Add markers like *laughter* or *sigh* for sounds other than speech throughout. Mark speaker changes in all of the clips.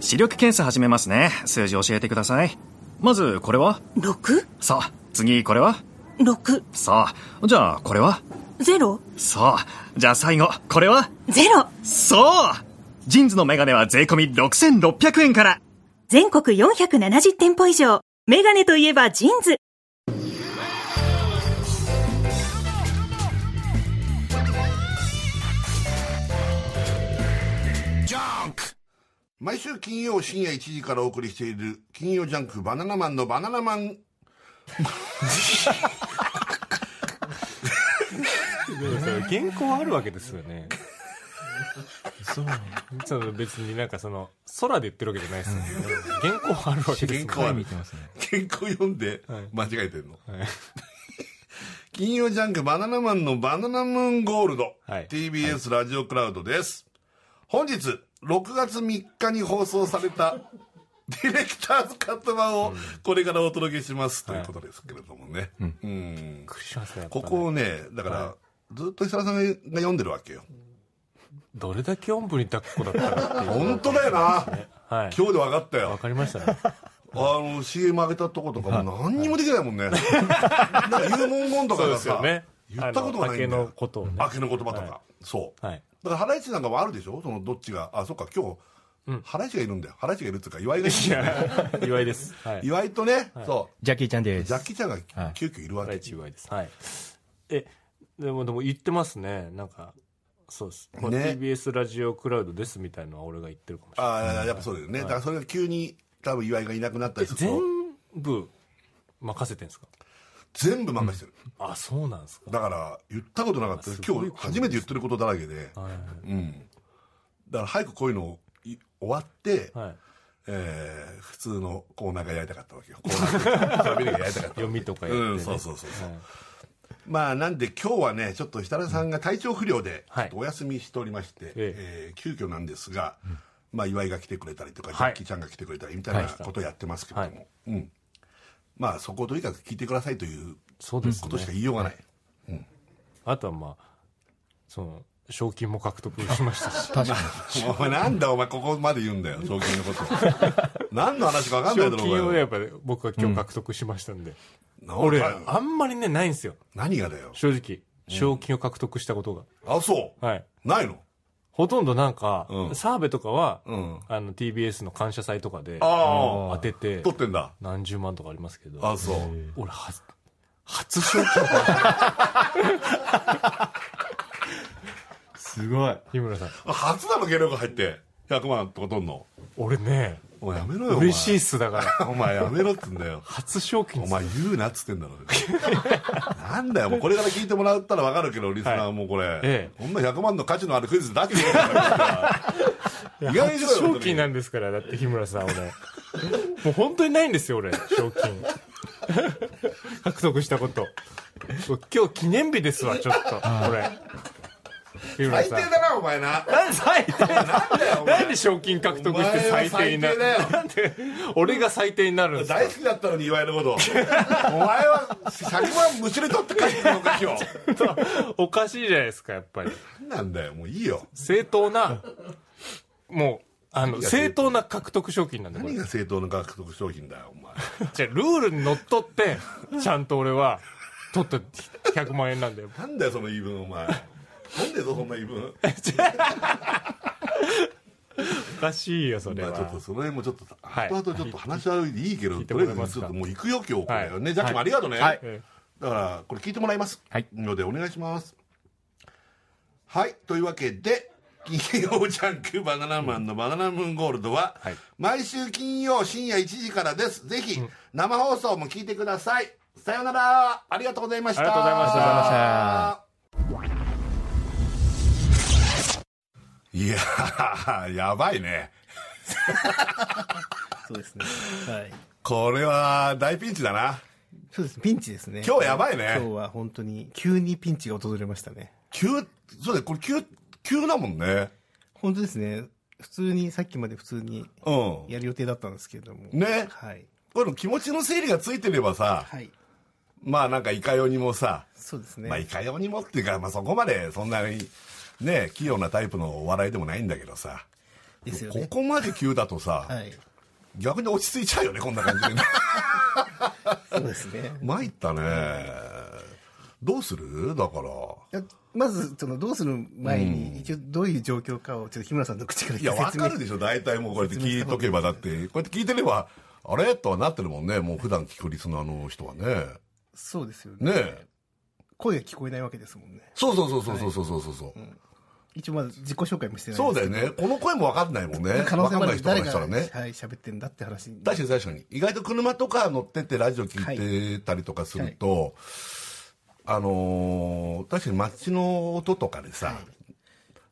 Speaker 1: 視力検査始めますね。数字教えてください。まず、これは
Speaker 2: 6?
Speaker 1: さあ、次、これは
Speaker 2: 6
Speaker 1: さあ、じゃあ、これは
Speaker 2: ゼロ
Speaker 1: さあ、じゃあ最後、これは
Speaker 2: ゼロ
Speaker 1: そうジンズのメガネは税込み6600円から
Speaker 2: 全国470店舗以上メガネといえばジーンズ
Speaker 3: 毎週金曜深夜1時からお送りしている金曜ジャンクバナナマンのバナナマン
Speaker 4: 原稿あるわけですよね。そうその別になんかその、空で言ってるわけじゃないですよね。原稿あるわけです
Speaker 3: 原稿ある
Speaker 5: 見てますね。
Speaker 3: 原稿読んで
Speaker 4: はい
Speaker 3: 間違えてんの、
Speaker 4: はい
Speaker 3: *laughs* 金曜ジャンクバナナマンのバナナムーンゴールド、
Speaker 4: はい
Speaker 3: TBS ラジオクラウドです、本日6月3日に放送されたディレクターズカット版をこれからお届けしますということですけれどもね、うん
Speaker 4: びっくりしますね。やっぱ
Speaker 3: こ
Speaker 4: ね
Speaker 3: こをねだから、ずっと久田さんが読んでるわけよ
Speaker 4: どれだけ音部に抱っこだったかっていう。
Speaker 3: 本当だよな
Speaker 4: はい。
Speaker 3: 今日で分かった
Speaker 4: わ
Speaker 3: よ
Speaker 4: かりましたね。
Speaker 3: あの CM 上げたとことかも何にもできないもんね、なんか有文言とかがさ、
Speaker 4: ね。
Speaker 3: 言ったことがないんだ
Speaker 4: あの明
Speaker 3: よ
Speaker 4: けのことをね。
Speaker 3: 明けの言葉とか、そう
Speaker 4: はい。
Speaker 3: だからハライチなんかもあるでしょそのどっちがあそっか今日、ハライチがいるんだよハライチがいるっていうか岩井がいるんだよね
Speaker 4: 祝いです。はい。
Speaker 3: 岩井とね、そう
Speaker 5: ジャッキーちゃんです。
Speaker 3: ジャッキーちゃん
Speaker 5: は
Speaker 3: が
Speaker 5: い
Speaker 3: 急遽いるわけ、
Speaker 4: 第一祝いです。はい。え、でも、でも言ってますね。なんか、そうです。これ
Speaker 3: ね
Speaker 4: TBS ラジオクラウドですみたいなのは俺が言ってるかもしれない。
Speaker 3: ああやっぱそうだよね、だからそれが急に多分岩井がいなくなったりすると
Speaker 4: 全部任せてんですか
Speaker 3: 全部任せてる、
Speaker 4: あ、そうなんですか。
Speaker 3: だから言ったことなかったです
Speaker 4: すごい
Speaker 3: 今日初めて言ってることだらけで、
Speaker 4: はい
Speaker 3: うんだから早くこういうのをい終わって、
Speaker 4: はい。
Speaker 3: えー普通のコーナーがやりたかったわけよコーナー喋りがやりたか *laughs* った
Speaker 4: 読みとかやって、ね
Speaker 3: うんそうそうそうそう、
Speaker 4: はい
Speaker 3: まあなんで今日はねちょっと設楽さんが体調不良でちょ
Speaker 4: はい
Speaker 3: っとお休みしておりまして、え
Speaker 4: え
Speaker 3: ー急遽なんですが、まあ、岩井が来てくれたりとか、
Speaker 4: い
Speaker 3: ジャッキーちゃんが来てくれたりみたいなことをやってますけれども、
Speaker 4: はい
Speaker 3: うん、まあそこをとにかく聞いてくださいという
Speaker 4: そうです
Speaker 3: こ
Speaker 4: ね
Speaker 3: としか言いようがない、
Speaker 4: あとはまあその賞金も獲得しましたし
Speaker 3: お前なんだお前ここまで言うんだよ賞金のこと
Speaker 4: *laughs*
Speaker 3: 何の話か分かん *laughs* ないだ
Speaker 4: 賞
Speaker 3: ろ
Speaker 4: 金
Speaker 3: お
Speaker 4: をね
Speaker 3: 前
Speaker 4: やっぱり僕が今日獲得しましたんで、
Speaker 3: な
Speaker 4: 俺
Speaker 3: か
Speaker 4: あんまりねないんですよ
Speaker 3: 何がだよ
Speaker 4: 正直賞金を獲得したことが、
Speaker 3: あそう、
Speaker 4: はい
Speaker 3: ないの
Speaker 4: ほとんどなんか、
Speaker 3: うん
Speaker 4: 澤部とかは、
Speaker 3: うん
Speaker 4: あの TBS の感謝祭とかで
Speaker 3: ああ
Speaker 4: 当てて
Speaker 3: 取ってんだ
Speaker 4: 何十万とかありますけど
Speaker 3: あそう
Speaker 4: 俺は初賞金
Speaker 5: すごい。
Speaker 4: 日村さん
Speaker 3: 初だろ芸能界入って100万とか取んの
Speaker 4: 俺ね
Speaker 3: お前やめろよお前
Speaker 4: 嬉しいっすだから
Speaker 3: お前やめろっつうんだよ
Speaker 4: 初賞金っ
Speaker 3: お
Speaker 4: す
Speaker 3: 前言うなっつってんだろ *laughs* なんだよもうこれから聞いてもらったら分かるけどリスナーもこれ、
Speaker 4: え
Speaker 3: こんな100万の価値のあるクイズだけでいいんだから意外にしろよ
Speaker 4: 賞金なんですからだって日村さん俺
Speaker 3: *laughs*
Speaker 4: もう本当にないんですよ俺賞金獲得したこと今日記念日ですわちょっと俺日村
Speaker 3: 最低
Speaker 4: さん
Speaker 3: だなお前な
Speaker 4: なん最低
Speaker 3: なんだよお前
Speaker 4: なんで賞金獲得して
Speaker 3: お前は
Speaker 4: 最低になる
Speaker 3: 最低だよ
Speaker 4: なんで俺が最低になるんですか
Speaker 3: 大好きだったのに岩井のことお前は100万むしり取って帰ってくるのか今日
Speaker 4: おかしいじゃないですかやっぱり
Speaker 3: なんだよもういいよ
Speaker 4: 正当なもうあの正当な獲得賞金なんでこれ
Speaker 3: 何が正当な獲得商品だよお前
Speaker 4: じゃあルールにのっとってちゃんと俺は取った100万円なんだよ
Speaker 3: なんだよその言い分お
Speaker 4: *laughs*
Speaker 3: 前なんでそんな言い分
Speaker 4: おかしいよそれ
Speaker 3: まあ
Speaker 4: は
Speaker 3: ちょっとその辺もちょっと
Speaker 4: はい
Speaker 3: 後々ちょっと話し合うでいいけど
Speaker 4: 聞い
Speaker 3: と
Speaker 4: ても
Speaker 3: り
Speaker 4: ら
Speaker 3: あ
Speaker 4: え
Speaker 3: え
Speaker 4: ま
Speaker 3: ずち
Speaker 4: す
Speaker 3: ょ
Speaker 4: か
Speaker 3: っともう行くよ今日これ
Speaker 4: はい
Speaker 3: ねジャッキもありがとうね
Speaker 5: はい
Speaker 4: え
Speaker 3: だからこれ聞いてもらいます
Speaker 5: はい
Speaker 3: のでお願いしますはいというわけで金曜ジャンクバナナマンのバナナムーンゴールドは
Speaker 4: はい
Speaker 3: 毎週金曜深夜1時からですぜひ生放送も聞いてくださいさようならありがとうございました
Speaker 4: ありがとうございましたありがとうござ
Speaker 3: いやーやばいね
Speaker 6: そうですね。はい。
Speaker 3: これは大ピンチだな
Speaker 6: そうです。ピンチですね。
Speaker 3: 今日やばいね
Speaker 6: 今日は本当に、急にピンチが訪れましたね。
Speaker 3: 急そうだよこれ急急だもんね
Speaker 6: 本当ですね。普通に、さっきまで普通に
Speaker 3: うん
Speaker 6: やる予定だったんですけれども。
Speaker 3: ね
Speaker 6: はい。
Speaker 3: この気持ちの整理がついてればさ
Speaker 6: はい。
Speaker 3: まあなんかいかようにもさ、
Speaker 6: そうです
Speaker 3: まあ
Speaker 6: ね
Speaker 3: い。かようにもっていうか、まあ、そこまでそんなにね器用なタイプのお笑いでもないんだけどさ
Speaker 6: ですよ
Speaker 3: こ
Speaker 6: ね。
Speaker 3: こまで急だとさ、
Speaker 6: はい。
Speaker 3: 逆に落ち着いちゃうよね、こんな感じでね。
Speaker 6: *laughs* そうですね。
Speaker 3: 参ったね。どうするだから。
Speaker 6: いやまず、その、どうする前に、一応、どういう状況かを、ちょっと日村さんの口から
Speaker 3: いや、わかるでしょ、大体もうこうやって聞いとけば、だって、こうやって聞いてれば、あれとはなってるもんね、もう普段聞くリスナーの人はね。
Speaker 6: そうですよね。
Speaker 3: ねえ。
Speaker 6: 声が聞こえないわけですもんね。
Speaker 3: そうそうそうそうそうそうそうそう。
Speaker 6: 一応、まず自己紹介もしてない
Speaker 3: そうだ
Speaker 6: よ
Speaker 3: よね。この声もわかんないもんね。
Speaker 6: 可能
Speaker 3: わ
Speaker 6: 性
Speaker 3: かん
Speaker 6: も
Speaker 3: な
Speaker 6: あ
Speaker 3: い
Speaker 6: る
Speaker 3: 人から
Speaker 6: 誰
Speaker 3: した
Speaker 6: が、
Speaker 3: ら
Speaker 6: はい
Speaker 3: ね。、
Speaker 6: 喋ってんだって話に。
Speaker 3: 確かに確かに。意外と車とか乗っててラジオ聞いてたりとかすると、あのー確かに街の音とかでさ、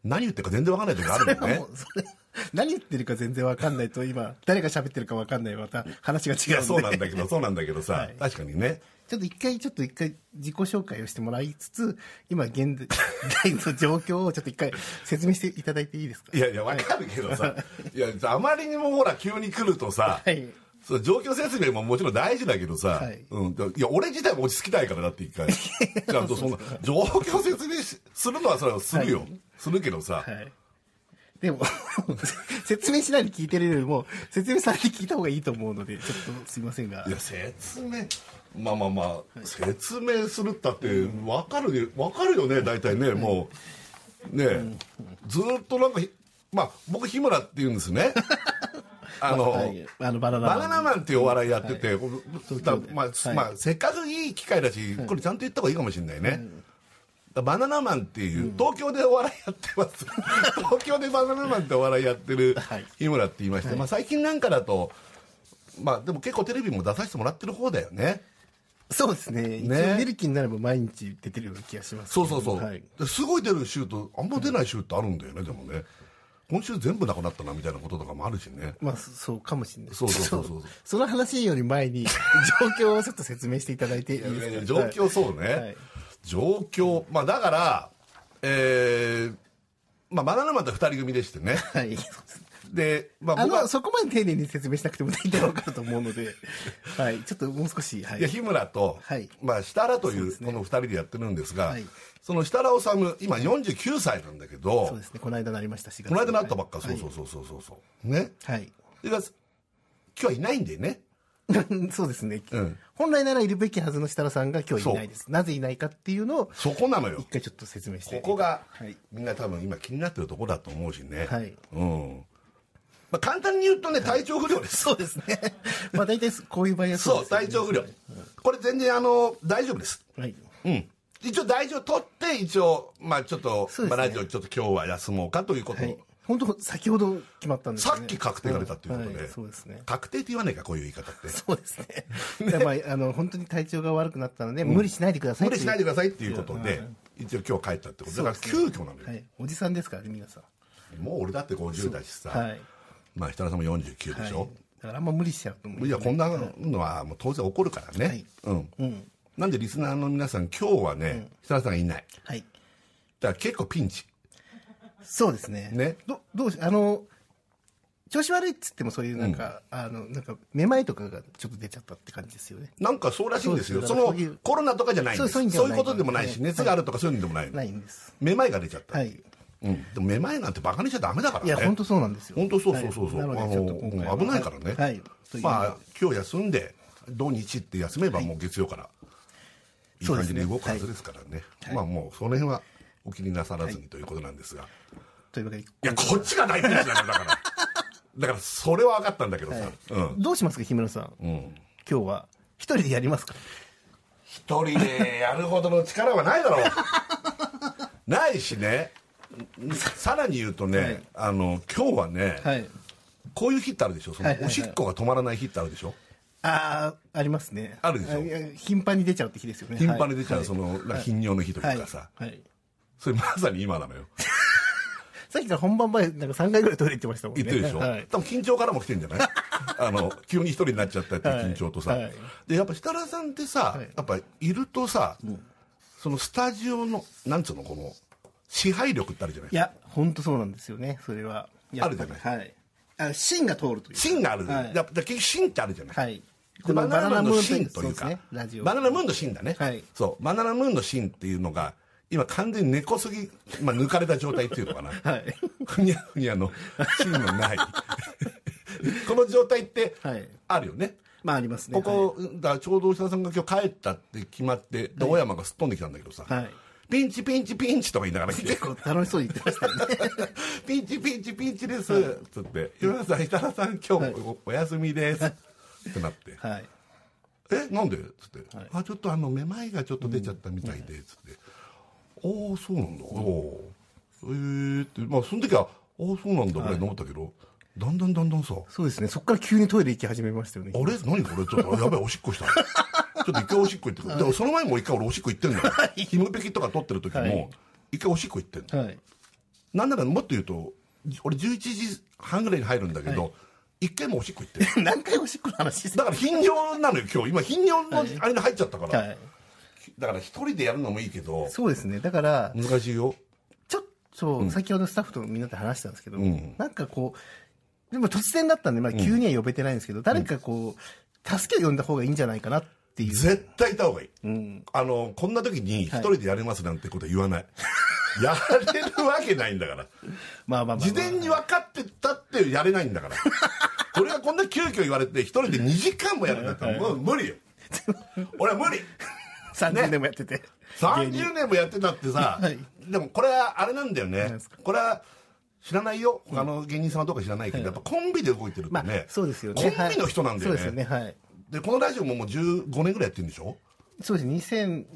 Speaker 3: 何言ってるか全然わかんない時あるもんね
Speaker 6: も。 *laughs* うそれ何言ってるか全然わかんないと、今、誰が喋ってるかわかんない、また話が違うん
Speaker 3: い
Speaker 6: で。
Speaker 3: や、そうなんだけど、そうなんだけどさ、
Speaker 6: はい
Speaker 3: 確かにね。
Speaker 6: *laughs* ちょっと一回、ちょっと一回自己紹介をしてもらいつつ、今現在 *laughs* の状況をちょっと一回説明していただいていいですか
Speaker 3: いやいや、わかるけどさ、いや、あまりにもほら、急に来るとさ、
Speaker 6: はい。
Speaker 3: そう状況説明ももちろん大事だけどさ、
Speaker 6: はい
Speaker 3: うん、いや俺自体も落ち着きたいからだって
Speaker 6: *laughs*
Speaker 3: 一回ちゃんとそんな状況説明しするのはそれはするよ、
Speaker 6: はい
Speaker 3: するけどさ、
Speaker 6: はい。でも、 *laughs* 説明しないで聞いてるよりも、説明されて聞いた方がいいと思うので、ちょっとすいませんが
Speaker 3: い、や説明まあまあまあ、説明するったって分かるよ分かるよね大体ねもうねえ、ずーっとなんかひまあ僕日村って言うんです
Speaker 6: *laughs*
Speaker 3: ねあの、
Speaker 6: はいあの、バナナマ
Speaker 3: バ
Speaker 6: ン
Speaker 3: ナナマンっていうお笑いやってて、こうだからまあ
Speaker 6: はい
Speaker 3: まあ、せっかくいい機会だし、これちゃんと言った方がいいかもしれないね、だからバナナマンっていう、東京でお笑いやってます
Speaker 6: *laughs*
Speaker 3: 東京でバナナマンってお笑いやってる
Speaker 6: はい
Speaker 3: 日村って言いまして、まあ、最近なんかだとまあでも結構テレビも出させてもらってる方だよね
Speaker 6: そうですね。一応
Speaker 3: ね
Speaker 6: 出る気になれば毎日出てるような気がします、
Speaker 3: そうそうそう、
Speaker 6: はい。
Speaker 3: ですごい出る週とあんま出ない週ってあるんだよね、でもね今週全部なくなったなみたいなこととかもあるしね
Speaker 6: まあ、そそうかもしれない。
Speaker 3: そうそうそうそう
Speaker 6: ちょっとその話より前に、状況をちょっと説明していただいていい
Speaker 3: いやいや
Speaker 6: です
Speaker 3: 状
Speaker 6: か
Speaker 3: 況そうね、
Speaker 6: はい
Speaker 3: 状況まあだからえーまあ、バナナマンって2人組でしてね
Speaker 6: はい。はいそうです
Speaker 3: で、まあ、
Speaker 6: あ
Speaker 3: 僕は
Speaker 6: の、そこまで丁寧に説明しなくても大体わかると思うの
Speaker 3: *laughs*
Speaker 6: で、はい。ちょっともう少し、はい
Speaker 3: いや。日村と、
Speaker 6: はい
Speaker 3: まあ、設楽とい
Speaker 6: そうで
Speaker 3: う
Speaker 6: すね
Speaker 3: この2人でやってるんですが、
Speaker 6: はい
Speaker 3: その設楽治今49歳なんだけど、
Speaker 6: そうですね。この間なりました、4月。
Speaker 3: この間なったばっか、
Speaker 6: はい
Speaker 3: そうそうそうそうそうそうね
Speaker 6: はい。
Speaker 3: で今日はいないんでね
Speaker 6: そうですね、
Speaker 3: うん
Speaker 6: 本来ならいるべきはずの設楽さんが今日いないです。なぜいないかっていうのを、
Speaker 3: そこなのよ
Speaker 6: 一回ちょっと説明して。
Speaker 3: ここが、
Speaker 6: はい。
Speaker 3: みんな多分今気になってるところだと思うしね、
Speaker 6: はい
Speaker 3: うんまあ、簡単に言うとね体調不良です
Speaker 6: そうですね。 *laughs* まあ大体こういう場合は
Speaker 3: そう、
Speaker 6: ですよね
Speaker 3: 体調不良。これ全然、あの、大丈夫です。
Speaker 6: はい。
Speaker 3: うん。一応、大丈夫取って、一応、まあちょっと、
Speaker 6: そうですね
Speaker 3: まあラジオちょっと今日は休もうかということ。
Speaker 6: はい。本当先ほど決まったんですよ
Speaker 3: さ
Speaker 6: ね。
Speaker 3: っき確定が出たということで。
Speaker 6: はいそうですね。
Speaker 3: 確定って言わないか、こういう言い方って。 *laughs*
Speaker 6: そうですね。まあ、あの、本当に体調が悪くなったので、無理しないでください
Speaker 3: 無
Speaker 6: って
Speaker 3: 理
Speaker 6: う
Speaker 3: しないでくださいっていうことで、一応今日帰ったってことだから、急遽なのよ。
Speaker 6: はい。おじさんですからね、皆さん。
Speaker 3: もう俺だって50だしさ、
Speaker 6: はい。
Speaker 3: まあ設楽さんも49でしょ。
Speaker 6: はいだからあんま無理しちゃうと思う。
Speaker 3: いや、こんなのはもう当然起こるからね。
Speaker 6: はい
Speaker 3: うん。
Speaker 6: うん。
Speaker 3: なんでリスナーの皆さん、今日はね、設楽さんがいない。
Speaker 6: はい。
Speaker 3: だから結構ピンチ。
Speaker 6: そうですね。
Speaker 3: ね
Speaker 6: ど、どうし、あの、調子悪いっつってもそういうなんか、あの、なんか、めまいとかがちょっと出ちゃったって感じですよね。
Speaker 3: なんかそうらしいんですよ。そ
Speaker 6: そうですよ
Speaker 3: の
Speaker 6: そういう
Speaker 3: コロナとかじゃないんです。そ
Speaker 6: そううそうい
Speaker 3: いう
Speaker 6: うのではない
Speaker 3: ことでもないし、
Speaker 6: はい
Speaker 3: 熱があるとかそういうのでもない。
Speaker 6: ないんです。
Speaker 3: めまいが出ちゃった。
Speaker 6: はい。
Speaker 3: うん。でもめまいなんてバカにしちゃダメだから
Speaker 6: い
Speaker 3: ね。
Speaker 6: や、本当そうなんですよ。
Speaker 3: 本当そうそうそうそう。
Speaker 6: はいな
Speaker 3: あ
Speaker 6: ので、ちょっと今回
Speaker 3: の
Speaker 6: は
Speaker 3: 危ないからね。
Speaker 6: はい。
Speaker 3: まあ
Speaker 6: あ、
Speaker 3: 今日休んで土日って休めばもう月曜からいい
Speaker 6: そう
Speaker 3: 感
Speaker 6: で
Speaker 3: じ
Speaker 6: すね
Speaker 3: で動くはずですからね。まあもうその辺はお気になさらずにということなんですが。
Speaker 6: というわけで、
Speaker 3: いやこっちが大ピンチなんだよだから。だからそれは分かったんだけどさ。うん。
Speaker 6: どうしますか、日村さん。
Speaker 3: うん。
Speaker 6: 今日は、一人でやりますか
Speaker 3: 一人でやるほどの力はないだろう
Speaker 6: *laughs*
Speaker 3: ないしねさらに言うとね、
Speaker 6: はい
Speaker 3: あの今日はね、
Speaker 6: はい。
Speaker 3: こういう日ってあるでしょその
Speaker 6: はいはいは
Speaker 3: お
Speaker 6: い
Speaker 3: しっこが止まらない日ってあるでしょ、
Speaker 6: ああ、ありますね。
Speaker 3: あるでしょ
Speaker 6: いや頻繁に出ちゃうって日ですよね。
Speaker 3: 頻繁に出ちゃう、
Speaker 6: はい
Speaker 3: その、
Speaker 6: はい
Speaker 3: 頻尿の日と
Speaker 6: は
Speaker 3: いう
Speaker 6: い
Speaker 3: かさ、
Speaker 6: はい。
Speaker 3: それまさに今なのよ
Speaker 6: さっきから本番前、なんか3回ぐらいトイレ行ってましたもんね。
Speaker 3: 言ってるでしょ、
Speaker 6: はい。
Speaker 3: 多分緊張からも来てんじゃ
Speaker 6: *laughs*
Speaker 3: ないあの急に一人になっちゃったっていう緊張とさ、
Speaker 6: はいはい
Speaker 3: でやっぱ設楽さんってさ、
Speaker 6: はい
Speaker 3: やっぱいるとさ、そのスタジオのなんつうのこの支配力ってあるじゃない
Speaker 6: いや、本当そうなんですよね、それは。やっぱり
Speaker 3: あるじゃ
Speaker 6: はい。あ、芯が通るというか。
Speaker 3: 芯がある、
Speaker 6: はい
Speaker 3: やっぱ結局芯ってあるじゃない、
Speaker 6: はい。
Speaker 3: でバナナムーンの芯
Speaker 6: バ
Speaker 3: という
Speaker 6: ナナムーンそうです
Speaker 3: か
Speaker 6: ねラジオ。
Speaker 3: バナナムーンの芯だね、
Speaker 6: はい
Speaker 3: そうバナナムーンの芯っていうのが今完全に猫すぎ、まあ、抜かれた状態っていうの
Speaker 6: *laughs*
Speaker 3: かな。
Speaker 6: はい。
Speaker 3: ふにゃふにゃの芯のない。 *laughs* この状態って
Speaker 6: はい、
Speaker 3: あるよね。
Speaker 6: まあありますね。
Speaker 3: ここ、だからちょうど吉田さんが今日帰ったって決まって、で、小山がすっ飛んできたんだけどさ、
Speaker 6: はい。はい。
Speaker 3: ピンチピンチピンチとか言いなが
Speaker 6: *laughs*
Speaker 3: ら来て、
Speaker 6: こう楽しそうに言ってましたよね。
Speaker 3: *laughs* ピンチピンチピンチです、つって、吉田さん、設楽さん、今日もおお休みです、ってなって、
Speaker 6: はい。
Speaker 3: え、なんでつって、
Speaker 6: はい
Speaker 3: あ、ちょっとあの、めまいがちょっと出ちゃったみたいで、つって、ああ、そうなんだ、おーえーって、まあ、その時は、ああ、そうなんだ、ぐらいに思ったけど、だんだんだんだんさ、
Speaker 6: そうですね。そこから急にトイレ行き始めましたよね
Speaker 3: あ。れ何これちょっと、やばい、おしっこした。 *laughs* ちょっと一回おしっこ行ってくる。でもその前も一回俺おしっこ行ってんだよ。ひむぺきとか取ってる時
Speaker 6: は
Speaker 3: も
Speaker 6: い、
Speaker 3: 一回おしっこ行ってんの。
Speaker 6: はい。 *laughs*
Speaker 3: なんならもっと言うと、俺11時半ぐらいに入るんだけど、一回もおしっこ行ってる。
Speaker 6: 何回おしっこの話して
Speaker 3: だから頻尿なのよ、今日。今、頻尿のあれに入っちゃったか
Speaker 6: た
Speaker 3: ら。
Speaker 6: はい。
Speaker 3: だから一人でやるのもいいけど、
Speaker 6: そうですね。だから、
Speaker 3: 難しいよ。
Speaker 6: ちょっと、先ほどスタッフとみんなで話したんですけど、
Speaker 3: ん
Speaker 6: なんかこう、でも突然だったんで、まあ急には呼べてないんですけど、誰かこう、助けを呼んだ方がいいんじゃないかなっていう。
Speaker 3: 絶対いた方がいい。
Speaker 6: うん。
Speaker 3: あの、こんな時に一人でやれますなんてことは言わない。 *laughs* やれるわけないんだから。
Speaker 6: まあまあまあまあ。
Speaker 3: 事前に分かってたってやれないんだから。俺がこんな急遽言われて一人で2時間もやるんだったらもう無理よ。俺は無理。
Speaker 6: 30年もやってて。
Speaker 3: 30年もやってたってさ、
Speaker 6: はい
Speaker 3: でもこれはあれなんだよ
Speaker 6: 何
Speaker 3: ね
Speaker 6: ですか。
Speaker 3: これは知らないよ。他の芸人さんとか知らないけど、やっぱコンビで動いてると
Speaker 6: ま
Speaker 3: ね、
Speaker 6: あ、そうですよね。
Speaker 3: コンビの人なんだよね。
Speaker 6: はいそうですよね。はい。
Speaker 3: で、このラジオももう15年ぐらいやってるんでしょ
Speaker 6: そうですね。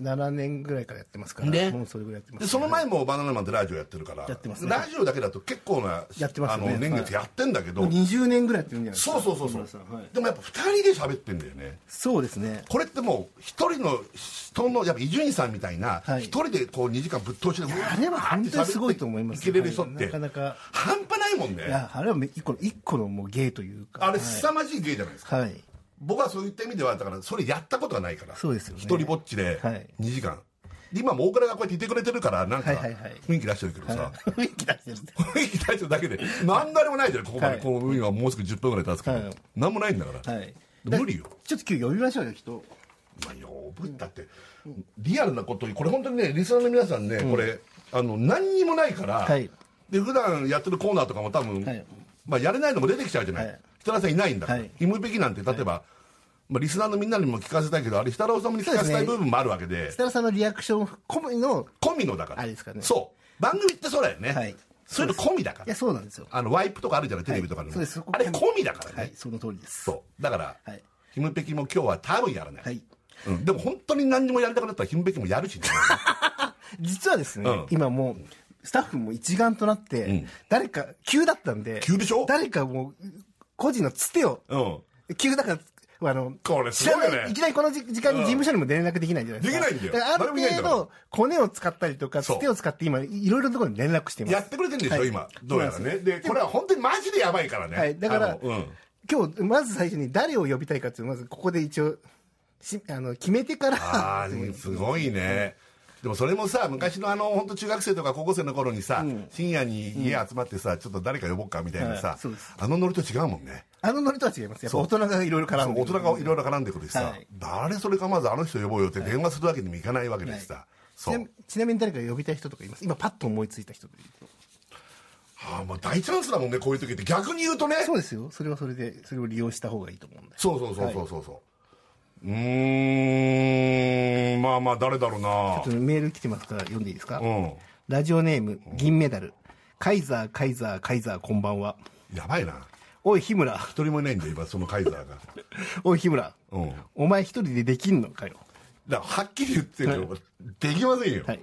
Speaker 6: 2007年ぐらいからやってますから。
Speaker 3: ね
Speaker 6: もうそれぐらいやってます、
Speaker 3: でその前もバナナマンでラジオやってるから
Speaker 6: やってますね
Speaker 3: ラジオだけだと結構な
Speaker 6: やってますね
Speaker 3: あの年
Speaker 6: は
Speaker 3: 月
Speaker 6: い
Speaker 3: やってんだけど、
Speaker 6: もう20年ぐらいやってるんじゃないです
Speaker 3: そ
Speaker 6: か。
Speaker 3: うそうそうそう、
Speaker 6: 皆さんはい
Speaker 3: でもやっぱ2人で喋ってんだよね
Speaker 6: そうですね。
Speaker 3: これってもう一人の人のやっぱ伊集院さんみたいな一、
Speaker 6: はい
Speaker 3: 人でこう2時間ぶっ通しで
Speaker 6: あれは本当にすごいと思います
Speaker 3: けれる人って、
Speaker 6: はいなかなか。
Speaker 3: 半端ないもん
Speaker 6: い
Speaker 3: ね
Speaker 6: や、あれはめ一個の、一個のもう芸というか。
Speaker 3: あれ
Speaker 6: はい
Speaker 3: 凄まじい芸じゃないですか、
Speaker 6: はい。
Speaker 3: 僕はそういった意味ではだからそれやったことがないから
Speaker 6: そうですよね
Speaker 3: 一人ぼっちで
Speaker 6: はい
Speaker 3: 2時間、で今も大倉がこうやっていてくれてるからなんか
Speaker 6: はいはいはい
Speaker 3: 雰囲気出してるけどさ、
Speaker 6: *laughs* 雰囲気出してるんで
Speaker 3: 雰囲気大将だけ
Speaker 6: *laughs*
Speaker 3: で何であれもないじゃんここまで、
Speaker 6: はい
Speaker 3: この海はもうすぐ10分ぐらい経つけど、
Speaker 6: はい
Speaker 3: 何もないんだから、
Speaker 6: はい。
Speaker 3: 無理よ
Speaker 6: ちょっと今日呼びましょうよ、人。
Speaker 3: まあ呼ぶだってリアルなことこれ本当にねリスナーの皆さんね、これあの何にもないから、
Speaker 6: はい
Speaker 3: で普段やってるコーナーとかも多分、
Speaker 6: はい
Speaker 3: まあ、やれないのも出てきちゃうじゃない、
Speaker 6: はい
Speaker 3: 設楽さんいないんだから、
Speaker 6: はい
Speaker 3: イムべきなんて例えば、まあ、リスナーのみんなにも聞かせたいけどあれ設楽さんも聞かせたい部分もあるわけで
Speaker 6: 設楽さんのリアクション込みの、
Speaker 3: 込みのだから
Speaker 6: あれですかね
Speaker 3: そう番組ってそうだよね、
Speaker 6: はい
Speaker 3: それの込みだか
Speaker 6: いや、
Speaker 3: ら
Speaker 6: そうなんですよ。
Speaker 3: あのワイプとかあるじゃないテレビとかに
Speaker 6: はい
Speaker 3: も、
Speaker 6: そうですそこ
Speaker 3: あれ込みだからね、
Speaker 6: はい、その通りです。
Speaker 3: そう。だから、
Speaker 6: はい
Speaker 3: ヒムペキも今日は多分やらない。
Speaker 6: はい
Speaker 3: うん、でも本当に何にもやりたくなったらヒムペキもやる
Speaker 6: *laughs*
Speaker 3: しね、
Speaker 6: 実はですね、
Speaker 3: うん
Speaker 6: 今もう、スタッフも一丸となって、誰か、急だったんで、
Speaker 3: 急でしょ
Speaker 6: 誰かもう、個人のつてを、
Speaker 3: うん。
Speaker 6: 急だから、あの、
Speaker 3: これすごいよね
Speaker 6: 知らない、いきなりこの時時間に事務所にも連絡できないじゃないですか。
Speaker 3: うんできないんだよ
Speaker 6: からあ
Speaker 3: 誰もいないん
Speaker 6: る
Speaker 3: だから
Speaker 6: 程度、コネを使ったりとか、
Speaker 3: そう
Speaker 6: つてを使って今、いろいろなところに連絡してます。
Speaker 3: やってくれてるんでしょ、
Speaker 6: はい
Speaker 3: 今。どうやらね。で、これは本当にマジでやばいからね。
Speaker 6: はい、だから、
Speaker 3: あのうん。
Speaker 6: 今日、まず最初に誰を呼びたいかっていうのをまずここで一応、しあの決めてから、
Speaker 3: ああ、すごいね。でもそれもさ、昔のあの、本当中学生とか高校生の頃にさ、深夜に家集まってさ、ちょっと誰か呼ぼうかみたいなさ、
Speaker 6: はいそうです
Speaker 3: あのノリと違うもんね。
Speaker 6: *laughs* あのノリとは違います。やっぱ大人がいろいろ絡
Speaker 3: そ
Speaker 6: ん
Speaker 3: う
Speaker 6: で
Speaker 3: 大
Speaker 6: くる
Speaker 3: 人がいろいろ絡んでくるしさ、
Speaker 6: はい
Speaker 3: 誰それかまずあの人呼ぼうよって電話するわけにもいかないわけでしさ、
Speaker 6: ち
Speaker 3: そ
Speaker 6: な
Speaker 3: う
Speaker 6: み。ちなみに誰か呼びたい人とかいます今パッと思いついた人というと
Speaker 3: ああ、まあ大チャンスだもんね、こういう時って。逆に言うとね。
Speaker 6: そうですよそれはそれでそれを利用した方がいいと思うんで
Speaker 3: そうそうそうそうそうそう。うーん、まあまあ誰だろうな
Speaker 6: ちょっ。とメール来てますから読んでいいですか、
Speaker 3: う
Speaker 6: ラジオネーム銀メダル、カイザーカイザーカイザーこんばんは
Speaker 3: ん。やばいな。
Speaker 6: おい日村 *laughs*
Speaker 3: 一人もいないんだよ、今、そのカイザーが。
Speaker 6: おい日村
Speaker 3: うん。だか
Speaker 6: お前一人でできんのかよ
Speaker 3: ら、はっきり言ってるけど、できませんよ。
Speaker 6: はい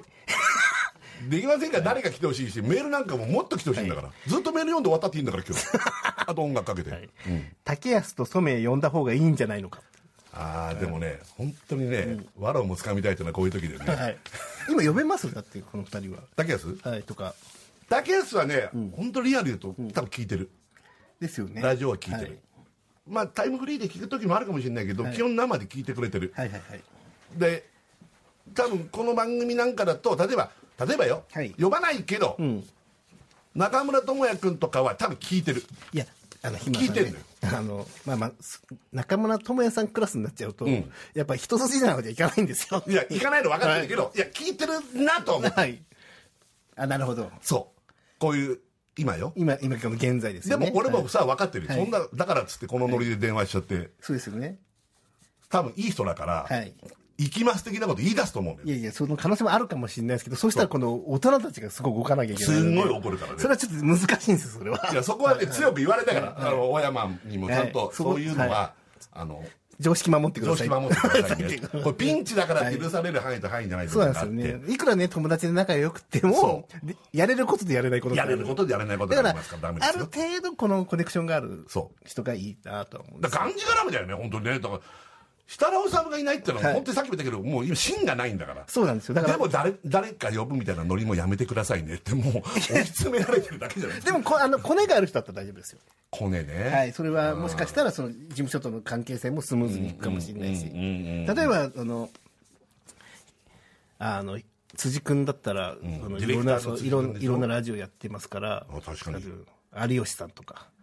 Speaker 3: できませんから誰が来てほしいし、メールなんかももっと来てほしいんだから。ずっとメール読んで終わったっていいんだから、今 *laughs* 日。あと音楽かけて。
Speaker 6: 竹安と染谷呼んだ方がいいんじゃないのか
Speaker 3: ああ、でもね、本当にね、わらをもつかみたいってのはこういう時だよね。
Speaker 6: い今呼べますだってこの二人は
Speaker 3: 竹安
Speaker 6: はいとか
Speaker 3: 竹安はね、本当リアル言うと、多分聞いてる。
Speaker 6: ですよね
Speaker 3: ラジオは聞いてる、
Speaker 6: は
Speaker 3: まあタイムフリーで聞く時もあるかもしれないけど、
Speaker 6: はい
Speaker 3: 基本生で聞いてくれてる、
Speaker 6: はいはいはい
Speaker 3: で多分この番組なんかだと例えば例えばよ、
Speaker 6: はい
Speaker 3: 呼ばないけど、中村智也君とかは多分聞いてる
Speaker 6: いやあの、日村さん、ね。
Speaker 3: 聞いてんのよ
Speaker 6: *laughs* あの、まあまあ、す中村智也さんクラスになっちゃうと、やっぱ一筋縄じゃいかないんですよ。
Speaker 3: いや、行かないの分かってるけど、いや、聞いてるなとは思う。
Speaker 6: はい。あ、なるほど。
Speaker 3: そう。こういう、今よ。
Speaker 6: 今、今、この現在です
Speaker 3: で
Speaker 6: よね。
Speaker 3: も俺
Speaker 6: は
Speaker 3: も
Speaker 6: い
Speaker 3: さ、分かってるよ。
Speaker 6: はい
Speaker 3: そんな、だからっつってこのノリで電話しちゃって、
Speaker 6: そうですよね。
Speaker 3: 多分いい人だから、
Speaker 6: はい。
Speaker 3: 行きます的なこと言い出すと思うんだ
Speaker 6: い
Speaker 3: よ。
Speaker 6: やいや、その可能性もあるかもしれないですけど、そうしたらこの大人たちがすごく動かなきゃいけないの
Speaker 3: す
Speaker 6: で。
Speaker 3: んごい怒るからね
Speaker 6: それ。はちょっと難しいんですよ、それ
Speaker 3: い
Speaker 6: は。
Speaker 3: や、そこはね、強く言われたから、あの、小山にもちゃん
Speaker 6: は
Speaker 3: と
Speaker 6: い、そこ
Speaker 3: そういうの
Speaker 6: は
Speaker 3: は、あの、
Speaker 6: 常識守ってく
Speaker 3: 常
Speaker 6: ださい。。
Speaker 3: 識守ってくださいね
Speaker 6: *laughs*
Speaker 3: これピンチだから許される範囲と範囲じゃないと
Speaker 6: そうなんですよ
Speaker 3: があって
Speaker 6: ね。いくらね、友達で仲良くても
Speaker 3: そ、
Speaker 6: でやれることでやれないこと。
Speaker 3: やれることとでやれないこと
Speaker 6: だか
Speaker 3: があ
Speaker 6: ら
Speaker 3: りますから、ダメ、で
Speaker 6: あ
Speaker 3: す
Speaker 6: る
Speaker 3: よ。
Speaker 6: 程度このコネクションがある
Speaker 3: そ
Speaker 6: 人がいいなとは思うん
Speaker 3: だ
Speaker 6: ですよ
Speaker 3: からがんじがらめだよね、本当にね。だから、設楽治がいないってのは、
Speaker 6: はい
Speaker 3: 本当にさっきも言ったけど、もう今、芯がないんだから。
Speaker 6: そうなんですよ。だから、
Speaker 3: でも誰、誰か呼ぶみたいなノリもやめてくださいねって、
Speaker 6: *laughs*
Speaker 3: もう、追い詰められてるだけじゃないですか。
Speaker 6: でもこ、あの、コネがある人だったら大丈夫ですよ。
Speaker 3: コネね。
Speaker 6: はい。それは、もしかしたら、その、事務所との関係性もスムーズにいくかもしれないし。例えば、あの、あの、辻君だったら、あの
Speaker 3: ディ
Speaker 6: い
Speaker 3: レ
Speaker 6: ろん
Speaker 3: クタ
Speaker 6: な、
Speaker 3: ー
Speaker 6: そ
Speaker 3: の
Speaker 6: う
Speaker 3: 辻
Speaker 6: いろん
Speaker 3: 君でしょ
Speaker 6: いろんなラジオやってますから、
Speaker 3: あ確かに
Speaker 6: あの有吉さんとか、 *laughs*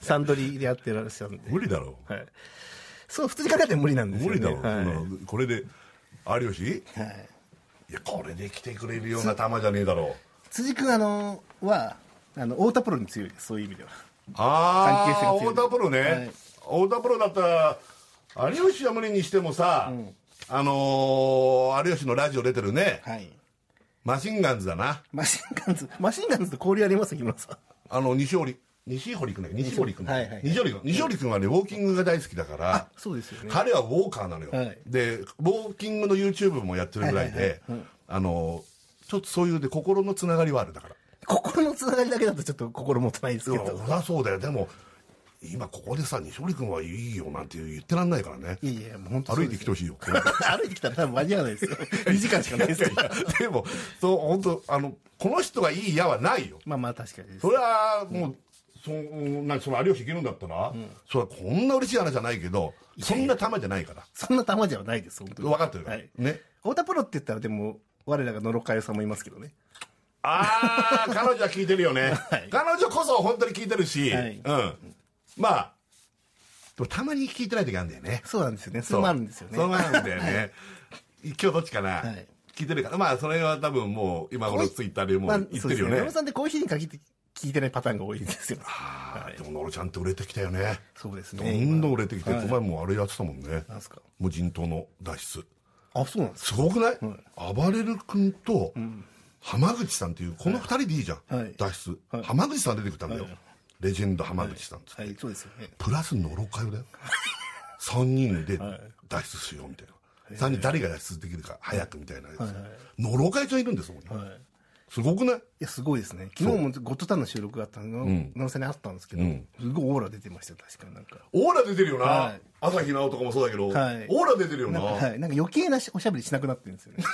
Speaker 6: サンドリーでやってらっしゃるんで。
Speaker 3: 無理だろ
Speaker 6: はい。そう、普通に考えても無理なん
Speaker 3: う。
Speaker 6: ですよ
Speaker 3: 無理
Speaker 6: ね。
Speaker 3: だろう。
Speaker 6: はい
Speaker 3: そんなこれで、有吉
Speaker 6: はい
Speaker 3: いや、これで来てくれるような球じゃねえだろ
Speaker 6: 辻君、あの、は、あの、太田プロに強いです、そういう意味では。
Speaker 3: う。あ
Speaker 6: 関係性
Speaker 3: あ、
Speaker 6: が強い
Speaker 3: 太田プロ
Speaker 6: はい
Speaker 3: ね。太田プロだったら、有吉は無理にしてもさ、あのー、有吉のラジオ出てるね、
Speaker 6: はい。
Speaker 3: マシンガンズだな。
Speaker 6: マシンガンズ、マシンガンズと交流あります日村さん。
Speaker 3: あの、西堀、西堀くんだっけ西堀くん。
Speaker 6: はいはい
Speaker 3: 西堀くん。西堀くんはね、ウォーキングが大好きだから、
Speaker 6: そうですよね。
Speaker 3: 彼はウォーカーなのよ、
Speaker 6: はい
Speaker 3: でウォーキングの YouTube もやってるぐらいで、あのちょっとそういうで心のつながりはあるだから
Speaker 6: 心のつながりだけだとちょっと心もとないですけ
Speaker 3: そ
Speaker 6: ど。
Speaker 3: りゃそうだよでも今ここでさ西堀君はいいよなんて言ってらんないからね
Speaker 6: いやいや、もう本当
Speaker 3: 歩いてきてほ
Speaker 6: しい。
Speaker 3: しいよ
Speaker 6: *laughs* 歩いてきたら多分間に合わ *laughs* ないですよ。2時間しかないですよ。
Speaker 3: *laughs* でもそう本当あのこの人がいいやはないよ
Speaker 6: まあまあ確かにです
Speaker 3: そ。れはもう、そんなその有吉いけるんだったら、それはこんな嬉しい話じゃないけどそんな玉じゃないから
Speaker 6: そんな玉じゃないです、本当に。
Speaker 3: 分かってるから、
Speaker 6: はい。
Speaker 3: ね
Speaker 6: 太田プロって言ったらでも、我らが野呂佳代さんもいますけどね。
Speaker 3: ああ、 *laughs* 彼女は聞いてるよね。
Speaker 6: はい
Speaker 3: 彼女こそ本当に聞いてるし、
Speaker 6: はい
Speaker 3: うん。まあ、でもたまに聞いてない時あるんだよね。
Speaker 6: そうなんですよね。それもあるんですよね。
Speaker 3: そうなんだよね。今日どっちかな、
Speaker 6: はい
Speaker 3: 聞いてるから。まあ、それは多分もう、今頃ツイッターでも
Speaker 6: まあ
Speaker 3: う言ってるよね。
Speaker 6: 野呂さんってコーヒーに限って聞いてないパターンが多いんですよ。
Speaker 3: あーでも、ノロちゃんって売れてきたよね。
Speaker 6: そうです
Speaker 3: ど
Speaker 6: ね。
Speaker 3: んどん売
Speaker 6: 今
Speaker 3: れてきて、この前もあれやってたもんね。
Speaker 6: なんすか
Speaker 3: 無人島の脱出。
Speaker 6: あ、そうなんです
Speaker 3: すごくない、暴れる君と、浜口さんっていう、この二人でいいじゃん。
Speaker 6: はい
Speaker 3: 脱出、
Speaker 6: はい
Speaker 3: 浜口さん出てきたんだよ。
Speaker 6: はい
Speaker 3: レジェンド浜口さんっつって
Speaker 6: かはい、そうですよね。
Speaker 3: プラスのろかよ
Speaker 6: *laughs*
Speaker 3: だよ。3人で脱出しようみたいな。3人誰が脱出できるか早くみたいなやつ。のろかよちゃんいるんですもんね。
Speaker 6: はい。
Speaker 3: すごくない
Speaker 6: いや、すごいですね。昨日もゴッドタンの収録があったの、野呂さんにあったんですけど、すごいオーラ出てましたよ、確かになんか。
Speaker 3: オーラ出てるよな。
Speaker 6: はい
Speaker 3: 朝日奈央とかもそうだけど、
Speaker 6: はい
Speaker 3: オーラ出てるよな。
Speaker 6: なんか、はい、なんか余計なしおしゃべりしなくなってるんですよ
Speaker 3: *laughs*
Speaker 6: ね。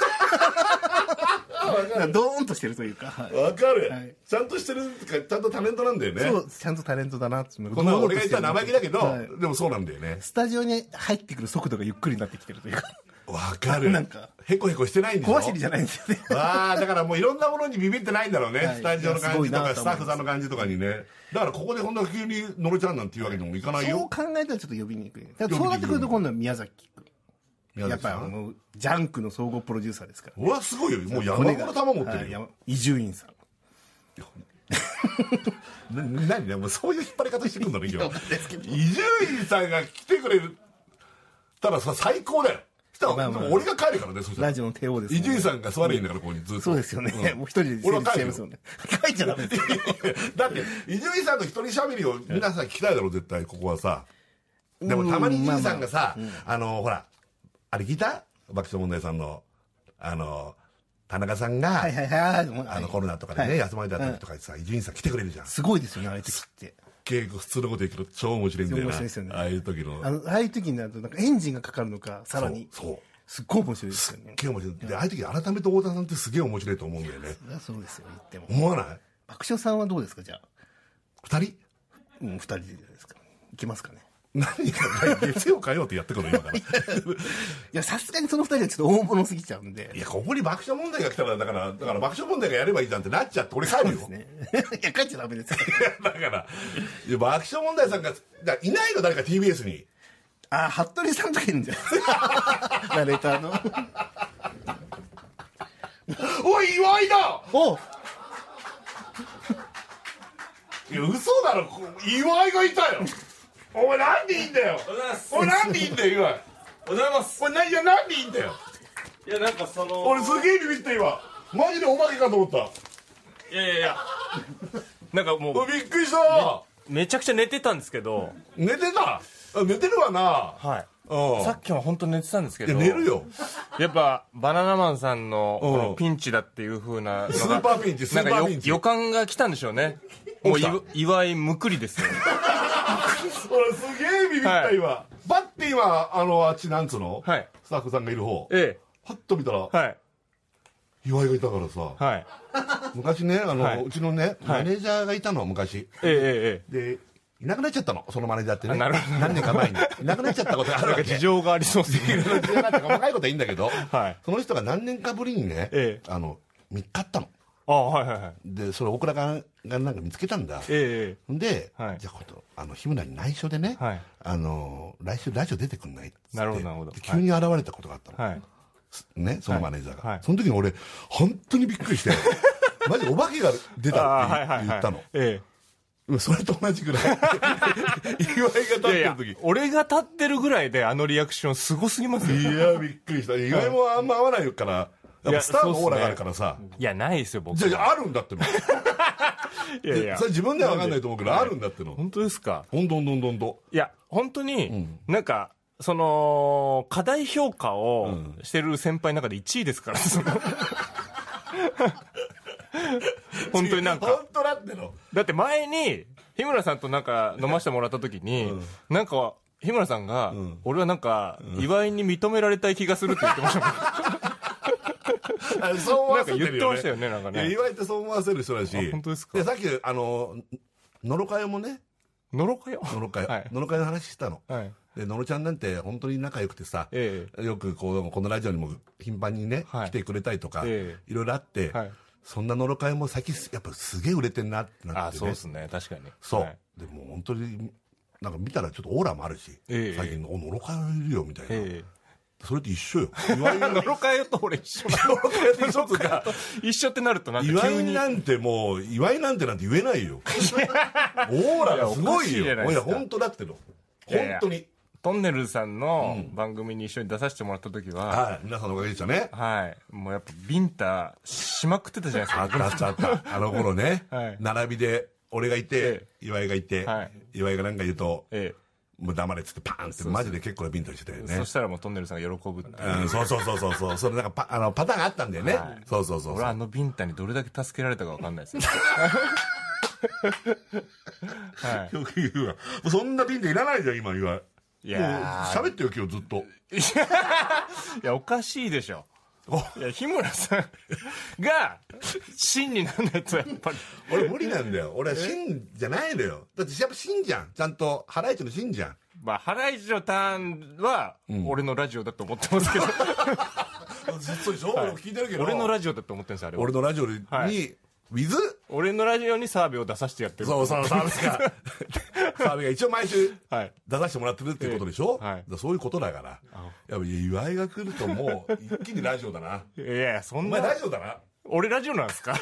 Speaker 6: なんかドーンとしてるというか、はい
Speaker 3: わかる、
Speaker 6: はい
Speaker 3: ちゃんとしてるってか、ちゃんとタレントなんだよね。
Speaker 6: そう、ちゃんとタレントだなっていうの
Speaker 3: こんな俺が言ったら生意気だけど、
Speaker 6: はい
Speaker 3: でもそうなんだよね。
Speaker 6: スタジオに入ってくる速度がゆっくりになってきてるというか、
Speaker 3: わかる。
Speaker 6: なんか
Speaker 3: へこへこしてないんでしょ
Speaker 6: 小走りじゃないんですよね。
Speaker 3: ああ、だからもういろんなものにビビってないんだろうね。
Speaker 6: はい
Speaker 3: スタジオの感じと
Speaker 6: い
Speaker 3: か、
Speaker 6: やすごいなと思います
Speaker 3: スタッフさんの感じとかにね。だからここでほんと急に乗れちゃうなんていうわけにもいかない
Speaker 6: そう
Speaker 3: よ。
Speaker 6: 考えたらちょっと呼びにくい。ただそうなってくると今度は宮崎君。
Speaker 3: 宮
Speaker 6: やっ
Speaker 3: 崎
Speaker 6: ぱ
Speaker 3: さ
Speaker 6: り
Speaker 3: ん。
Speaker 6: もう、ジャンクの総合プロデューサーですから。
Speaker 3: うわ、すごいよ。もう山ほど玉持って
Speaker 6: は
Speaker 3: る
Speaker 6: い
Speaker 3: よ。
Speaker 6: 山伊集院さん。
Speaker 3: な何ね、もうそういう引っ張り方してくんだね、今日。伊集院さんが来てくれる。たださ、最高だよ。したら、
Speaker 6: まあまあ
Speaker 3: でも俺が帰るからね、そしたら
Speaker 6: ラジオの帝王ですね
Speaker 3: 伊集院さんが座れいいんだから、ここにずっと。
Speaker 6: そうですよね。
Speaker 3: ん
Speaker 6: *laughs* もう一人で成
Speaker 3: 俺は
Speaker 6: 立し
Speaker 3: 帰る
Speaker 6: ちゃ
Speaker 3: よ
Speaker 6: いますよね。書いちゃダメですよ。
Speaker 3: だって伊集院さんの一人喋りを皆さん聞きたいだろ絶対ここはさでもたまに伊集院さんがさ、あのほらあれ聞いた爆笑問題さんのあの田中さんが、
Speaker 6: はいはいはい。もう
Speaker 3: あのコロナとかでね、休まれた時とかにさ伊集院さん来てくれるじゃんす
Speaker 6: すごいですよね、ああいう時って。
Speaker 3: っげえ普通のこと言うけど超面白いんだよ
Speaker 6: 面
Speaker 3: な
Speaker 6: 白いですよね
Speaker 3: ああいう時の
Speaker 6: あのああいう時になると、なんかエンジンがかかるのか、さらに。
Speaker 3: そうそう
Speaker 6: すっごい面白いです
Speaker 3: す
Speaker 6: よ
Speaker 3: っ
Speaker 6: ね。
Speaker 3: げえ面白いでああいう時改めて太田さんってすげえ面白いと思うんだよね
Speaker 6: そりゃそうですよ、言っても。
Speaker 3: 思わない
Speaker 6: 爆笑さんはどうですか、じゃあ。
Speaker 3: 二人
Speaker 6: うん、二人でじゃないですか。いけますかね。
Speaker 3: 何がない月曜火曜ってやってくるの今から
Speaker 6: いや、さすがにその二人はちょっと大物すぎちゃうんで
Speaker 3: い。やここに爆笑問題が来たらだからだから爆笑問題がやればいいじゃんってなっちゃって俺帰るよ、
Speaker 6: ね *laughs* いや、帰っちゃダメです。
Speaker 3: *laughs* だからいや爆笑問題さんがだからいないの誰か TBS に
Speaker 6: あー、服部さんとかいるん *laughs* じゃないですか。ナレーターの。
Speaker 3: おい岩井だ
Speaker 6: お
Speaker 3: いや嘘だろこ岩井がいたよお前なんでいいんだよ
Speaker 5: おはようございます
Speaker 3: お前なんでいいんだよ岩井
Speaker 5: おはようございます
Speaker 3: お前ないやなんでいいんだよ
Speaker 5: いやなんかその
Speaker 3: 俺すげえビビった今マジでお化けかと思った
Speaker 5: いやいやいや
Speaker 4: なんかもう
Speaker 3: おびっくりした
Speaker 4: めちゃくちゃ寝てたんですけど、
Speaker 3: 寝てたあ寝てるわな
Speaker 4: はい
Speaker 3: うん
Speaker 4: さっきも本当寝てたんですけ
Speaker 3: いや
Speaker 4: ど
Speaker 3: 寝るよ
Speaker 4: やっぱバナナマンさんの
Speaker 3: うん
Speaker 4: このピンチだっていうふうなのが
Speaker 3: スーパーピンチスーパ
Speaker 4: な
Speaker 3: ーピ
Speaker 4: んかよ
Speaker 3: ンチ
Speaker 4: 予感が来たんでしょうねもうい
Speaker 3: 起きた
Speaker 4: 祝いむくりですよ
Speaker 3: 俺すげえビビった今、バッて今あのあっちなんつうの、
Speaker 4: はい
Speaker 3: スタッフさんがいる方
Speaker 4: え
Speaker 3: パッと見たら、
Speaker 4: えはい
Speaker 3: 岩井がいたからさ
Speaker 4: はい
Speaker 3: 昔ねあの、
Speaker 4: はいう
Speaker 3: ちのね
Speaker 4: は
Speaker 3: マ
Speaker 4: い
Speaker 3: ネージャーがいたの昔
Speaker 4: えええええ
Speaker 3: でいなくなっちゃったのそのマネージャーって
Speaker 4: あ
Speaker 3: ね
Speaker 4: なるほど
Speaker 3: 何年か前にいなくなっちゃったことがあるわ
Speaker 4: *laughs* え
Speaker 3: け
Speaker 4: 事情がありそうですね
Speaker 3: 事情があって細かいことはいいんだけど、
Speaker 4: はい
Speaker 3: その人が何年かぶりにね、
Speaker 4: ええ
Speaker 3: あの見っかったの
Speaker 4: あはいはいはい
Speaker 3: でそれ大倉ががなんか見つけたんだ
Speaker 4: え
Speaker 3: んで、
Speaker 4: はい
Speaker 3: じゃあことあの日村に内緒でね、
Speaker 4: はい
Speaker 3: あの来週ラジオ出てくんないっつって
Speaker 4: なるほどなるほど
Speaker 3: で急に現れたことがあったの、
Speaker 4: えええはい
Speaker 3: ねそのマネージャーが、
Speaker 4: はいはい
Speaker 3: その時に俺本当にびっくり
Speaker 4: *laughs*
Speaker 3: してマジでお化けが出た
Speaker 4: あ
Speaker 3: って
Speaker 4: はい
Speaker 3: 言,、
Speaker 4: はいはい
Speaker 3: ったの
Speaker 4: え
Speaker 3: うんそれと同じぐらい岩井が立っ
Speaker 4: えい
Speaker 3: て
Speaker 4: や
Speaker 3: る
Speaker 4: い
Speaker 3: 時
Speaker 4: や俺が立ってるぐらいであのリアクションすごすぎますよ
Speaker 3: いやびっくりした意外もあんま合わないからやっ
Speaker 4: い
Speaker 3: ぱ
Speaker 4: や
Speaker 3: スターの
Speaker 4: そうっすね
Speaker 3: オーラがあるからさ、
Speaker 4: いやないですよ僕
Speaker 3: じゃあじゃああるんだっての
Speaker 4: いやいや
Speaker 3: それ自分では分かんないと思うけどあるんだっての
Speaker 4: 本当ですか
Speaker 3: ほんどんどんどんど
Speaker 4: いや本当になんか、その課題評価をしてる先輩の中で1位です
Speaker 3: *laughs*
Speaker 4: から、その本当になんか
Speaker 3: 本当だっての
Speaker 4: だって前に日村さんとなんか飲ませてもらった時に、なんか日村さんが、俺はなんか、岩井に認められたい気がするって言ってましたもん
Speaker 3: あ *laughs* そう思わせてるよ、ね、
Speaker 4: なんか言ってましたよねなんかね
Speaker 3: いや岩井ってそう思わせる人だし
Speaker 4: あ本当ですか
Speaker 3: さっきあの野呂佳代もね
Speaker 4: *laughs* のろかよ
Speaker 3: 野呂佳
Speaker 4: は
Speaker 3: 代
Speaker 4: い
Speaker 3: 野呂佳代の話したの、
Speaker 4: はい
Speaker 3: で野呂ちゃんなんて本当に仲良くてさ、
Speaker 4: え
Speaker 3: よくこうこのラジオにも頻繁にね、
Speaker 4: はい
Speaker 3: 来てくれたりとか、
Speaker 4: え
Speaker 3: いろいろあって、
Speaker 4: はい
Speaker 3: そんな野呂佳代も先やっぱすげえ売れてんなってな
Speaker 4: あ
Speaker 3: って、ね、
Speaker 4: そうですね確かに
Speaker 3: そう、
Speaker 4: はい
Speaker 3: でもう本当になんか見たらちょっとオーラもあるし、
Speaker 4: ええ
Speaker 3: 最近の「お野呂佳代いるよ」みたいな、
Speaker 4: え
Speaker 3: それって一緒よ岩井
Speaker 4: え
Speaker 3: が
Speaker 4: のろかよと俺一緒な
Speaker 3: 野呂佳代と一緒とか
Speaker 4: 一緒ってなるとなんか
Speaker 3: 岩
Speaker 4: 急
Speaker 3: 井
Speaker 4: に
Speaker 3: なんてもう岩井なんてなんて言えないよオーラがすごい
Speaker 4: いやおかしい
Speaker 3: よ
Speaker 4: じゃない
Speaker 3: お
Speaker 4: で
Speaker 3: い
Speaker 4: す
Speaker 3: ら
Speaker 4: か
Speaker 3: 本当だっての
Speaker 4: いやい
Speaker 3: 本
Speaker 4: や
Speaker 3: 当に
Speaker 4: トンネルズさんの番組に一緒に出させてもらった時は、
Speaker 3: はい皆さんのおかげでしたね
Speaker 4: はい、もうやっぱビンタしまくってたじゃない
Speaker 3: あったあったあったあの頃ね、
Speaker 4: はい
Speaker 3: 並びで俺がいて
Speaker 4: え、
Speaker 3: 岩井がいて、
Speaker 4: はい
Speaker 3: 岩井がなんか言うと、
Speaker 4: ですか。え
Speaker 3: もう黙れっつってパーンってマジで結構なビンタしてたよ
Speaker 4: え
Speaker 3: ね
Speaker 4: そしたらもうトンネルズさんが喜ぶっていう。
Speaker 3: うん、そうそうそうそうそうそれなんかパあのパターンがあったんだよね、そうそうそう
Speaker 4: 俺
Speaker 3: そ
Speaker 4: はあ
Speaker 3: う
Speaker 4: のビンタにどれだけ助けられたかわかんないですよ。は
Speaker 3: よく言うわもうそんなビンタいらないじゃん今岩井
Speaker 4: い。いや
Speaker 3: もう喋ってよ今日ずっと
Speaker 4: ー、いやおかしいでしょ。
Speaker 3: お
Speaker 4: いや、日村さんが、真にならないとやっぱり。
Speaker 3: 俺無理なんだよ俺は真じゃないのよだってやっぱ真じゃんちゃんとハライチの真じゃん
Speaker 4: まあ、ハライチのターンは、俺のラジオだと思ってますけど、
Speaker 3: そうでしょ、俺も聞いてるけ
Speaker 4: 俺のラジオだと思ってるんですよ、あれは
Speaker 3: 俺のラジオに、
Speaker 4: はい
Speaker 3: ウィズ
Speaker 4: 俺のラジオに澤部を出させてやってる。
Speaker 3: そうそう澤部
Speaker 4: *laughs*
Speaker 3: が澤部が一応毎週
Speaker 4: はい。
Speaker 3: 出させてもらってるっていうことでしょ、
Speaker 4: ええはい
Speaker 3: だからそういうことだからやっぱ岩井が来るともう一気にラジオだな
Speaker 4: いやいや、そ
Speaker 3: お
Speaker 4: ん
Speaker 3: 前
Speaker 4: な。
Speaker 3: ラジオだな
Speaker 4: 俺ラジオなんです
Speaker 3: *laughs*
Speaker 4: か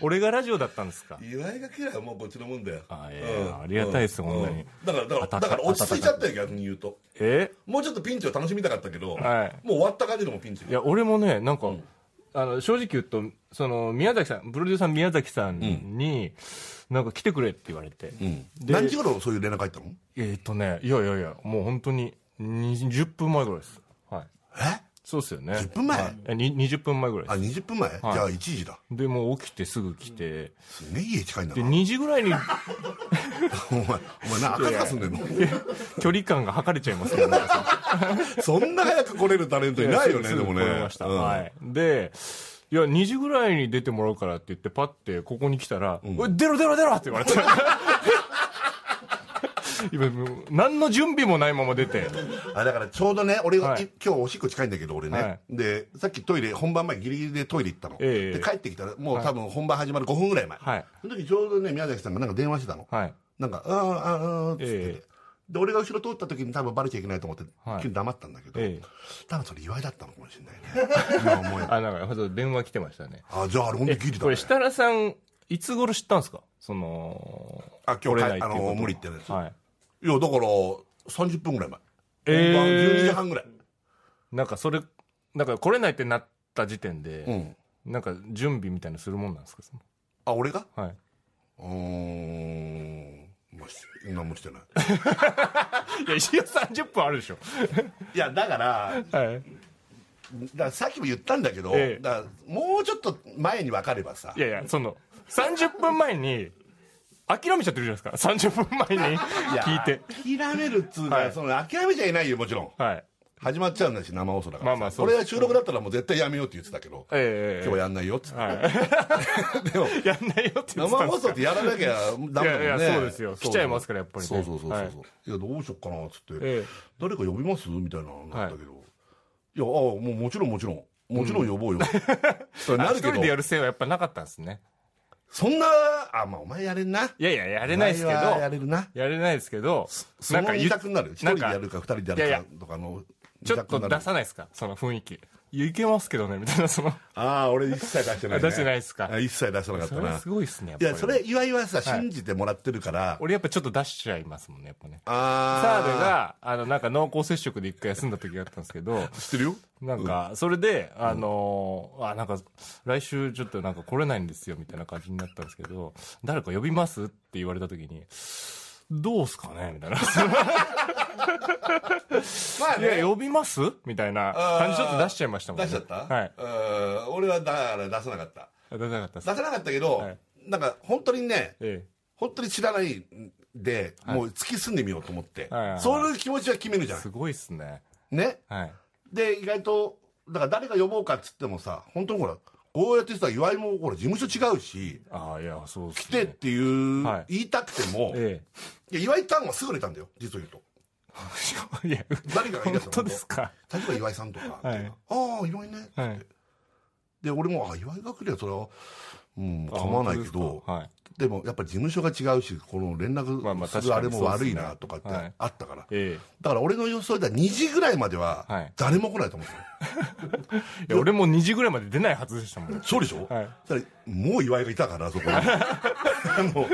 Speaker 4: 俺がラジオだったんですか
Speaker 3: 岩井が来ればもうこっちのもんだよ
Speaker 4: あいやいやありがたいです本当に
Speaker 3: だからだから
Speaker 4: あた
Speaker 3: だから落ち着いちゃったよ逆に言うと
Speaker 4: え
Speaker 3: もうちょっとピンチを楽しみたかったけど、
Speaker 4: はい
Speaker 3: もう終わった感じでもピンチ
Speaker 4: いや俺もねなんか、あの正直言うとその宮崎さんプロデューサーの宮崎さんに、なんか来てくれって言われて、で
Speaker 3: 何時頃そういう連絡入ったの
Speaker 4: えっ、とねいやいやいやもう本当に20分前ぐらいですはい
Speaker 3: え
Speaker 4: そうっすよね
Speaker 3: 10分前、
Speaker 4: えに20分前ぐらい
Speaker 3: あ
Speaker 4: です
Speaker 3: 20分前、じゃあ1時だ
Speaker 4: でもう起きてすぐ来て、
Speaker 3: すげえ家近いんだ
Speaker 4: で
Speaker 3: な
Speaker 4: 2時ぐらいに
Speaker 3: *laughs* お前お前な赤坂住んでんの
Speaker 4: 距離感が測れちゃいますけど、ね、
Speaker 3: *laughs* そんな早く来れるタレントいないよね
Speaker 4: す
Speaker 3: で
Speaker 4: ぐ
Speaker 3: もね
Speaker 4: 来れました
Speaker 3: うん
Speaker 4: はい。で、いや、2時ぐらいに出てもらうからって言って、パってここに来たら、おい出ろ出ろ出ろって言われて。 *laughs* 今もう何の準備もないまま出て
Speaker 3: あだからちょうどね俺が、
Speaker 4: はい
Speaker 3: い今日おしっこ近いんだけど俺ね、
Speaker 4: はい
Speaker 3: でさっきトイレ本番前ギリギリでトイレ行ったの、
Speaker 4: ええ
Speaker 3: で帰ってきたらもう多分本番始まる5分ぐらい前、
Speaker 4: はい
Speaker 3: その時ちょうどね宮崎さんがなんか電話してたの、
Speaker 4: はい
Speaker 3: なんか「ああああああ」っつってて、
Speaker 4: え
Speaker 3: で俺が後ろ通った時に多分バレちゃいけないと思って、
Speaker 4: はい
Speaker 3: 急に黙ったんだけど、
Speaker 4: ええ
Speaker 3: 多分それ岩井だったのかもしれないね今思えば
Speaker 4: あなんかほんと電話来てましたね
Speaker 3: あじゃああれ本当にギリだ、
Speaker 4: こ
Speaker 3: ね
Speaker 4: れ、設楽さんいつ頃知ったんですかその
Speaker 3: あ今
Speaker 4: 来
Speaker 3: 日帰
Speaker 4: れないって
Speaker 3: あ
Speaker 4: いうこと
Speaker 3: の無理ってね、
Speaker 4: はい
Speaker 3: い、やだから30分ぐらい前、
Speaker 4: え
Speaker 3: 本
Speaker 4: え
Speaker 3: 番12時半ぐらい、
Speaker 4: なんかそれなんか来れないってなった時点
Speaker 3: う
Speaker 4: で、
Speaker 3: ん、
Speaker 4: なんか準備みたいなのするもんなんですかその
Speaker 3: あ俺が
Speaker 4: はいう
Speaker 3: ーんまあし何もしてない
Speaker 4: いや一応30分あるでしょ
Speaker 3: *laughs* いやだから
Speaker 4: はい
Speaker 3: だからさっきも言ったんだけど、
Speaker 4: ええ
Speaker 3: だからもうちょっと前に分かればさ
Speaker 4: いやいやその30分前に諦めちゃってるじゃないですか30分前に聞いて
Speaker 3: や諦めるっつうのは、
Speaker 4: はい
Speaker 3: その諦めちゃいないよもちろん
Speaker 4: はい
Speaker 3: 始まっちゃうんだし生放送だからさ、
Speaker 4: まあまあそう
Speaker 3: 俺が収録だったらもう絶対やめようって言ってたけど、
Speaker 4: ええ
Speaker 3: 今日やんないよっつって、でも
Speaker 4: *laughs* やんないよって言ってた
Speaker 3: 生
Speaker 4: んで
Speaker 3: 放
Speaker 4: すか
Speaker 3: 送ってやらなきゃダメだもんね
Speaker 4: いやいやそうですよ来ちゃいますからやっぱりね
Speaker 3: そうそうそうそう、
Speaker 4: はい
Speaker 3: い、やどうしよっかなっつって、
Speaker 4: ええ
Speaker 3: 誰か呼びますみたいなのなったけど、い、やああもうもちろんもちろんもちろん呼ぼうよ、それな
Speaker 4: あ一
Speaker 3: るけ
Speaker 4: 人でや
Speaker 3: ど
Speaker 4: るせいはやっぱなかったんですね
Speaker 3: そんなあまあお前やれんない
Speaker 4: やいややれないですけど
Speaker 3: お前はやれるな
Speaker 4: やれないですけど
Speaker 3: その
Speaker 4: 言
Speaker 3: 二
Speaker 4: っ
Speaker 3: 択になるよ一
Speaker 4: な
Speaker 3: 人
Speaker 4: ん
Speaker 3: で
Speaker 4: か
Speaker 3: やるか二人で
Speaker 4: いや
Speaker 3: や
Speaker 4: い
Speaker 3: る
Speaker 4: や
Speaker 3: かとかの
Speaker 4: ちょっと出さないですかその雰囲気いやいけますけどねみたいな
Speaker 3: *laughs*
Speaker 4: その
Speaker 3: ああー俺一切出してない、ね、
Speaker 4: 出してないっすか
Speaker 3: あ一切出さなかった
Speaker 4: それ
Speaker 3: な
Speaker 4: すごいっすねやっ
Speaker 3: い
Speaker 4: ぱり
Speaker 3: やそれ岩井はさ信じてもらってるから、
Speaker 4: 俺やっぱちょっと出しちゃいますもんねやっぱね
Speaker 3: あ
Speaker 4: 澤部
Speaker 3: あ
Speaker 4: があのなんか濃厚接触で一回休んだ時があったんですけ
Speaker 3: *laughs*
Speaker 4: ど
Speaker 3: 知ってるよ
Speaker 4: なんか、それで、あのーあ、なんか、来週ちょっとなんか来れないんですよ、みたいな感じになったんですけど、誰か呼びますって言われた時に、どうすか
Speaker 3: *laughs*
Speaker 4: ねみたいな。
Speaker 3: まあ
Speaker 4: いや、呼びますみたいな感じちょっと出しちゃいましたもんね。
Speaker 3: 出しちゃった
Speaker 4: はい。
Speaker 3: うん俺はだから出さなかった
Speaker 4: 出せなかったです
Speaker 3: 出さなかったけど、
Speaker 4: はい
Speaker 3: なんか本当にね
Speaker 4: え
Speaker 3: 本当に知らないんで、もう突き進んでみようと思って、
Speaker 4: はいはいはい
Speaker 3: そういう気持ちは決めるじ
Speaker 4: え。
Speaker 3: ゃ
Speaker 4: す
Speaker 3: ん
Speaker 4: ごいっすね。
Speaker 3: ね
Speaker 4: はい。
Speaker 3: で意外とだから誰が呼ぼうかっつってもさ本当にほらこうやってさ岩井もほら事務所違うし
Speaker 4: ああ、いや、そうっすね。
Speaker 3: 来てっていう、
Speaker 4: はい
Speaker 3: 言いたくても、
Speaker 4: え
Speaker 3: いや岩井さんはすぐ出たんだよ実を言うと
Speaker 4: え。 *laughs* いや、
Speaker 3: 誰かが言い出した
Speaker 4: 本当ですか。
Speaker 3: 例えば岩井さんとか、
Speaker 4: はい
Speaker 3: みたいなああ岩井ね、
Speaker 4: はい。
Speaker 3: で俺もあ岩井が来りゃそれはうん構わないけ
Speaker 4: あ本当
Speaker 3: ど
Speaker 4: ですかはい。
Speaker 3: でもやっぱ事務所が違うしこの連
Speaker 4: まあまあ
Speaker 3: 絡す
Speaker 4: 確
Speaker 3: る
Speaker 4: か
Speaker 3: あ
Speaker 4: に
Speaker 3: れも悪い
Speaker 4: そうです
Speaker 3: な
Speaker 4: ね
Speaker 3: とかって
Speaker 4: はい
Speaker 3: あったから、
Speaker 4: え
Speaker 3: だから俺の予想では2時ぐらいまで
Speaker 4: は
Speaker 3: はい誰も来ないと思う、よ
Speaker 4: え。いや、俺も2時ぐらいまで出ないはずでしたもん。
Speaker 3: そうでしょ、
Speaker 4: はい
Speaker 3: そしたらもう岩井がいたからそこに
Speaker 4: *laughs*
Speaker 3: もう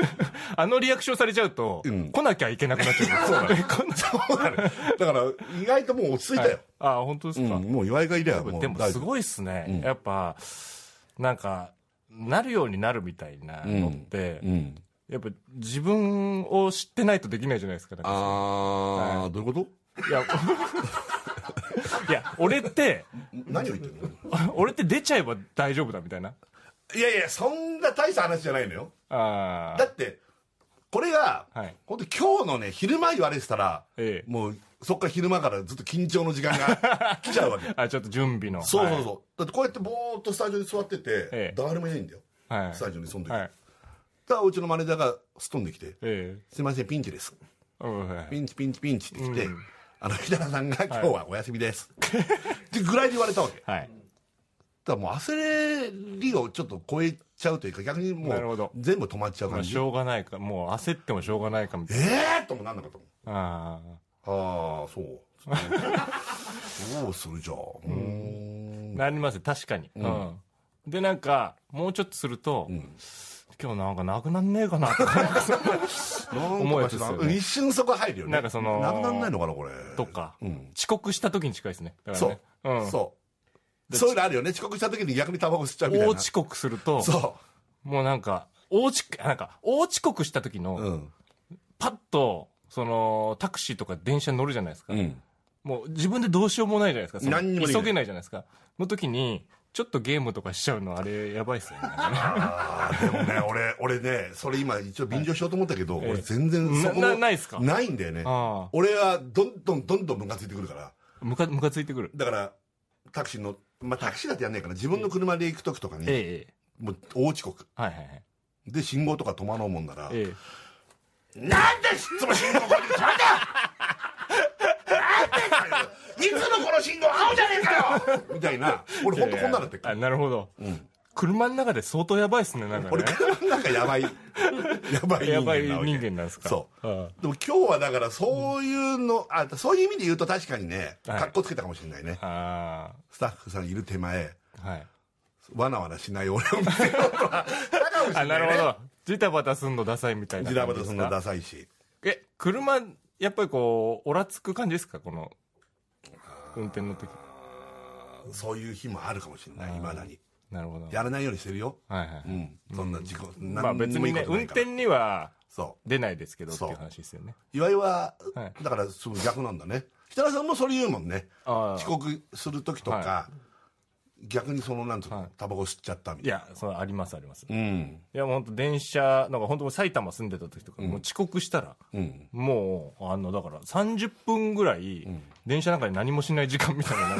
Speaker 4: あのリアクションされちゃうと、
Speaker 3: うん
Speaker 4: 来なきゃいけなくなっちゃう。そうだね。来な
Speaker 3: そうなのだから意外ともう落ち着いたよ、
Speaker 4: ああ、本当ですか。
Speaker 3: うん、もう岩井がいりゃもう
Speaker 4: でも
Speaker 3: 大
Speaker 4: す
Speaker 3: 丈夫
Speaker 4: ごいっすね、
Speaker 3: うん
Speaker 4: やっぱなんかなるようになるみたいなのって、
Speaker 3: うん、
Speaker 4: やっぱ自分を知ってないとできないじゃないですかなん
Speaker 3: あ
Speaker 4: か
Speaker 3: あ、どういうこと
Speaker 4: いや *laughs* いや俺って
Speaker 3: 何を言ってるの
Speaker 4: *laughs* 俺って出ちゃえば大丈夫だみたいない
Speaker 3: やいやそんな大した話じゃないのよ
Speaker 4: あ
Speaker 3: だ
Speaker 4: あ
Speaker 3: ってこれが、
Speaker 4: はい
Speaker 3: 本当今日のね昼間言われてたら、
Speaker 4: ええ
Speaker 3: もうそっから昼間からずっと緊張の時間
Speaker 4: *laughs*
Speaker 3: が来ちゃうわけ
Speaker 4: あちょっと準備の
Speaker 3: そうそうそう、だってこうやってぼーっとスタジオに座ってて、
Speaker 4: ええ
Speaker 3: 誰もいないんだよ
Speaker 4: はい、はい
Speaker 3: スタジオにその時、
Speaker 4: はい
Speaker 3: だからうちのマネージャーがすっ飛んできて
Speaker 4: え
Speaker 3: 「すいませんピンチです」
Speaker 4: えうんはい
Speaker 3: ピンチピンチピンチって来て、
Speaker 4: うん
Speaker 3: あの平田さんが今日はお休み
Speaker 4: *laughs*
Speaker 3: です、ってぐらいで言われたわけだか
Speaker 4: はい
Speaker 3: らもう焦りをちょっと超えちゃうというか逆にも
Speaker 4: なるほ
Speaker 3: う
Speaker 4: ど
Speaker 3: 全部止まっちゃう
Speaker 4: ま
Speaker 3: 感
Speaker 4: あ
Speaker 3: じ、
Speaker 4: しょうがないかもう焦ってもしょうがないかみたい
Speaker 3: ええー、ともなんなかったもん
Speaker 4: なああ
Speaker 3: ああそうそうするじゃあうーん
Speaker 4: なりますよ確かに、うんでなんかもうちょっとすると、今日なんかなくなんねえ
Speaker 3: *laughs*
Speaker 4: かなとか思うやつですよね
Speaker 3: なんか一瞬そこ入るよね
Speaker 4: なんかその
Speaker 3: なくなんないのかなこれ
Speaker 4: とか、
Speaker 3: うん
Speaker 4: 遅刻した時に近いですねだから
Speaker 3: そ
Speaker 4: ね
Speaker 3: う、
Speaker 4: ん、
Speaker 3: そうそういうのあるよね遅刻した時に逆にタバコ吸っちゃうみたい
Speaker 4: 大
Speaker 3: な
Speaker 4: 遅刻すると
Speaker 3: そ
Speaker 4: もうなんか大遅刻なんか大遅刻した時の、
Speaker 3: ううん
Speaker 4: パッとそのタクシーとか電車に乗るじゃないですか、
Speaker 3: うん
Speaker 4: もう自分でどうしようもないじゃないですかその
Speaker 3: 何にもできない
Speaker 4: 急げないじゃないですかの時にちょっとゲームとかしちゃうのあれやばいっすよね
Speaker 3: あーでもね俺俺ねそれ今一応便乗しようと思ったけど、
Speaker 4: ええ
Speaker 3: 俺全然 *laughs* そこ
Speaker 4: ななないっすか
Speaker 3: ないんだよね
Speaker 4: ああ
Speaker 3: 俺はどんどんどんどんムカついてくるから
Speaker 4: むかむかついてくる
Speaker 3: だからタクシーのまあタクシーだってやんないから自分の車で行く時とかに、
Speaker 4: えええ
Speaker 3: もう大遅刻
Speaker 4: えはいはいはい
Speaker 3: で信号とか止まろうもんなら、
Speaker 4: ええ
Speaker 3: なんでいつも信号こに来たんだなんでかよいつもこの信号青じゃねえかよみたいな俺本当こんなのって
Speaker 4: あなるほど、車の中で相当やばいっすねなんか
Speaker 3: 俺
Speaker 4: ね
Speaker 3: なんかやばいやばい人間
Speaker 4: *laughs* やばい
Speaker 3: なわけ
Speaker 4: 人間なんですか
Speaker 3: そう
Speaker 4: ああ
Speaker 3: でも今日はだからそういうの、あそういう意味で言うと確かにね
Speaker 4: はい
Speaker 3: かっこつけたかもしれないね、
Speaker 4: あ
Speaker 3: スタッフさんいる手前
Speaker 4: あはい
Speaker 3: わなわなしない俺を見せようとは高もしれな
Speaker 4: あ
Speaker 3: い、ね、
Speaker 4: なるほどジタバタすんのダサいみたいな
Speaker 3: ジラバタそんな
Speaker 4: 感
Speaker 3: ダサいし
Speaker 4: じですかえ車やっぱりこうおらつく感じですかこの運転の時
Speaker 3: そういう日もあるかもしれないいまだに
Speaker 4: なるほどはい
Speaker 3: やらないようにしてるよ
Speaker 4: はい、
Speaker 3: うんそんな事故、なん
Speaker 4: まあ別にね運転には
Speaker 3: そ
Speaker 4: 出ないですけどってい
Speaker 3: そう
Speaker 4: う話ですよね
Speaker 3: う岩井は、
Speaker 4: はい
Speaker 3: だからその逆なんだね設楽さんもそれ言うもんね
Speaker 4: ああ
Speaker 3: 遅刻する時とか、
Speaker 4: は
Speaker 3: 逆にそのなんつうの、
Speaker 4: はい
Speaker 3: タバコ吸っちゃったみたい
Speaker 4: いやそれありますあります、
Speaker 3: なうん
Speaker 4: いやもう本当電車なんか本当埼玉住んでた時とか、もう遅刻したら、
Speaker 3: うん
Speaker 4: もうあのだから30分ぐらい、電車の中で何もしない時間みたいななん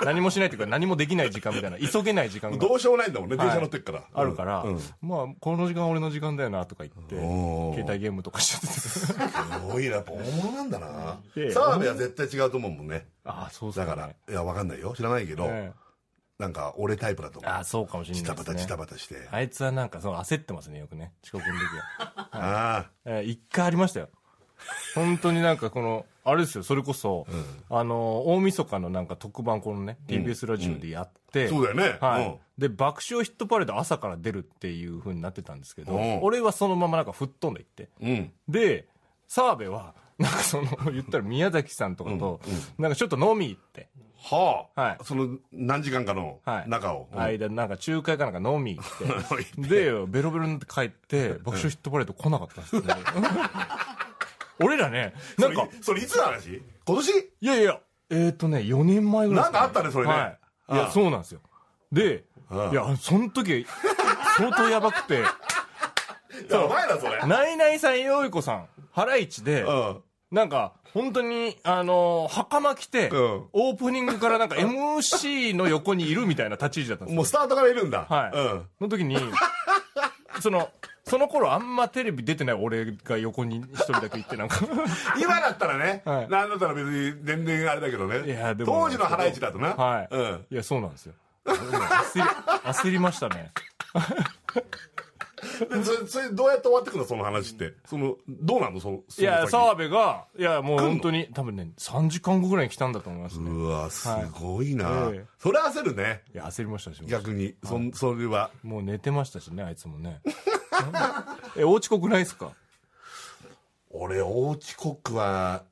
Speaker 3: *laughs*
Speaker 4: か何もしないというか何もできない時間みたいな急げない時間が
Speaker 3: どうしようもないんだもんね、
Speaker 4: はい
Speaker 3: 電車乗ってっから
Speaker 4: あるから、
Speaker 3: うんうんす
Speaker 4: まあこの時間は俺の時間だよなとか言って
Speaker 3: おー
Speaker 4: 携帯ゲームとかしちゃってて
Speaker 3: ごいなやっぱ大物なんだない
Speaker 4: やいや
Speaker 3: 澤部は絶対違うと思うもんね
Speaker 4: ああそうっす
Speaker 3: だ
Speaker 4: ね
Speaker 3: からいやわかんないよ知らないけど、
Speaker 4: え
Speaker 3: なんか俺タイプだと
Speaker 4: え
Speaker 3: 思う
Speaker 4: ああそうかもしれない
Speaker 3: ジタバ
Speaker 4: です
Speaker 3: タ
Speaker 4: ね
Speaker 3: ジタバタして、
Speaker 4: あいつはなんかその焦ってますねよくね遅刻の時
Speaker 3: *laughs*
Speaker 4: は。
Speaker 3: あ
Speaker 4: えー一回ありましたよ。本当になんかこの、あれですよ、それこそ、あの、大晦日のなんか特番このね、TBS ラジオでやって、
Speaker 3: そうだよね
Speaker 4: は
Speaker 3: う
Speaker 4: い、
Speaker 3: ん
Speaker 4: で、爆笑ヒットパレード朝から出るっていう風になってたんですけど、
Speaker 3: うん
Speaker 4: 俺はそのままなんか吹っ飛んでいって。
Speaker 3: あうん
Speaker 4: で、澤部は、なんかその、言ったら宮崎さんとかと、なんかちょっと飲み行って、
Speaker 3: はあ、
Speaker 4: はい
Speaker 3: その何時間かの
Speaker 4: はい。
Speaker 3: 中を、うん *laughs*
Speaker 4: 間、なんか仲介かなんか飲み行って、
Speaker 3: はい
Speaker 4: で、ベロベロになって帰って、爆笑ヒットパレード来なかったんですよ。俺らね、なんか、
Speaker 3: *laughs* それいつの話今年
Speaker 4: いやいや、えっ、ー、とね、4年前ぐらいで
Speaker 3: な
Speaker 4: す
Speaker 3: んかあったねそれね
Speaker 4: はい。い
Speaker 3: うん
Speaker 4: や、そうなんですよ。で、
Speaker 3: うん
Speaker 4: いや、その時、相当やばくて、 *laughs*
Speaker 3: そうお前らそれ
Speaker 4: ナイナイさん、よいこさん、ハライチで、
Speaker 3: うん
Speaker 4: なんか、本当に、あのー袴着て、
Speaker 3: うん
Speaker 4: オープニングからなんか MC の横にいるみたいな立ち位置だったんですよ
Speaker 3: もうスタートからいるんだ
Speaker 4: はい。の時に、 *laughs* その、その頃あんまテレビ出てない俺が横に一人だけ行ってなんか
Speaker 3: うん、今だったらね、
Speaker 4: はい
Speaker 3: なんだったら別に全然あれだけどね
Speaker 4: いやでも
Speaker 3: 当時のハライチだとな、
Speaker 4: はい、
Speaker 3: うん、
Speaker 4: いやそうなんですよ焦り焦りましたね
Speaker 3: でそれそれどうやって終わってくのその話ってそのどうなんのそのそ
Speaker 4: い
Speaker 3: の
Speaker 4: や
Speaker 3: 先
Speaker 4: 澤部がいやもう本当に多分ね3時間後ぐらいに来たんだと思いますね
Speaker 3: うわすごいな、
Speaker 4: はいええ
Speaker 3: それ焦るね
Speaker 4: いや焦りましたし
Speaker 3: 逆にそんそれは
Speaker 4: もう寝てましたしねあいつもね *laughs* えお遅刻ないっすか
Speaker 3: 俺大遅刻は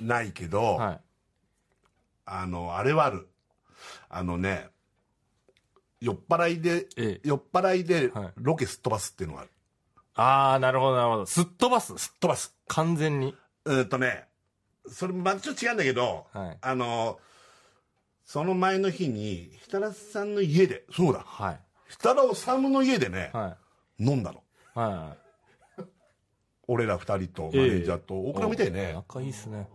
Speaker 3: ないけど、
Speaker 4: はい
Speaker 3: あのあれはあるあのね酔っ払いで、
Speaker 4: ええ
Speaker 3: 酔っ払いで
Speaker 4: はい
Speaker 3: ロケすっ飛ばすっていうのがある、
Speaker 4: ああなるほどなるほどすっ飛ばす
Speaker 3: すっ飛ばす
Speaker 4: 完全に
Speaker 3: うーんとねそれもまたちょっと違うんだけど、
Speaker 4: はい
Speaker 3: あのその前の日に設楽さんの家でそうだ
Speaker 4: はい
Speaker 3: 設楽治の家でね、
Speaker 4: は
Speaker 3: 飲んだの
Speaker 4: いは
Speaker 3: 俺ら二人とマネージャーと大
Speaker 4: い
Speaker 3: 倉みたい
Speaker 4: お
Speaker 3: ね、
Speaker 4: 仲いいっすね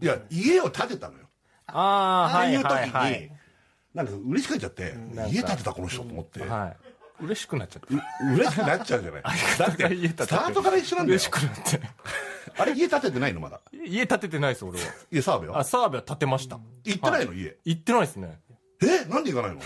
Speaker 3: いや家を建てたのよ
Speaker 4: ああ
Speaker 3: ああ
Speaker 4: はいいう
Speaker 3: 時に、
Speaker 4: はいはい
Speaker 3: なんか嬉しくなっちゃって、
Speaker 4: なんか
Speaker 3: 家建てたこの人と思って、
Speaker 4: はい嬉しくなっちゃった
Speaker 3: う嬉しくなっちゃうじゃないだって
Speaker 4: 家建てて
Speaker 3: スタートから一緒なんだよ
Speaker 4: 嬉しくなって
Speaker 3: あれ家建ててないのまだ
Speaker 4: 家建ててないです俺はい
Speaker 3: や澤部は
Speaker 4: あ澤部は建てました
Speaker 3: 行ってないの家
Speaker 4: 行ってないですね
Speaker 3: えなんで行かないの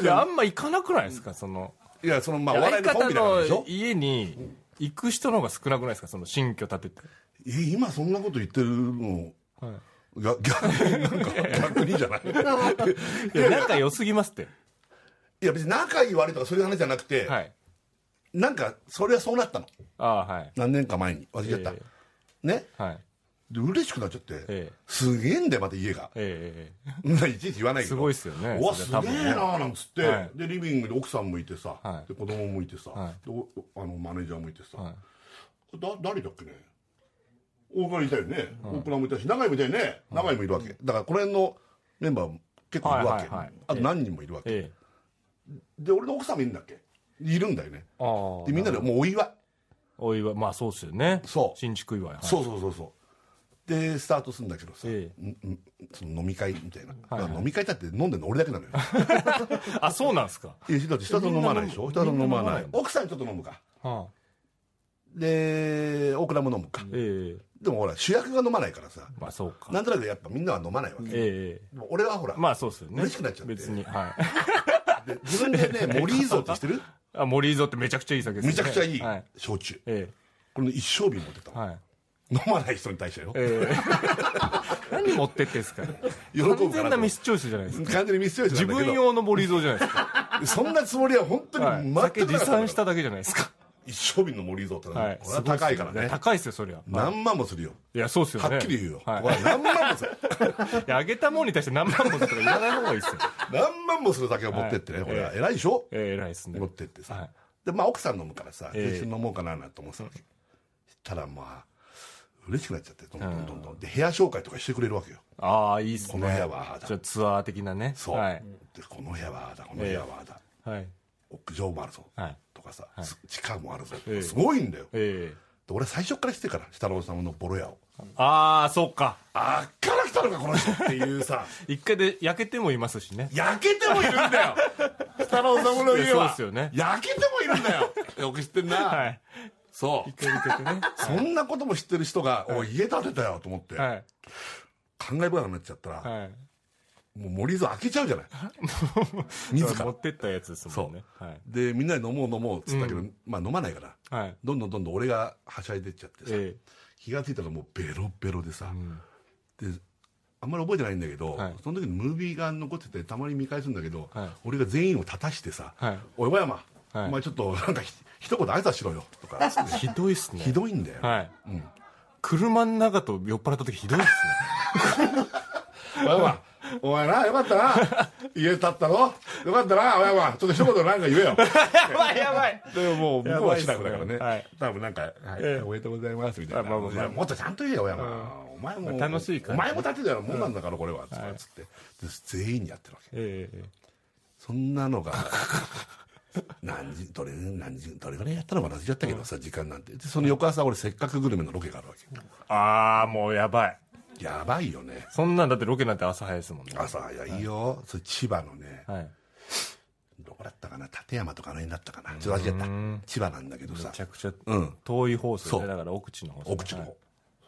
Speaker 4: いやあんま行かなくないですかその
Speaker 3: いやそのまあお笑
Speaker 4: 相
Speaker 3: いのコン
Speaker 4: 方
Speaker 3: ビだからでし
Speaker 4: の
Speaker 3: ょ
Speaker 4: 家に行く人の方が少なくないですかその新居建てて
Speaker 3: え今そんなこと言ってるの
Speaker 4: はい
Speaker 3: が逆になんか逆にじゃ
Speaker 4: *laughs*
Speaker 3: ない
Speaker 4: いや仲良すぎますって
Speaker 3: いや別に仲いい悪いとかそういう話じゃなくて、
Speaker 4: はい
Speaker 3: なんかそれはそうなったの
Speaker 4: ああはい
Speaker 3: 何年か前に忘れちゃった、
Speaker 4: え
Speaker 3: ね
Speaker 4: はい
Speaker 3: で嬉しくなっちゃって、
Speaker 4: ええ
Speaker 3: すげえんだよまた家が
Speaker 4: えええ
Speaker 3: いちいち言わないけど
Speaker 4: すごいっすよね
Speaker 3: うわす
Speaker 4: そ
Speaker 3: げ
Speaker 4: れ
Speaker 3: え
Speaker 4: は多分ね
Speaker 3: なーなんつって、
Speaker 4: はい
Speaker 3: でリビングで奥さんもいてさ、
Speaker 4: はい
Speaker 3: で子供もいてさ、
Speaker 4: は
Speaker 3: でおあのマネージャーもいてさ、
Speaker 4: えはい
Speaker 3: だ誰だっけね大倉いたよね、大倉もいたし永井もいたよね永井もいるわけだからこの辺のメンバーも結構いるわけ、
Speaker 4: はいはいはい
Speaker 3: あと何人もいるわけ、
Speaker 4: ええ
Speaker 3: で俺の奥さんもいるんだっけいるんだよね
Speaker 4: ああ
Speaker 3: でみんなでもうお祝い、
Speaker 4: お祝いまあそうっすよね
Speaker 3: そう
Speaker 4: 新築祝いはい
Speaker 3: そうそうそうそうでスタートするんだけどさ、
Speaker 4: え
Speaker 3: んんその飲み会みたいな、
Speaker 4: はいはい
Speaker 3: 飲み会だって飲んでるの俺だけなのよ
Speaker 4: あそうなんですか
Speaker 3: いやだって下と飲まないでしょ下と飲ま
Speaker 4: みんな飲
Speaker 3: な
Speaker 4: まないい
Speaker 3: 奥さんちょっと飲むか
Speaker 4: は
Speaker 3: でオクラも飲むか、
Speaker 4: ええ
Speaker 3: でもほら主役が飲まないからさ
Speaker 4: まあそうか。
Speaker 3: なんとなくやっぱみんなは飲まないわけ、
Speaker 4: ええ
Speaker 3: でも俺はほら、
Speaker 4: まあそうですよね。
Speaker 3: 嬉しくなっちゃって
Speaker 4: 別に。はい。
Speaker 3: で自分で *laughs* ね森伊蔵って知ってる
Speaker 4: あ、森伊蔵ってめちゃくちゃいい酒ですね。
Speaker 3: めちゃくちゃいい
Speaker 4: はい。
Speaker 3: 焼酎、
Speaker 4: え
Speaker 3: これの一生瓶持ってた
Speaker 4: え
Speaker 3: の、
Speaker 4: はい。
Speaker 3: 飲まない人に対してよ、*laughs*
Speaker 4: ええ何持ってってんすかね。
Speaker 3: 喜ぶから
Speaker 4: 完全なミスチョイスじゃないですか。
Speaker 3: 完全にミスチョイスな
Speaker 4: 自
Speaker 3: んだけど
Speaker 4: 分用の森伊蔵じゃないですか。
Speaker 3: そんなつもりは本当に
Speaker 4: は
Speaker 3: 全
Speaker 4: い。
Speaker 3: くなか
Speaker 4: 酒
Speaker 3: った
Speaker 4: 持参しただけじゃないですか。
Speaker 3: 一生瓶の森伊蔵ってのは、
Speaker 4: はい。
Speaker 3: これは高いから
Speaker 4: すごっす
Speaker 3: ね
Speaker 4: よ高いですよ、そりゃ。
Speaker 3: 何万もするよ
Speaker 4: いや、そうですよね。
Speaker 3: はっきり言うよ、
Speaker 4: はい
Speaker 3: これは何万も
Speaker 4: *laughs*
Speaker 3: する
Speaker 4: いや、あげたもんに対して何万本とか言わない方がいいっすよ。
Speaker 3: 何万もする酒を持ってってね、
Speaker 4: はい
Speaker 3: これは偉いでしょ、
Speaker 4: ええ偉いですね
Speaker 3: 持。ってってさ、
Speaker 4: はい
Speaker 3: でまあ奥さん飲むからさ
Speaker 4: ええ
Speaker 3: 一緒に飲もうかななんて思ってたわけ、したらまあ嬉しくなっちゃってどんどんどんどんで部屋紹介とかしてくれるわけよ
Speaker 4: ああ、いいっすね。
Speaker 3: この部屋はああだ
Speaker 4: じゃあツアー的なね。
Speaker 3: そう、
Speaker 4: はい。
Speaker 3: でこの部屋はああだこの部屋はああだ、
Speaker 4: はい。
Speaker 3: 屋上もあるぞ、
Speaker 4: はい
Speaker 3: とかさ、
Speaker 4: い
Speaker 3: す地下もあるぞ、
Speaker 4: ええ
Speaker 3: すごいんだよ、で
Speaker 4: ええ
Speaker 3: 俺最初から知ってるから設楽さんのボロ屋を
Speaker 4: ああ、そうか。
Speaker 3: あっから来たのかこの人っていうさ *laughs*
Speaker 4: 一回で焼けてもいますしね。
Speaker 3: 焼けてもいるんだ
Speaker 4: *laughs*
Speaker 3: よ設楽治の家
Speaker 4: そう
Speaker 3: は
Speaker 4: ですよね
Speaker 3: 焼けてもいるんだ
Speaker 4: *laughs*
Speaker 3: よよく知ってんな、
Speaker 4: はい。
Speaker 3: そう
Speaker 4: 一回抜
Speaker 3: *laughs*
Speaker 4: けてね。
Speaker 3: そんなことも知ってる人が、おい家建てたよと思って、
Speaker 4: はい。
Speaker 3: 感慨深くなっちゃったら、
Speaker 4: はい。
Speaker 3: もう森伊蔵開けちゃう
Speaker 4: *laughs*
Speaker 3: じゃない自ら
Speaker 4: 持ってったやつですもんね。はい。
Speaker 3: でみんなで飲もう飲もうっつったけど、まあ飲まないから
Speaker 4: はい。
Speaker 3: どんどんどんどん俺がはしゃいでっちゃってさ、
Speaker 4: え
Speaker 3: 気がついたらもうベロベロでさ
Speaker 4: え、うん。
Speaker 3: であんまり覚えてないんだけど、
Speaker 4: はい
Speaker 3: その時にムービーが残っててたまに見返すんだけど、
Speaker 4: はい
Speaker 3: 俺が全員を立たしてさ
Speaker 4: はい
Speaker 3: 「おい小山、
Speaker 4: はい
Speaker 3: お前ちょっとなんかひ一言挨拶しろよ」とか
Speaker 4: ひどいっすね。
Speaker 3: ひどいんだよ、
Speaker 4: はい。
Speaker 3: うん
Speaker 4: 車の中と酔っ払った時ひどいっすね。
Speaker 3: 小山お前なよかったな家立ったろよかったな小山ちょっと一言なんか言えよ
Speaker 4: やばいやばい。
Speaker 3: *laughs* でももう向こうはしなくだからね
Speaker 4: やばいっす
Speaker 3: 多分なんか、はいおめでとうございます」みたいな、
Speaker 4: あまあまあまあ
Speaker 3: いやもっとちゃんと言えよ小山、お前も、
Speaker 4: まあ楽しいから
Speaker 3: お前も立てたようなもんなんだから、これはつって、で全員にやってるわけ
Speaker 4: ええ
Speaker 3: そんなのが何時どれ何時どれぐらいやったのか忘れちゃったけどさ、時間なんてでその翌朝俺せっかくグルメのロケがあるわ
Speaker 4: ああ、もうやばい。
Speaker 3: けやばいよね
Speaker 4: そんなんだってロケなんて朝早いですもんね。
Speaker 3: 朝いやいいよ、それ千葉のね
Speaker 4: はい。
Speaker 3: どこだったかな立山とかあの辺だったかなちょっと忘れちゃった千葉なんだけどさ
Speaker 4: めちゃくちゃ
Speaker 3: うん
Speaker 4: 遠い方ですよ
Speaker 3: そう
Speaker 4: ね。だから奥地の方ですね
Speaker 3: 奥地の方、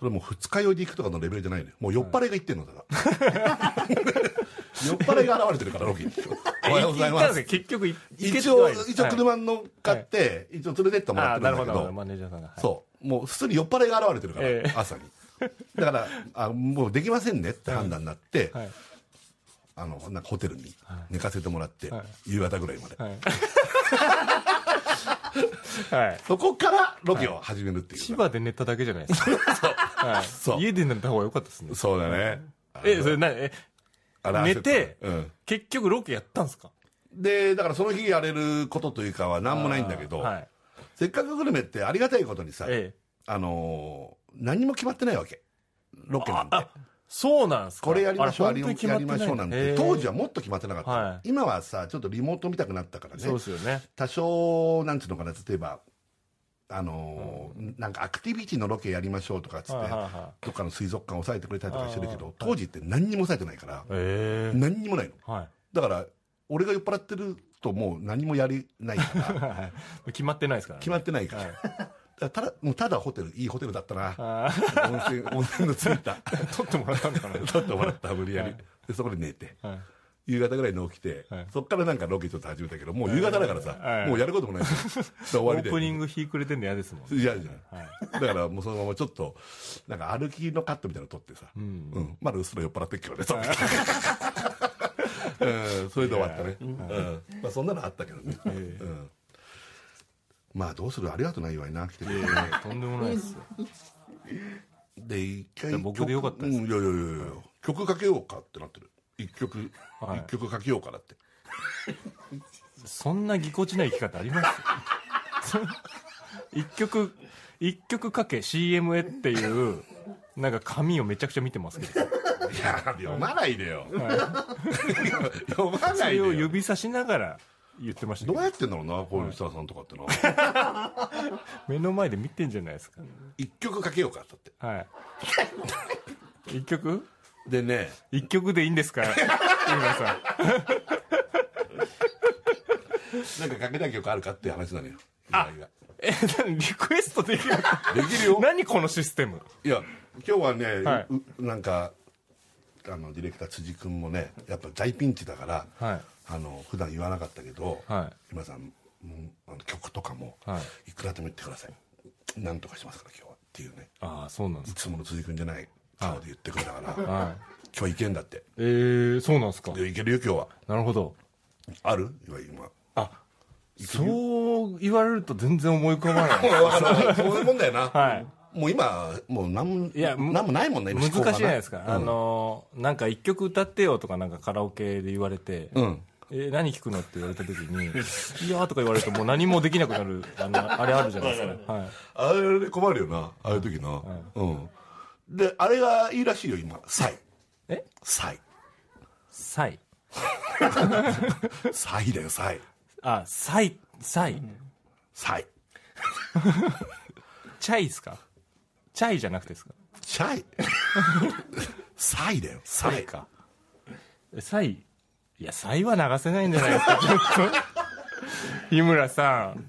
Speaker 3: それもう二日酔いで行くとかのレベルじゃないのよもう酔っ払いが行ってんのだから酔っ払いが現れてるから
Speaker 4: *laughs*
Speaker 3: ロケにおはようございま
Speaker 4: 行ったんですけど結局い行けて
Speaker 3: 一
Speaker 4: は
Speaker 3: 応
Speaker 4: いです
Speaker 3: 一応車に乗っかって、一応連れてっても
Speaker 4: はいあ
Speaker 3: らっ
Speaker 4: あ
Speaker 3: て
Speaker 4: な
Speaker 3: る
Speaker 4: る
Speaker 3: んだけ
Speaker 4: ほ
Speaker 3: ど
Speaker 4: どなるほどマネージャーさんがはい
Speaker 3: そう。もう普通に酔っ払いが現れてるから、
Speaker 4: ええ
Speaker 3: 朝に。だから、あもうできませんねって判断になって、
Speaker 4: はい
Speaker 3: あの、なんかホテルに寝かせてもらって、
Speaker 4: は
Speaker 3: 夕方ぐらいまで。
Speaker 4: *laughs* はいはい
Speaker 3: そこからロケを始めるっていう。
Speaker 4: 千葉で寝ただけじゃないですかはい
Speaker 3: そう
Speaker 4: 家で寝た方が良かったですね
Speaker 3: そうだね。
Speaker 4: えそれなえ
Speaker 3: あの
Speaker 4: 寝て
Speaker 3: うん。
Speaker 4: 結局ロケやったんですか
Speaker 3: で、だからその日やれることというかは何もないんだけど、
Speaker 4: はい
Speaker 3: せっかくグルメってありがたいことにさ、
Speaker 4: ええ
Speaker 3: あのー何も決まってないわけ。ロケなんて。
Speaker 4: そうなんですか
Speaker 3: これやりましょう、あ
Speaker 4: れ
Speaker 3: れ
Speaker 4: 本当に
Speaker 3: やりましょうなんて、当時はもっと決まってなかった。
Speaker 4: は
Speaker 3: 今はさ、ちょっとリモート見たくなったからね。
Speaker 4: そうですよね
Speaker 3: 多少なんていうのかな例えばあのーなんかアクティビティのロケやりましょうとかっつって、
Speaker 4: はいはいは
Speaker 3: どっかの水族館押さえてくれたりとかしてるけど、当時って何にも押さえてないから、
Speaker 4: え
Speaker 3: 何にもないの
Speaker 4: えは
Speaker 3: だから俺が酔っ払ってるともう何もやれないか
Speaker 7: *laughs*
Speaker 3: ら
Speaker 4: い決まってないですからね
Speaker 3: 決まってないから、だからただもうただホテルいいホテルだったな
Speaker 4: ああ
Speaker 3: 温泉温泉のついた
Speaker 4: *laughs* 取ってもらったのかな
Speaker 3: ちょっと笑った無理やり、でそこで寝て
Speaker 4: はい
Speaker 3: 夕方ぐらいに起きて、
Speaker 4: はい
Speaker 3: そっからなんかロケちょっと始めたけどもう夕方だからさ、
Speaker 4: はい
Speaker 3: もうやること
Speaker 4: *laughs*
Speaker 3: もないしで終
Speaker 4: オ
Speaker 3: わり
Speaker 4: ー
Speaker 3: で
Speaker 4: プニング日暮れてんの嫌ですもんね
Speaker 3: 嫌じゃない
Speaker 4: は
Speaker 3: だ
Speaker 4: い
Speaker 3: からもうそのままちょっとなんか歩きのカットみたいなの撮ってさ、うんまだうっすら酔っ払ってっけど
Speaker 4: *laughs*
Speaker 3: ねその時うんそれで終わったね、うんまあ、そんなのあったけどね、うん、まあどうするありがとうな岩井な来てくれてね
Speaker 4: とんでもないですよ
Speaker 3: で一
Speaker 4: じ
Speaker 3: 回
Speaker 4: ゃあ僕でよかったです
Speaker 3: 曲うんいやいやいやいや曲かけようかってなってる一曲一、
Speaker 4: はい
Speaker 3: 曲かけようかだ
Speaker 4: *laughs*
Speaker 3: って
Speaker 4: そんなぎこちない生き方あります *laughs* そ一曲一曲かけ CM へっていうなんか紙をめちゃくちゃ見てますけど
Speaker 3: いや読まないでよ、 *laughs* 読ま
Speaker 4: そ
Speaker 3: ないで
Speaker 4: れを
Speaker 3: よ
Speaker 4: 指さしながら言ってましたけ
Speaker 3: ど
Speaker 4: ど
Speaker 3: うやってんだろうなこういう設楽さんとかって
Speaker 4: *laughs*
Speaker 3: な
Speaker 4: 目の前で見てんじゃないですか
Speaker 3: 一曲かけようかだって
Speaker 4: はい一曲
Speaker 3: でね
Speaker 4: 一曲でいいんですか井村さん
Speaker 3: なんかかけたい曲あるかっていう話なのよ。岩井が
Speaker 4: え、何リクエストできる
Speaker 3: できるよ
Speaker 4: 何このシステム
Speaker 3: いや今日はね、
Speaker 4: はいう
Speaker 3: なんかあのディレクター辻君もねやっぱ大ピンチだから、
Speaker 4: はい
Speaker 3: あの普段言わなかったけど、
Speaker 4: は
Speaker 3: 今さんもうあの曲とかも、、
Speaker 4: はい
Speaker 3: くらでも言ってくださいなんとかしますから今日はっていうね
Speaker 4: ああ、そうなんで
Speaker 3: い
Speaker 4: す
Speaker 3: つもの辻君じゃない顔で言ってくれたから、
Speaker 4: か。はい。
Speaker 3: 今日いけんだって
Speaker 4: えー、そうなんですか。
Speaker 3: でいけるよ今日は
Speaker 4: なるほど。
Speaker 3: ある今今
Speaker 4: あ、そう言われると全然思い浮かばない。
Speaker 3: そういうもんだよな、
Speaker 4: はい
Speaker 3: もう今もう何も
Speaker 4: いやむ
Speaker 3: 何もないもんね今
Speaker 4: 難しい
Speaker 3: 思考
Speaker 4: じ
Speaker 3: が
Speaker 4: ゃないですか。あのー、なんか一曲歌ってよとかなんかカラオケで言われて、
Speaker 3: ん
Speaker 4: えー何聞くのって言われた時に、い *laughs* やーとか言われるともう何もできなくなる、あの、あれあるじゃないですか。はい。
Speaker 3: あれ困るよな、ああいう時な。うん。で、あれがいいらしいよ、今。サイ。
Speaker 4: え
Speaker 3: サイ。
Speaker 4: サイ。
Speaker 3: サイだよ、サイ。
Speaker 4: あ、サイ、サイ。
Speaker 3: サイ。
Speaker 4: チャイですかチャイじゃなくてですか
Speaker 3: チャ *laughs* イ。サイだよ、サイ。
Speaker 4: か。えサイいや、サイは流せないんじゃないですか、ちょっと。日村さん。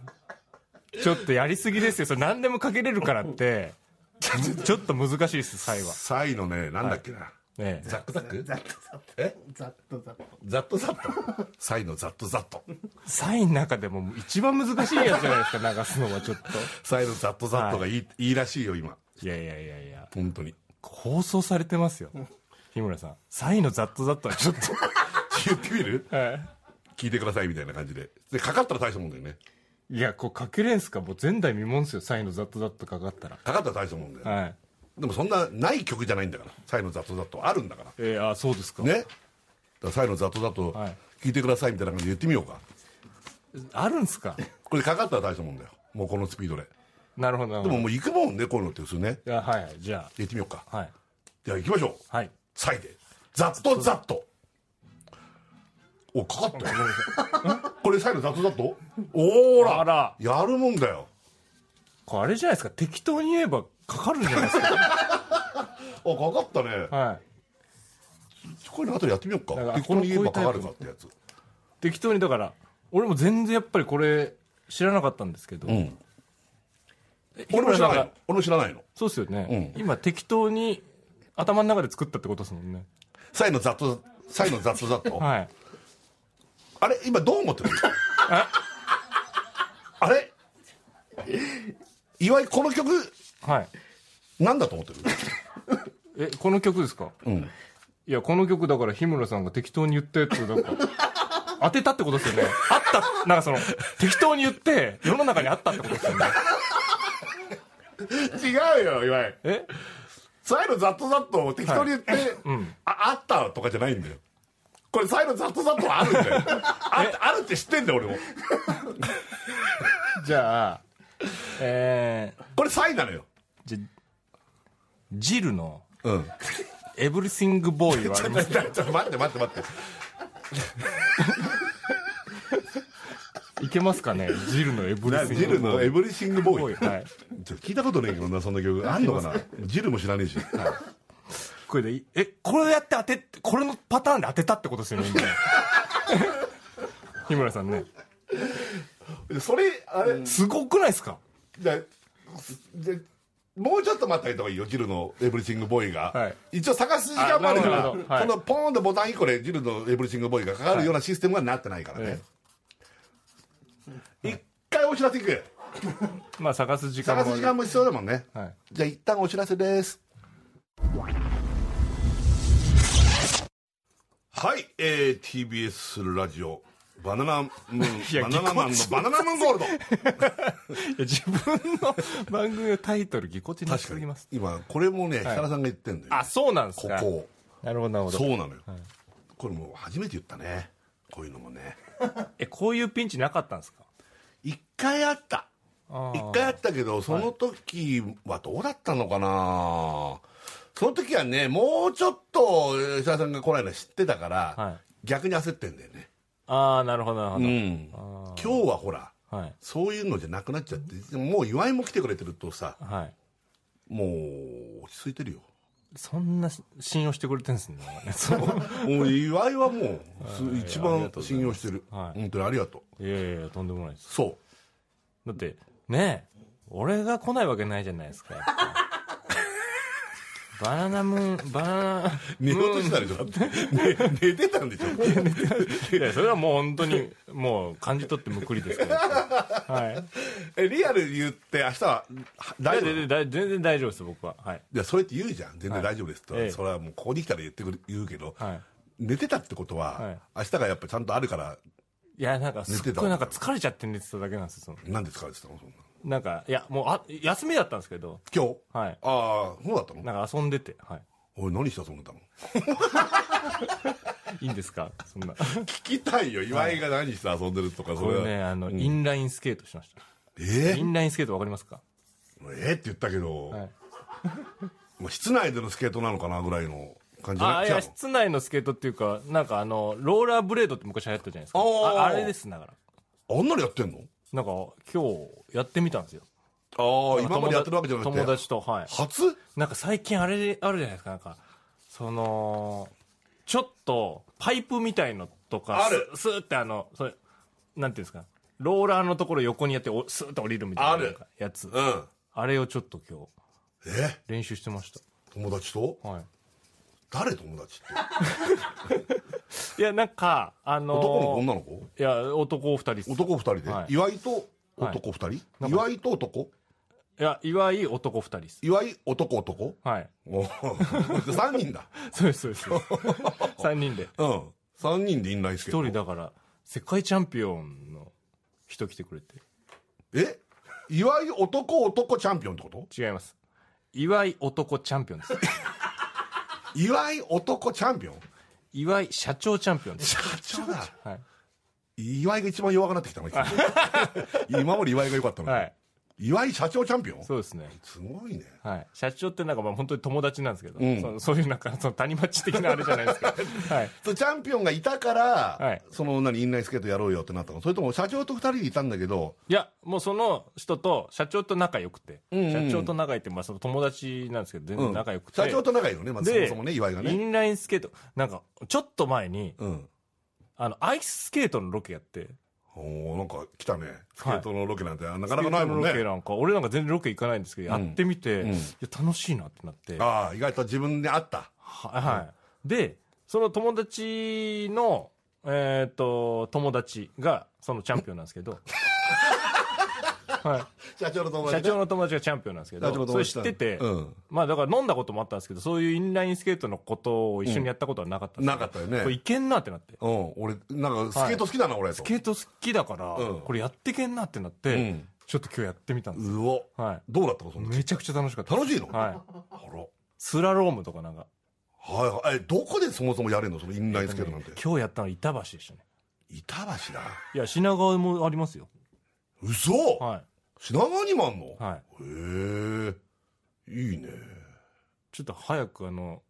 Speaker 4: ちょっとやりすぎですよ。それ何でもかけれるからって。ちょっと難しいです、サイは。
Speaker 3: サイのね、なんだっけな。
Speaker 4: ええ
Speaker 3: ザックザック
Speaker 6: ざっとざっと。
Speaker 3: え
Speaker 6: ざっとざっと。
Speaker 3: ザッとザッと。サイのザッとザッと。
Speaker 4: サイの中でも一番難しいやつじゃないですか、流すのはちょっ
Speaker 3: サイのザッとザッとがいい,、い、いらしいよ、今。
Speaker 4: と。いやいやいやいや。
Speaker 3: 本当に。
Speaker 4: 放送されてますよ。日村さん。サイのざっとざっとはちょっ
Speaker 3: 言ってみる
Speaker 4: と。はい
Speaker 3: 聞いてください、みたいな感じで。で、かかったら大したもんだよね。
Speaker 4: いや、こうかけれんすかもう前代未聞ですよ。サイのざっとざっとかかったら。
Speaker 3: かかったら大したもんだよ、
Speaker 4: はい。
Speaker 3: でもそんな、ない曲じゃないんだから。サイのザッとザッとはあるんだから。
Speaker 4: ええあ、そうですか。
Speaker 3: ねだから最後のざっとざっと
Speaker 4: はい
Speaker 3: 聞いてくださいみたいな感じで言ってみようか
Speaker 4: あるんすか
Speaker 3: これかかったら大したもんだよもうこのスピードで
Speaker 4: なるほど、なる
Speaker 3: で
Speaker 4: ほど
Speaker 3: も。もう行くもんねこういうのって普通ね
Speaker 4: いやはいはい、じゃ
Speaker 3: 言ってみようか
Speaker 4: あ、はい。
Speaker 3: では行きましょう
Speaker 4: はい。
Speaker 3: サイでざっとざっとおかかったよ *laughs* これ最後ざっとざっとおーら
Speaker 4: あら
Speaker 3: やるもんだよ
Speaker 4: これあれじゃないですか、適当に言えばかかるんじゃないですか。
Speaker 3: あかかったね
Speaker 4: はい。
Speaker 3: こういうの後でやってみよう
Speaker 4: なん
Speaker 3: か
Speaker 4: か
Speaker 3: でこの言えば
Speaker 4: こう
Speaker 3: か
Speaker 4: いうタ
Speaker 3: か
Speaker 4: イプ
Speaker 3: るかってやつ
Speaker 4: 適当に、だから、俺も全然やっぱりこれ知らなかったんですけど、
Speaker 3: うん俺も知らないの俺も知らないの
Speaker 4: そうですよね、
Speaker 3: う
Speaker 4: 今適当に頭の中で作ったってことですもんね。
Speaker 3: 最後のざっと最後のざっとざっと
Speaker 4: はい。
Speaker 3: あれ今どう思ってるあれ岩井この曲
Speaker 4: はい。
Speaker 3: なんだと思ってる
Speaker 4: え、この曲ですか
Speaker 3: ん
Speaker 4: いや、この曲だから日村さんが適当に言ったやつ、なんか、 *laughs* 当てたってことですよね。あった、なんかその、適当に言って、世の中にあったってことですよね。
Speaker 3: 違うよ岩井
Speaker 4: え
Speaker 3: 最後ざっとざっと適当に言って、ああったとかじゃないんだよこれ最後ざっとざっとあるんだよ *laughs* ああるって知ってんだよ俺も
Speaker 4: じゃあ、えー、
Speaker 3: これサイなのよ
Speaker 4: じゃ、ジルの
Speaker 3: うん
Speaker 4: エブリシングボーイはあ
Speaker 3: *laughs* ちょっ
Speaker 4: りま
Speaker 3: と
Speaker 4: す
Speaker 3: ちょっと待って待って待って
Speaker 4: いけますかねジルのエブリ
Speaker 3: な
Speaker 4: シングボーイ。
Speaker 3: ジルのエブリシングボーイ
Speaker 4: はい。
Speaker 3: ちょっと聞いたことねえけどなそんな曲あん *laughs* のかなジルも知らねえし、
Speaker 4: これでいい、え、これやって当て、これのパターンで当てたってことです
Speaker 3: *laughs*
Speaker 4: よね、今日村さんね。
Speaker 3: それあれ
Speaker 4: すごくないですか
Speaker 3: じゃあじゃあもうちょっと待ってあげた方がいいよジルのエブリシングボーイが、
Speaker 4: はい
Speaker 3: 一応探す時間もあるか
Speaker 4: あなる
Speaker 3: ら
Speaker 4: ほどはい
Speaker 3: そのポーンとボタン1個でジルのエブリシングボーイがかかるようなシステムはなってないからね、
Speaker 4: え
Speaker 3: 一回お知らせいく
Speaker 4: まあ探す時間
Speaker 3: 探す
Speaker 4: もあ
Speaker 3: 時
Speaker 4: る。
Speaker 3: 間も必要だもんね、
Speaker 4: はい。
Speaker 3: じゃあ一旦お知らせですはい、えー、TBS ラジオバナナム
Speaker 4: い
Speaker 3: ーン
Speaker 4: や
Speaker 3: バナナマンのバナナムーンゴール
Speaker 4: *laughs*
Speaker 3: ド
Speaker 4: いや自分の番組のタイトルぎこちなしすぎます。
Speaker 3: 今これもね設楽さんが言ってんだよ、
Speaker 4: あ、そうなんです
Speaker 3: こ
Speaker 4: か。
Speaker 3: こ
Speaker 4: なるほど、なるほ
Speaker 3: そう
Speaker 4: ど。
Speaker 3: なのよ、これもう初めて言ったねこういうのもね
Speaker 4: え、こういうピンチなかったんですか
Speaker 3: 一回あった
Speaker 4: あー
Speaker 3: 一回あったけどその時はどうだったのかな、その時はねもうちょっとえー設楽さんが来ないの知ってたから、
Speaker 4: は
Speaker 3: 逆に焦ってんだよね
Speaker 4: あー、なるほど、なるほ
Speaker 3: う
Speaker 4: ど。
Speaker 3: ん今日はほら
Speaker 4: はい。
Speaker 3: そういうのじゃなくなっちゃってでももう岩井も来てくれてるとさ
Speaker 4: はい。
Speaker 3: もう落ち着いてるよ
Speaker 4: そんな信用してくれてるんですね。
Speaker 3: *laughs*
Speaker 4: そう。
Speaker 3: もう岩井はもうす一番信用してる、
Speaker 4: はい
Speaker 3: 本当にありがとう
Speaker 4: いやいやいや、とんでもないです。
Speaker 3: そう
Speaker 4: だって、ねえ俺が来ないわけないじゃないですかやっ *laughs* ぱバナナムーンバナナ
Speaker 3: 寝ようとしたでしょ、だって寝寝てたんでしょ
Speaker 4: いやそれはもう本当にもう感じ取ってむくりですからはい
Speaker 3: えリアル言って明日は大丈夫
Speaker 4: いや全然全然大丈夫です僕ははい
Speaker 3: いやそれって言うじゃん全然大丈夫ですって、
Speaker 4: ええ
Speaker 3: それはもうここに来たら言ってくる言うけど、
Speaker 4: はい
Speaker 3: 寝てたってことは、
Speaker 4: はい
Speaker 3: 明日がやっぱちゃんとあるから
Speaker 4: いやなんか
Speaker 3: 寝
Speaker 4: す
Speaker 3: て
Speaker 4: ったごいなんか疲れちゃって寝てただけなんですよその
Speaker 3: 何ですかって言ってたの
Speaker 4: なんかいやもうあ休みだったんですけど
Speaker 3: そんな今日、
Speaker 4: はい
Speaker 3: ああそうだったの
Speaker 4: なんか遊んでてはい
Speaker 3: おい何したと思ったの
Speaker 4: いいんですかそん *laughs* な
Speaker 3: 聞きたいよ岩井が何して遊んでるとかそ
Speaker 4: こ
Speaker 3: れ
Speaker 4: れ
Speaker 3: は、
Speaker 4: ねあの、インラインスケートしました
Speaker 3: え
Speaker 4: インラインスケートわかりますか
Speaker 3: ええって言ったけど、
Speaker 4: はい
Speaker 3: もう室内でのスケートなのかなぐらいの感じにな
Speaker 4: あ
Speaker 3: っ
Speaker 4: い
Speaker 3: ちゃう
Speaker 4: や
Speaker 3: の
Speaker 4: 室内のスケートっていうかなんかあのローラーブレードって昔流行ったじゃないですか
Speaker 3: おー
Speaker 4: ああれですだから
Speaker 3: あんなのやってんの
Speaker 4: なんか今日やってみたんですよ
Speaker 3: ああ今までやってるわけじゃなくて
Speaker 4: 友達とはい
Speaker 3: 初
Speaker 4: なんか最近あれあるじゃないですかなんかそのちょっとパイプみたいのとか
Speaker 3: ある
Speaker 4: ススーってあのそれなんていうんですかローラーのところ横にやっておスーッと降りるみたいな
Speaker 3: ある
Speaker 4: なんかやつ
Speaker 3: うん
Speaker 4: あれをちょっと今日
Speaker 3: え
Speaker 4: 練習してまし
Speaker 3: 友達と
Speaker 4: たはい
Speaker 3: 誰友達って
Speaker 4: いやなんかあのー
Speaker 3: 男の子女の子
Speaker 4: いや男二人っす
Speaker 3: 男二人で、
Speaker 4: はい
Speaker 3: 岩井と男二人、岩井と男
Speaker 4: いやいわゆる男二人っす
Speaker 3: 岩井男
Speaker 4: *laughs*
Speaker 3: 男
Speaker 4: はい
Speaker 3: お三人だ
Speaker 4: そうです、そうです。3人
Speaker 3: *laughs*
Speaker 4: で。
Speaker 3: うん三人でインラインスケ
Speaker 4: 1
Speaker 3: ート
Speaker 4: 人だから、世界チャンピオンの人来てくれて。
Speaker 3: え岩井男男チャンピオンってこと
Speaker 4: 違います。岩井男チャンピオンです。
Speaker 3: 岩井男チャンピオン
Speaker 4: 岩井社長チャンピオンです。
Speaker 3: 社長だ
Speaker 4: はい。
Speaker 3: 岩井が一番弱くなってきたのいつ
Speaker 4: *laughs*
Speaker 3: も今まで岩井が良かったのに、
Speaker 4: はい。
Speaker 3: 岩井社長チャンピオン
Speaker 4: そうですね。
Speaker 3: すごいね
Speaker 4: はい。社長ってなんかまあ本当に友達なんですけど、
Speaker 3: うん
Speaker 4: そのそういうなんか、その谷町的なあれじゃないですか。
Speaker 3: *laughs*
Speaker 4: はい。
Speaker 3: そうチャンピオンがいたから、
Speaker 4: はい
Speaker 3: その何インラインスケートやろうよってなったのそれとも社長と二人でいたんだけど
Speaker 4: いや、もうその人と、社長と仲良くて、
Speaker 3: んうん
Speaker 4: 社長と仲良いって、まあその友達なんですけど、全
Speaker 3: うん
Speaker 4: 然仲良くて。
Speaker 3: 社長と仲いいのね、まずそも
Speaker 4: で、
Speaker 3: そもね、岩井がね
Speaker 4: イ。ンラインスケート、なんか、ちょっと前に、
Speaker 3: うん。
Speaker 4: あの、アイススケートのロケやって、
Speaker 3: おーなんか来たね。スケートのロケなんて、なかなかないもん
Speaker 4: ロケ
Speaker 3: ね。
Speaker 4: なんか、俺なんか全然ロケ行かないんですけど、
Speaker 3: うん
Speaker 4: やってみて、
Speaker 3: うん
Speaker 4: いや楽しいなってなって。は
Speaker 3: ああ、意外と自分であった。
Speaker 4: はい。で、その友達の、えっ、と、友達が、そのチャンピオンなんです
Speaker 3: *laughs*
Speaker 4: けど、は
Speaker 3: 社長の友達
Speaker 4: い。社
Speaker 3: ね。
Speaker 4: 長の友達がチャンピオンなんですけ
Speaker 3: 社長の
Speaker 4: ど、そ
Speaker 3: 友
Speaker 4: れ
Speaker 3: 達
Speaker 4: 知ってて、
Speaker 3: うん
Speaker 4: まあだから飲んだこともあったんですけど、そういうインラインスケートのことを一緒にやったことはなかったんです
Speaker 3: なかったよね
Speaker 4: これいけんなってなって。
Speaker 3: うん、俺、なんかスケート好きだな、俺と。
Speaker 4: スケート好きだから、
Speaker 3: うん
Speaker 4: これやってけんなってなって、
Speaker 3: うん
Speaker 4: ちょっと今日やってみたんですよ。
Speaker 3: うお。
Speaker 4: はい。
Speaker 3: どうだったのその時
Speaker 4: めちゃくちゃ楽しかったです。
Speaker 3: 楽しいの
Speaker 4: はい。
Speaker 3: あら。
Speaker 4: スラロームとかなんか、
Speaker 3: はいはい。え、どこでそもそもやれんのそのインラインスケートなんて。
Speaker 4: 今日やったの板橋でしたね。
Speaker 3: 板橋だ。
Speaker 4: いや、品川もありますよ。
Speaker 3: 嘘
Speaker 4: は
Speaker 3: 品川にもあんの
Speaker 4: い。はい。
Speaker 3: へえ。いいね。
Speaker 4: ちょっと早くあの、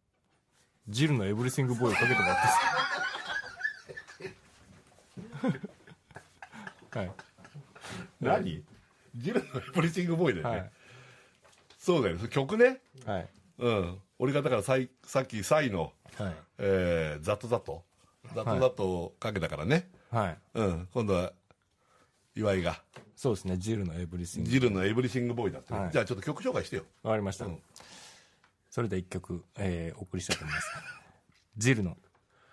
Speaker 4: ジルのエブリシングボーイをかけてもらっていいです *laughs* かはい。
Speaker 3: 何ジルのエブリシングボーイだよ
Speaker 4: は
Speaker 3: ね。
Speaker 4: い。
Speaker 3: そうだよね。その曲ね。
Speaker 4: はい。
Speaker 3: うん。俺がだからさいさっきサイの、
Speaker 4: はい。
Speaker 3: えー、ザッとザッと、ザッとザッとかけたからね。
Speaker 4: はい。
Speaker 3: うん。今度は、岩井が、
Speaker 4: そうですね、ジルのエブリシング。
Speaker 3: ジルのエブリシングボーイだってね、
Speaker 4: はい
Speaker 3: じゃあちょっと曲紹介してよ。
Speaker 4: わかりました。
Speaker 3: うん
Speaker 4: それでは一曲、えー、お送りしたいと思います。ジルの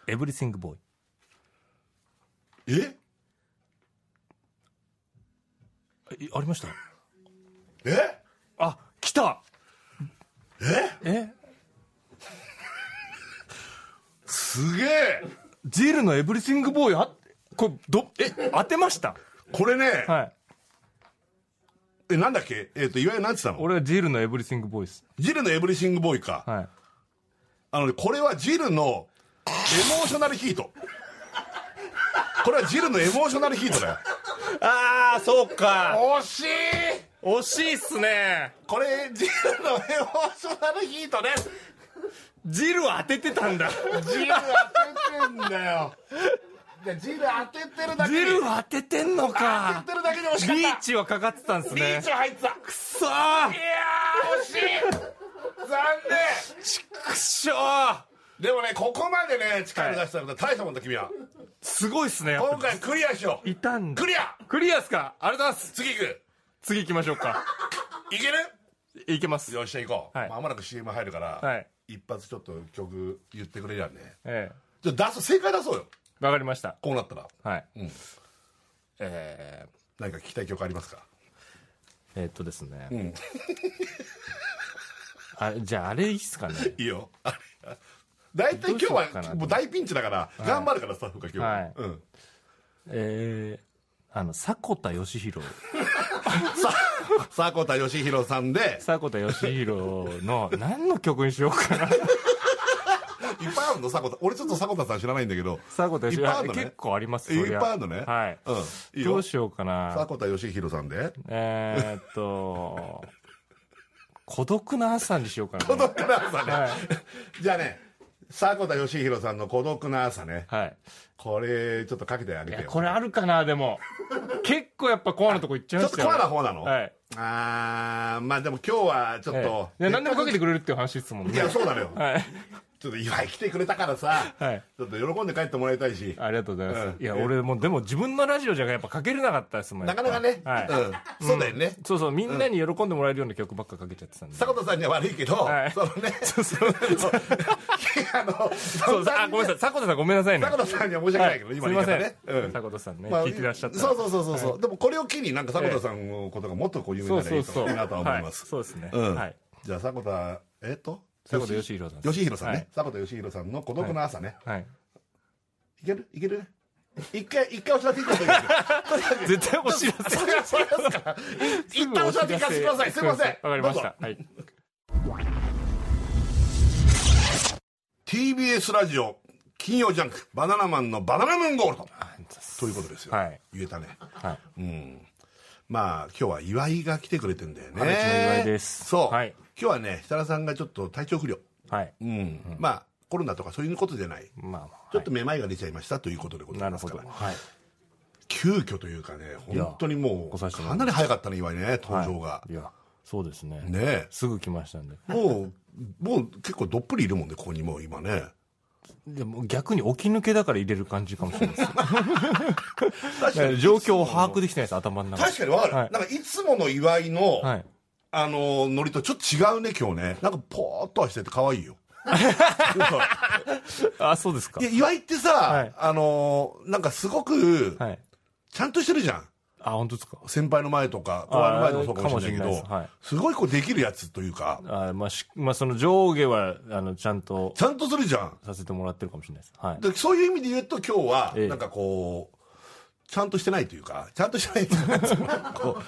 Speaker 4: エブリシングボーイ。
Speaker 3: え
Speaker 4: えありました
Speaker 3: え
Speaker 4: あ、来たええ
Speaker 3: すげえ
Speaker 4: ジルのエブリシングボーイあこれどえ当てました
Speaker 3: これね、
Speaker 4: はい
Speaker 3: え、なんだっけえっ、と、岩井なんて言ったの
Speaker 4: 俺はジルのエブリシングボーイです
Speaker 3: ジルのエブリシングボーイか。
Speaker 4: はい
Speaker 3: あのね、これはジルのエモーショナルヒート。これはジルのエモーショナルヒートだよ。
Speaker 4: ああそうか
Speaker 3: 惜しい
Speaker 4: 惜しいっすね
Speaker 3: これ、ジルのエモーショナルヒートです。
Speaker 4: ジルを当ててたんだ
Speaker 3: ジル当ててんだよ。でジル当ててるだけ
Speaker 4: ジ
Speaker 3: に。
Speaker 4: ルを当ててんのか
Speaker 3: 当ててるだけで惜しかった。
Speaker 4: リーチはかかってたんですね
Speaker 3: リーチは入ってた。
Speaker 4: くそ
Speaker 3: い
Speaker 4: ー
Speaker 3: やー、惜しい残念
Speaker 4: くっしょー
Speaker 3: でもね、ここまでね、力出したら大したもんだ、君は。
Speaker 4: すごいっすねやっ
Speaker 3: 今
Speaker 4: ぱ
Speaker 3: 回クリアしよう。
Speaker 4: いたんだ
Speaker 3: クリア
Speaker 4: クリアっすかありがとうございます
Speaker 3: 次行く
Speaker 4: 次行きましょうか。
Speaker 3: いける
Speaker 4: いけます。
Speaker 3: よっしゃ、行こう。
Speaker 4: はい
Speaker 3: まあまもなく CM 入るから、
Speaker 4: はい
Speaker 3: 一発ちょっと曲言ってくれりゃね。
Speaker 4: え
Speaker 3: じゃあ出す、正解出そうよ。
Speaker 4: え。わかりました。
Speaker 3: こうなったら。
Speaker 4: はい。
Speaker 3: うん。
Speaker 4: えー、
Speaker 3: 何か聞きたい曲ありますか
Speaker 4: えーっとですね。
Speaker 3: ん
Speaker 4: あじゃあ、あれいいっすかね。
Speaker 3: いいよ。 *laughs* あれ。大体今日
Speaker 4: どうしようかなと
Speaker 3: は
Speaker 4: 思って
Speaker 3: もう大ピンチだから、頑張るからスタッフが今日。
Speaker 4: はい
Speaker 3: うん。
Speaker 4: えー、あの、迫田義弘。
Speaker 3: さ、迫田義弘さんで、
Speaker 4: 迫田義弘の *laughs* 何の曲にしようかな。
Speaker 3: いっぱいあるの迫田。俺ちょっと迫田さん知らないんだけど。
Speaker 4: *laughs* 迫田
Speaker 3: い
Speaker 4: 義
Speaker 3: っぱいある
Speaker 4: 弘、
Speaker 3: のね
Speaker 4: 結構あります
Speaker 3: い
Speaker 4: よ
Speaker 3: っぱいあるのね。
Speaker 4: はい。
Speaker 3: うん。いい
Speaker 4: ど
Speaker 3: よ
Speaker 4: う。しようかな。
Speaker 3: 迫田義弘さんで。
Speaker 4: えー、っと、孤独な朝にしようかな。
Speaker 3: 孤独な朝ね。
Speaker 4: はい。
Speaker 3: じゃあね、迫田義弘さんの孤独な朝ね。
Speaker 4: はい。
Speaker 3: これ、ちょっとかけてあ
Speaker 4: い
Speaker 3: げて
Speaker 4: や、
Speaker 3: よ。
Speaker 4: これあるかな、でも。結構やっぱコアなとこ行っちゃい
Speaker 3: ちょ
Speaker 4: ま
Speaker 3: っと
Speaker 4: した
Speaker 3: コアな
Speaker 4: よ。
Speaker 3: 方なの
Speaker 4: はい。
Speaker 3: あー、まあでも今日はちょっ
Speaker 4: ええ
Speaker 3: と。
Speaker 4: いや、何でもかけてくれるっていう話ですもん
Speaker 3: い
Speaker 4: ね
Speaker 3: や、。そうなのよ。
Speaker 4: はい。
Speaker 3: ちょっと祝い来てくれたからさ、
Speaker 4: はい
Speaker 3: ちょっと喜んで帰ってもらいたいし、
Speaker 4: ありがとうございます。
Speaker 3: うん
Speaker 4: いや、俺もうでも自分のラジオじゃやっぱかけれなかったですもんや
Speaker 3: なか
Speaker 4: っぱ
Speaker 3: なかね、
Speaker 4: はい。
Speaker 3: うん、そうだよね。
Speaker 4: そうそう、みんなに喜んでもらえるような曲ばっかかけちゃってたんで。
Speaker 3: 迫田さんには悪いけど、
Speaker 4: はい *laughs*
Speaker 3: そのね、あの、
Speaker 4: そう、さあ、ごめんなさい。迫田さんごめんなさいね。
Speaker 3: 迫田さんには申し訳ないけど、今
Speaker 4: すい
Speaker 3: の言
Speaker 4: ま
Speaker 3: い
Speaker 4: せ
Speaker 3: 方
Speaker 4: ん。
Speaker 3: ね。うん
Speaker 4: 迫田さんね、
Speaker 3: まあ
Speaker 4: 聞いてらっしゃったら。
Speaker 3: そうそうそうそうそう、でもこれを機になんか迫田さんのことがもっとこう有名に
Speaker 4: そう
Speaker 3: なりゃ
Speaker 4: そ
Speaker 3: いうい
Speaker 4: そう。
Speaker 3: かなとは思います。
Speaker 4: そうですね。
Speaker 3: うん
Speaker 4: はい。
Speaker 3: じゃあ迫田、えっ、と
Speaker 4: 迫田義弘さん
Speaker 3: 義弘さん
Speaker 4: は
Speaker 3: ね
Speaker 4: い。
Speaker 3: 迫田義弘さんの孤独の朝ね。
Speaker 4: はい。
Speaker 3: い、けるいける一回、一回お知らせいただいていい
Speaker 4: *laughs*
Speaker 3: ですか
Speaker 4: 絶対お知らせ。
Speaker 3: 一旦お知らせ聞かせてください。すいません。
Speaker 4: わかりまし
Speaker 3: どうぞ
Speaker 4: た。。はい。
Speaker 3: TBS ラジオ、金曜ジャンク、バナナマンのバナナムーンゴールド。ということですよ。
Speaker 4: はい
Speaker 3: 言えたね。
Speaker 4: はい。
Speaker 3: うん。まあ、今日は岩井が来てくれてんだよね。
Speaker 4: 彼氏の岩井です
Speaker 3: そう。
Speaker 4: はい
Speaker 3: 今日はね、設楽さんがちょっと体調不良。
Speaker 4: はい。
Speaker 3: うん。まあ、コロナとかそういうことじゃない。
Speaker 4: まあまあ。
Speaker 3: ちょっとめまいが出ちゃいましたということでござ
Speaker 4: ないる
Speaker 3: ます
Speaker 4: ほ
Speaker 3: か
Speaker 4: ど。
Speaker 3: ら。
Speaker 4: はい。
Speaker 3: 急遽というかね、本当にも
Speaker 4: ご
Speaker 3: う、
Speaker 4: 差しでも
Speaker 3: かなり早かったね、岩井ね、登場が
Speaker 4: は。いいや、そうですね。
Speaker 3: ねえ。
Speaker 4: すぐ来ましたんで。
Speaker 3: もう、もう結構どっぷりいるもんね、ここにもう今ね。
Speaker 4: でも逆に起き抜けだから入れる感じかもしれないです。
Speaker 3: 確
Speaker 4: *laughs*
Speaker 3: かに
Speaker 4: 状況を把握できてないです、頭の中で。
Speaker 3: 確かにわかる、
Speaker 4: はい
Speaker 3: なんかいつもの祝いの、
Speaker 4: はい。
Speaker 3: あのノリとちょっと違うね今日ねなんかポーっとはしてて可愛いよ
Speaker 4: あ、そうですか
Speaker 3: い。や祝いってさ、
Speaker 4: はい
Speaker 3: あのなんかすごく、
Speaker 4: はい。
Speaker 3: ちゃんとしてるじゃん
Speaker 4: あ、本当ですか。
Speaker 3: 先輩の前とか後輩の前でもそうかもしれないけ
Speaker 4: あーかもしれないで
Speaker 3: ど
Speaker 4: すはい
Speaker 3: すごいこうできるやつというか
Speaker 4: あまあ、しまあ、その上下は、あの、ちゃんと
Speaker 3: ちゃんとするじゃん
Speaker 4: させてもらってるかもしれないです。はい。
Speaker 3: でそういう意味で言うと今日は
Speaker 4: ええ
Speaker 3: なんかこう、ちゃんとしてないというかちゃんとしてないという
Speaker 4: *laughs*
Speaker 3: かこう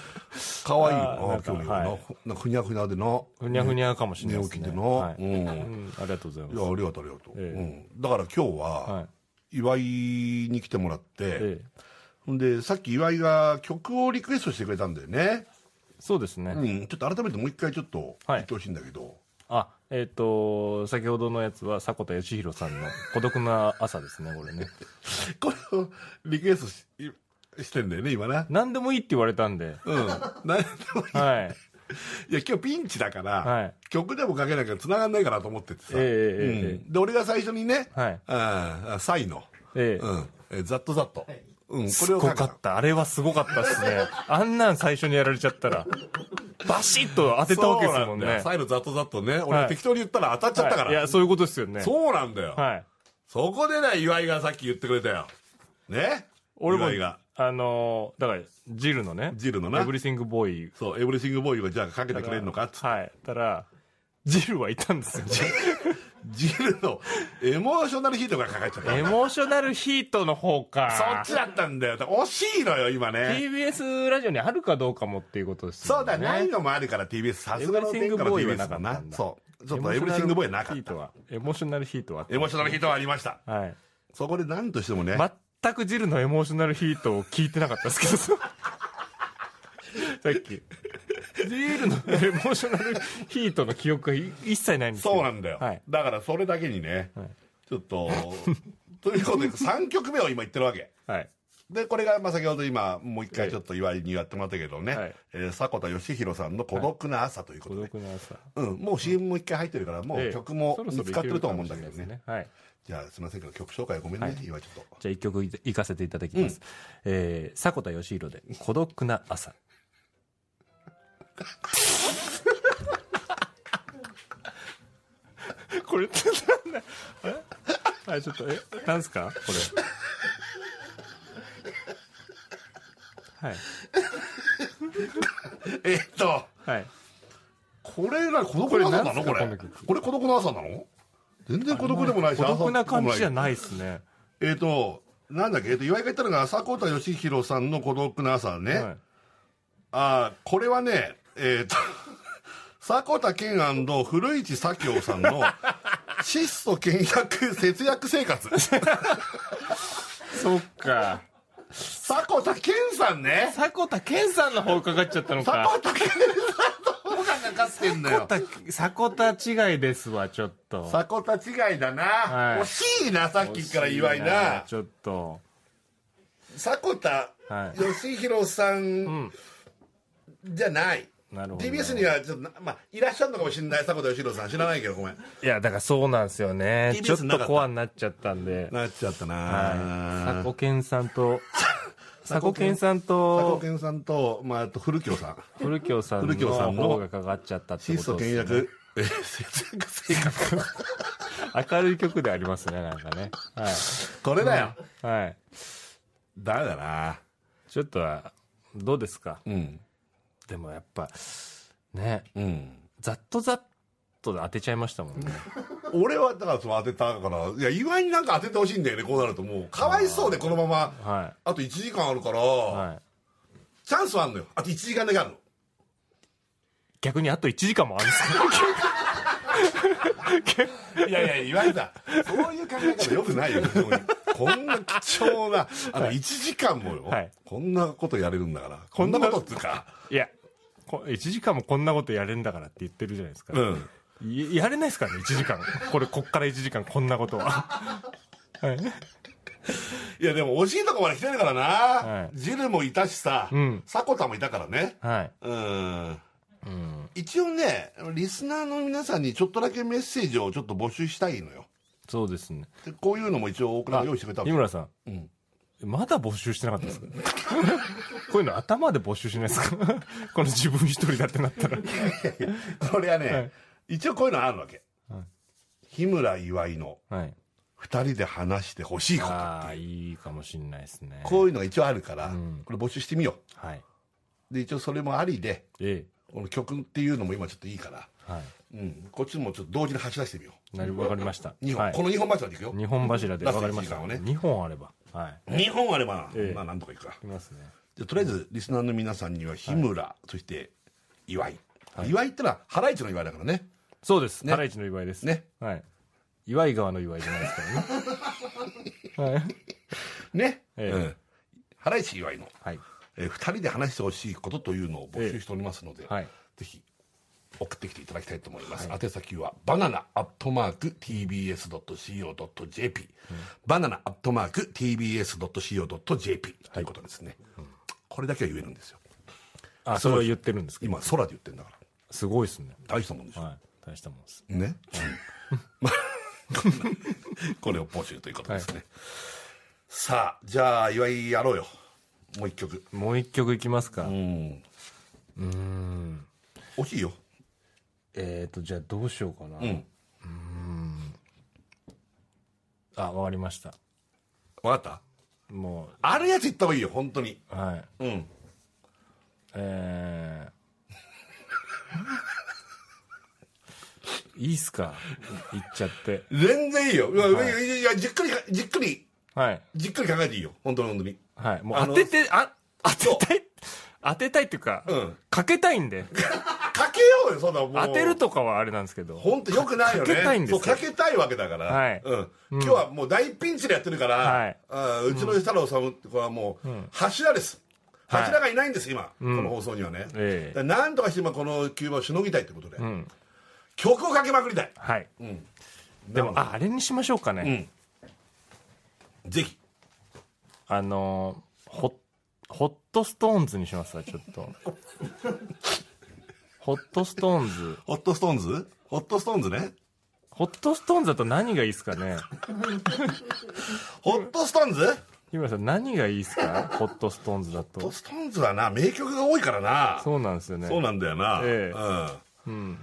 Speaker 3: 可愛い
Speaker 4: あー
Speaker 3: よ
Speaker 4: な
Speaker 3: な
Speaker 4: んか
Speaker 3: 今日
Speaker 4: は
Speaker 3: ないなんかふにゃふにゃでな
Speaker 4: ふにゃふにゃかもしれない
Speaker 3: 寝
Speaker 4: で
Speaker 3: 起
Speaker 4: す
Speaker 3: き
Speaker 4: ね。
Speaker 3: でな、
Speaker 4: はい。
Speaker 3: う
Speaker 4: うんん、ありがとうござい
Speaker 3: い
Speaker 4: ま
Speaker 3: や、ありがとう、ありがとう。
Speaker 4: ええ
Speaker 3: うん、だから今日は、
Speaker 4: す。はい。
Speaker 3: 岩井に来てもらって、
Speaker 4: ええ、
Speaker 3: ほんで、さっき岩井が曲をリクエストしてくれたんだよね。
Speaker 4: そうですね。
Speaker 3: うん、ちょっと改めてもう一回ちょっと
Speaker 4: はい
Speaker 3: 言ってほしいんだけど、
Speaker 4: あ、えっ、と、先ほどのやつは、迫田義弘さんの孤独な朝ですね、これね。
Speaker 3: これをリクエストししてんだよね、今な。
Speaker 4: 何でもいいって言われたんで。
Speaker 3: うん。なん *laughs* でもいい
Speaker 4: はい。
Speaker 3: いや、今日ピンチだから、
Speaker 4: はい
Speaker 3: 曲でもかけなきゃ繋がんないかなと思っててさ。
Speaker 4: ええええええ
Speaker 3: うんで、俺が最初にね、
Speaker 4: はい
Speaker 3: ああサイの、
Speaker 4: ええ
Speaker 3: うん、えざっとざっと。うん、こ
Speaker 4: す
Speaker 3: れを
Speaker 4: ご
Speaker 3: かけ
Speaker 4: か
Speaker 3: た
Speaker 4: っ。た。あれはすごかったですね。あんなん最初にやられちゃったら、バシッと当てたわけですもん
Speaker 3: そうなんだよ
Speaker 4: ね。
Speaker 3: サイのざっとざっとね、
Speaker 4: は
Speaker 3: 俺
Speaker 4: い
Speaker 3: 適当に言ったら当たっちゃったから。
Speaker 4: はいいや、そういうことですよね。
Speaker 3: そうなんだよ。
Speaker 4: はい。
Speaker 3: そこでね、岩井がさっき言ってくれたよ。ね
Speaker 4: 俺も
Speaker 3: 岩井が。、
Speaker 4: あのーだから、ジルのね。
Speaker 3: ジルのな
Speaker 4: エブリシングボーイ。
Speaker 3: そう、エブリシングボーイがじゃあかけてくれるのかっつって
Speaker 4: はい。たら、ジルはいたんですよ、
Speaker 3: ジルのエモーショナルヒートがかかっちゃった。
Speaker 4: エモーショナルヒートの方か。
Speaker 3: そっちだったんだよ。惜しいのよ、今ね。
Speaker 4: TBS ラジオにあるかどうかもっていうことです
Speaker 3: そ
Speaker 4: も
Speaker 3: うん
Speaker 4: ね。
Speaker 3: だ、ないのもあるから TBS、さすがの天下の TBS だ
Speaker 4: エブリシングボーイはなかった。
Speaker 3: なん
Speaker 4: だ
Speaker 3: そう。ちょっとエブリシングボーイはなか
Speaker 4: エモーショナルヒ
Speaker 3: っ
Speaker 4: ート
Speaker 3: た。
Speaker 4: は。エモーショナルヒー
Speaker 3: エモーショナルヒート
Speaker 4: トはあった
Speaker 3: はありました。
Speaker 4: はい。
Speaker 3: そこで何としてもね、
Speaker 4: 全くジルのエモーショナルヒートを聞いてなかったで
Speaker 3: *laughs*
Speaker 4: すけど、さっき。ジルのエモーショナルヒートの記憶がい一切ないんですけど
Speaker 3: そうなんだよ
Speaker 4: はい。。
Speaker 3: だからそれだけにね
Speaker 4: はい、
Speaker 3: ちょっ
Speaker 4: *laughs*
Speaker 3: と、ということで3曲目を今言ってるわけ。
Speaker 4: はい。
Speaker 3: で、これが、まあ、先ほど今、もう一回ちょっと岩井にやってもらったけどね、
Speaker 4: はい
Speaker 3: えー迫田義弘さんの孤独な朝というこ
Speaker 4: 孤
Speaker 3: とで、
Speaker 4: 独な朝。
Speaker 3: うん、もう CM も一回入ってるから、も
Speaker 4: え
Speaker 3: う
Speaker 4: え
Speaker 3: 曲も
Speaker 4: そろそ
Speaker 3: 見つ
Speaker 4: ろ
Speaker 3: かってるとは思うんだけど
Speaker 4: いける
Speaker 3: ね。
Speaker 4: かもしれないですねはい。
Speaker 3: じゃあ、すみませんけど、曲紹介ごめんね、岩井ちょっと。
Speaker 4: じゃあ一曲い行かせていただきます。えー、迫田義弘で孤独な朝。 *laughs* これってなんだえあちょっとえなんすかこれはい
Speaker 3: えっと、
Speaker 4: はい
Speaker 3: これら孤独な朝なのこ
Speaker 4: これ
Speaker 3: れ
Speaker 4: なんすかこの曲
Speaker 3: これ孤独な朝なの全然孤独でもないし、
Speaker 4: 孤独な感じじゃ
Speaker 3: 朝っぽくも
Speaker 4: ないですね
Speaker 3: い。えっと、なんだっけ、えっと、岩井が言ったのが、浅子田義弘さんの孤独な朝ね。
Speaker 4: はい
Speaker 3: ああ、これはね、えっ、と、 *laughs* 迫田健古市左京さん
Speaker 4: *laughs*
Speaker 3: の質素倹約節約生活。
Speaker 4: そっか
Speaker 3: 迫田健さんね。
Speaker 4: 迫田健さんの方かかっちゃったのか
Speaker 3: 迫田健さんの方がかかってんのよ。
Speaker 4: 迫田違いですわちょっと
Speaker 3: 迫田違いだな、
Speaker 4: はい
Speaker 3: 惜しいな、さっきから岩井な。
Speaker 4: ちょっと
Speaker 3: 迫田
Speaker 4: はい
Speaker 3: 義弘さんじゃない。
Speaker 4: なるほど
Speaker 3: TBS にはちょっとな、まあ、いらっしゃるのかもしれない、迫田義弘さん。知らないけど、ごめん。
Speaker 4: いやだからそうなんですよね
Speaker 3: TBS
Speaker 4: ちょっ
Speaker 3: なかっ
Speaker 4: と
Speaker 3: た
Speaker 4: コアになっちゃったんで
Speaker 3: なっちゃったな、
Speaker 4: はい迫健さ
Speaker 3: *laughs*
Speaker 4: んと
Speaker 3: 迫健
Speaker 4: 迫健さん
Speaker 3: 佐
Speaker 4: と
Speaker 3: 藤健さんと、まあ、あと古京さん。
Speaker 4: 古京さん
Speaker 3: 古京さ
Speaker 4: の
Speaker 3: んの
Speaker 4: 方がかかっちゃったって
Speaker 3: 質
Speaker 4: こ
Speaker 3: 素
Speaker 4: と
Speaker 3: 倹
Speaker 4: です、ね
Speaker 3: 約、えー節約生活。
Speaker 4: 明るい曲でありますねなんかねは
Speaker 3: これだよ。
Speaker 4: い、はい、
Speaker 3: ダメだな。
Speaker 4: ちょっとはどうですか
Speaker 3: うん。
Speaker 4: でもやっぱね
Speaker 3: うん。
Speaker 4: ざっとざっとで当てちゃいましたもんね
Speaker 3: 俺は、だからその当てたから、いや、岩井になんか当ててほしいんだよね、こうなるともう。かわいそうで、このまま。
Speaker 4: は
Speaker 3: あと1時間あるから、
Speaker 4: いはい
Speaker 3: チャンスはあるのよ。あと1時間だけあるの。
Speaker 4: 逆にあと1時間もあるんですか
Speaker 3: いやいや、岩井さん、そういう考え方よく
Speaker 4: *laughs*
Speaker 3: ないよ、非常にこんな貴重な、あの、1時間もよ、
Speaker 4: はい
Speaker 3: こんなことやれるんだから、こんなことっつうか、
Speaker 4: いやこ1時間もこんなことやれんだからって言ってるじゃないですか、
Speaker 3: うん。
Speaker 4: いやれないですからね1時間これこっから1時間こんなことははい
Speaker 3: いや、でも惜しいとこまで来てるからな、
Speaker 4: はい
Speaker 3: ジルもいたしさ、
Speaker 4: うん
Speaker 3: 迫田もいたからね。
Speaker 4: はい
Speaker 3: うん。
Speaker 4: うん
Speaker 3: 一応ね、リスナーの皆さんにちょっとだけメッセージをちょっと募集したいのよ。
Speaker 4: そうですね
Speaker 3: でこういうのも一応大倉が用意してくれたわ
Speaker 4: 井
Speaker 3: け
Speaker 4: 村さん、
Speaker 3: うん
Speaker 4: まだ募集してなかったですかこういうの頭で募集しないですかこの自分一人だってなったら
Speaker 3: これはね、
Speaker 4: はい
Speaker 3: 一応こういうのあるわけ。
Speaker 4: はい
Speaker 3: 日村岩井の
Speaker 4: はい
Speaker 3: 二人で話してほしいこと。
Speaker 4: ああいいかもしれないですね
Speaker 3: こういうのが一応あるから、
Speaker 4: うん
Speaker 3: これ募集してみよ
Speaker 4: はい、
Speaker 3: う。で、一応それもありで、
Speaker 4: え
Speaker 3: この曲っていうのも今ちょっといいから、
Speaker 4: えは
Speaker 3: うん、こっちもちょっと同時に走らせてみよ
Speaker 4: いなるわかりました
Speaker 3: う。日本、
Speaker 4: はい
Speaker 3: この日本柱でいくよ。
Speaker 4: 日本柱で
Speaker 3: ラス
Speaker 4: わ
Speaker 3: ト
Speaker 4: かりまし
Speaker 3: 一時
Speaker 4: た
Speaker 3: 間をね
Speaker 4: 2本あればはい
Speaker 3: 日本あれば、
Speaker 4: ええ
Speaker 3: まあなんとかいくか。
Speaker 4: いますね
Speaker 3: じゃあとりあえずリスナーの皆さんには日村、そして岩井、岩井ってのはハライチの岩井だからね
Speaker 4: そうです、
Speaker 3: ね
Speaker 4: ハライチの祝いです
Speaker 3: ね
Speaker 4: はい岩井川の祝いじゃないですからねはい
Speaker 3: ね、
Speaker 4: ええ
Speaker 3: うん、ハライチ岩井の、
Speaker 4: はい
Speaker 3: えー、2人で話してほしいことというのを募集しておりますので、
Speaker 4: はい
Speaker 3: ぜひ送ってきていただきたいと思います、宛先はバナナアットマーク TBS.CO.JP、バナナアットマーク TBS.CO.JP ということですね、これだけは言えるんですよ
Speaker 4: あそれは言ってるんですけど
Speaker 3: 今空で言ってんだから
Speaker 4: すごいですね
Speaker 3: 大したもんでしょ、
Speaker 4: はい大したもんです
Speaker 3: ね。 *laughs* これを募集ということですね。さあ、じゃあ、岩井やろうよ。もう一曲。
Speaker 4: もう一曲いきますか、
Speaker 3: うん。惜しいよ。
Speaker 4: えっ、とじゃあどうしようかなう
Speaker 3: うん。
Speaker 4: あわかりました
Speaker 3: わかった
Speaker 4: も
Speaker 3: あるやつ言った方がいいよ、本当に。
Speaker 4: うはい
Speaker 3: うん。
Speaker 4: えー、いいっすか言っちゃって
Speaker 3: 全然いいよ。うわ
Speaker 4: はい
Speaker 3: いやいや、じっくりか、じっくり、
Speaker 4: はい
Speaker 3: じっくり考えていいよ。本当に本当に。
Speaker 4: はいもう
Speaker 3: あの
Speaker 4: 当ててあ当てたい当てたいっていうか、
Speaker 3: うん
Speaker 4: かけたいんで
Speaker 3: かけようよ、そんなもう。
Speaker 4: 当てるとかはあれなんですけど
Speaker 3: 本当よくないよね。
Speaker 4: かけたいんですよ
Speaker 3: そうかけたいわけだから。
Speaker 4: はい
Speaker 3: うん。今日はもう大ピンチでやってるから、
Speaker 4: はい
Speaker 3: あーうちの設楽治って子はもう、柱です。
Speaker 4: はい
Speaker 3: 柱がいないんです、今。
Speaker 4: ん
Speaker 3: この放送にはね。
Speaker 4: ええ
Speaker 3: だからなんとかして今この急場をしのぎたいってことで、
Speaker 4: うん
Speaker 3: 曲をかけまくりたい。
Speaker 4: はい
Speaker 3: うん。
Speaker 4: でも
Speaker 3: なの
Speaker 4: ああれにしましょうかね、
Speaker 3: うん。ぜひ。
Speaker 4: あのーホッホットストーンズにしますわちょっ
Speaker 3: *laughs*
Speaker 4: とホットストーンズ
Speaker 3: ホットストーンズホットストーンズね。
Speaker 4: ホットストーンズだと何がいいですかね
Speaker 3: ホットストーンズ
Speaker 4: 日村さん何がいいですかホットストーンズだと
Speaker 3: トストーンズはな、名曲が多いからな。
Speaker 4: そうなんですよね
Speaker 3: そうなんだよな。
Speaker 4: ええ
Speaker 3: うん。
Speaker 4: うん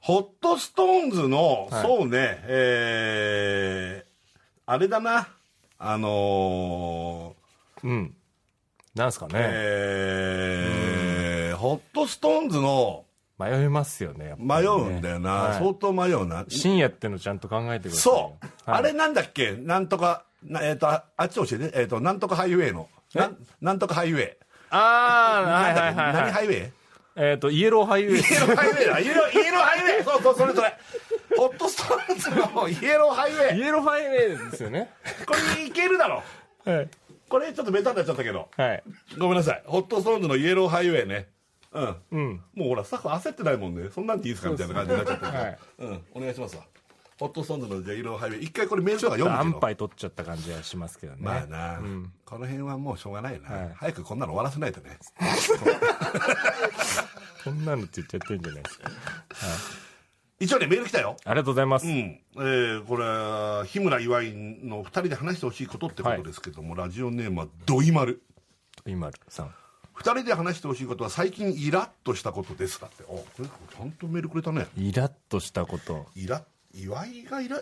Speaker 3: ホットストーンズの、
Speaker 4: はい
Speaker 3: そうね、えー、あれだな。あの
Speaker 4: うんなんですかね
Speaker 3: ー、、えー、ホットストーンズの
Speaker 4: 迷いますよねやっぱりね
Speaker 3: 迷うんだよな。
Speaker 4: はい
Speaker 3: 相当迷うな。
Speaker 4: 深夜ってのちゃんと考えてください
Speaker 3: そうう、あれなんだっけなんとか、なえっ、と、ああっち教えて、えっ、と、なんとかハイウェイの。なんなんとかハイウェイ。な
Speaker 4: あ
Speaker 3: んだっけ
Speaker 4: あはいはい
Speaker 3: 何
Speaker 4: は
Speaker 3: ハ
Speaker 4: い
Speaker 3: イウェイ
Speaker 4: えっとイエローハイウェイ
Speaker 3: イエローハイウェ *laughs* イだ。イエロー、イエローハイウェイ。そうそう、それそれ。ホットストーンズのイエローハイウ
Speaker 4: イ
Speaker 3: ェイ。
Speaker 4: エローハイウェイです
Speaker 3: *laughs*
Speaker 4: よね
Speaker 3: これいけるだろ。
Speaker 4: はい
Speaker 3: これちょっとベタになっちゃったけど。
Speaker 4: はい
Speaker 3: ごめんなさい。ホットストーンズのイエローハイウェイね。うん。
Speaker 4: うん
Speaker 3: もうほら、スタッフ焦ってないもんね。そんなんでいいですかみたいな感じになっちゃったから。
Speaker 4: はい
Speaker 3: うん。お願いしますわ。ホットストーンズのイエローハイウェイ。一回これメールとか読むけど。
Speaker 4: 安牌取っちゃった感じはしますけどね
Speaker 3: まあな、この辺はもうしょうがないな、
Speaker 4: はい
Speaker 3: 早くこんなの終わらせないとね
Speaker 4: こんなのって言っちゃってるんじゃないですか
Speaker 3: 一応ねメール来たよ
Speaker 4: ありがとうございます、
Speaker 3: うんえーこれ日村岩井の2人で話してほしいことってことですけども、ラジオネームはドイマル
Speaker 4: 今さん
Speaker 3: 2人で話してほしいことは最近イラッとしたことですだってあこれちゃんとメールくれたね
Speaker 4: イラッとしたこと
Speaker 3: イラ岩井がイラ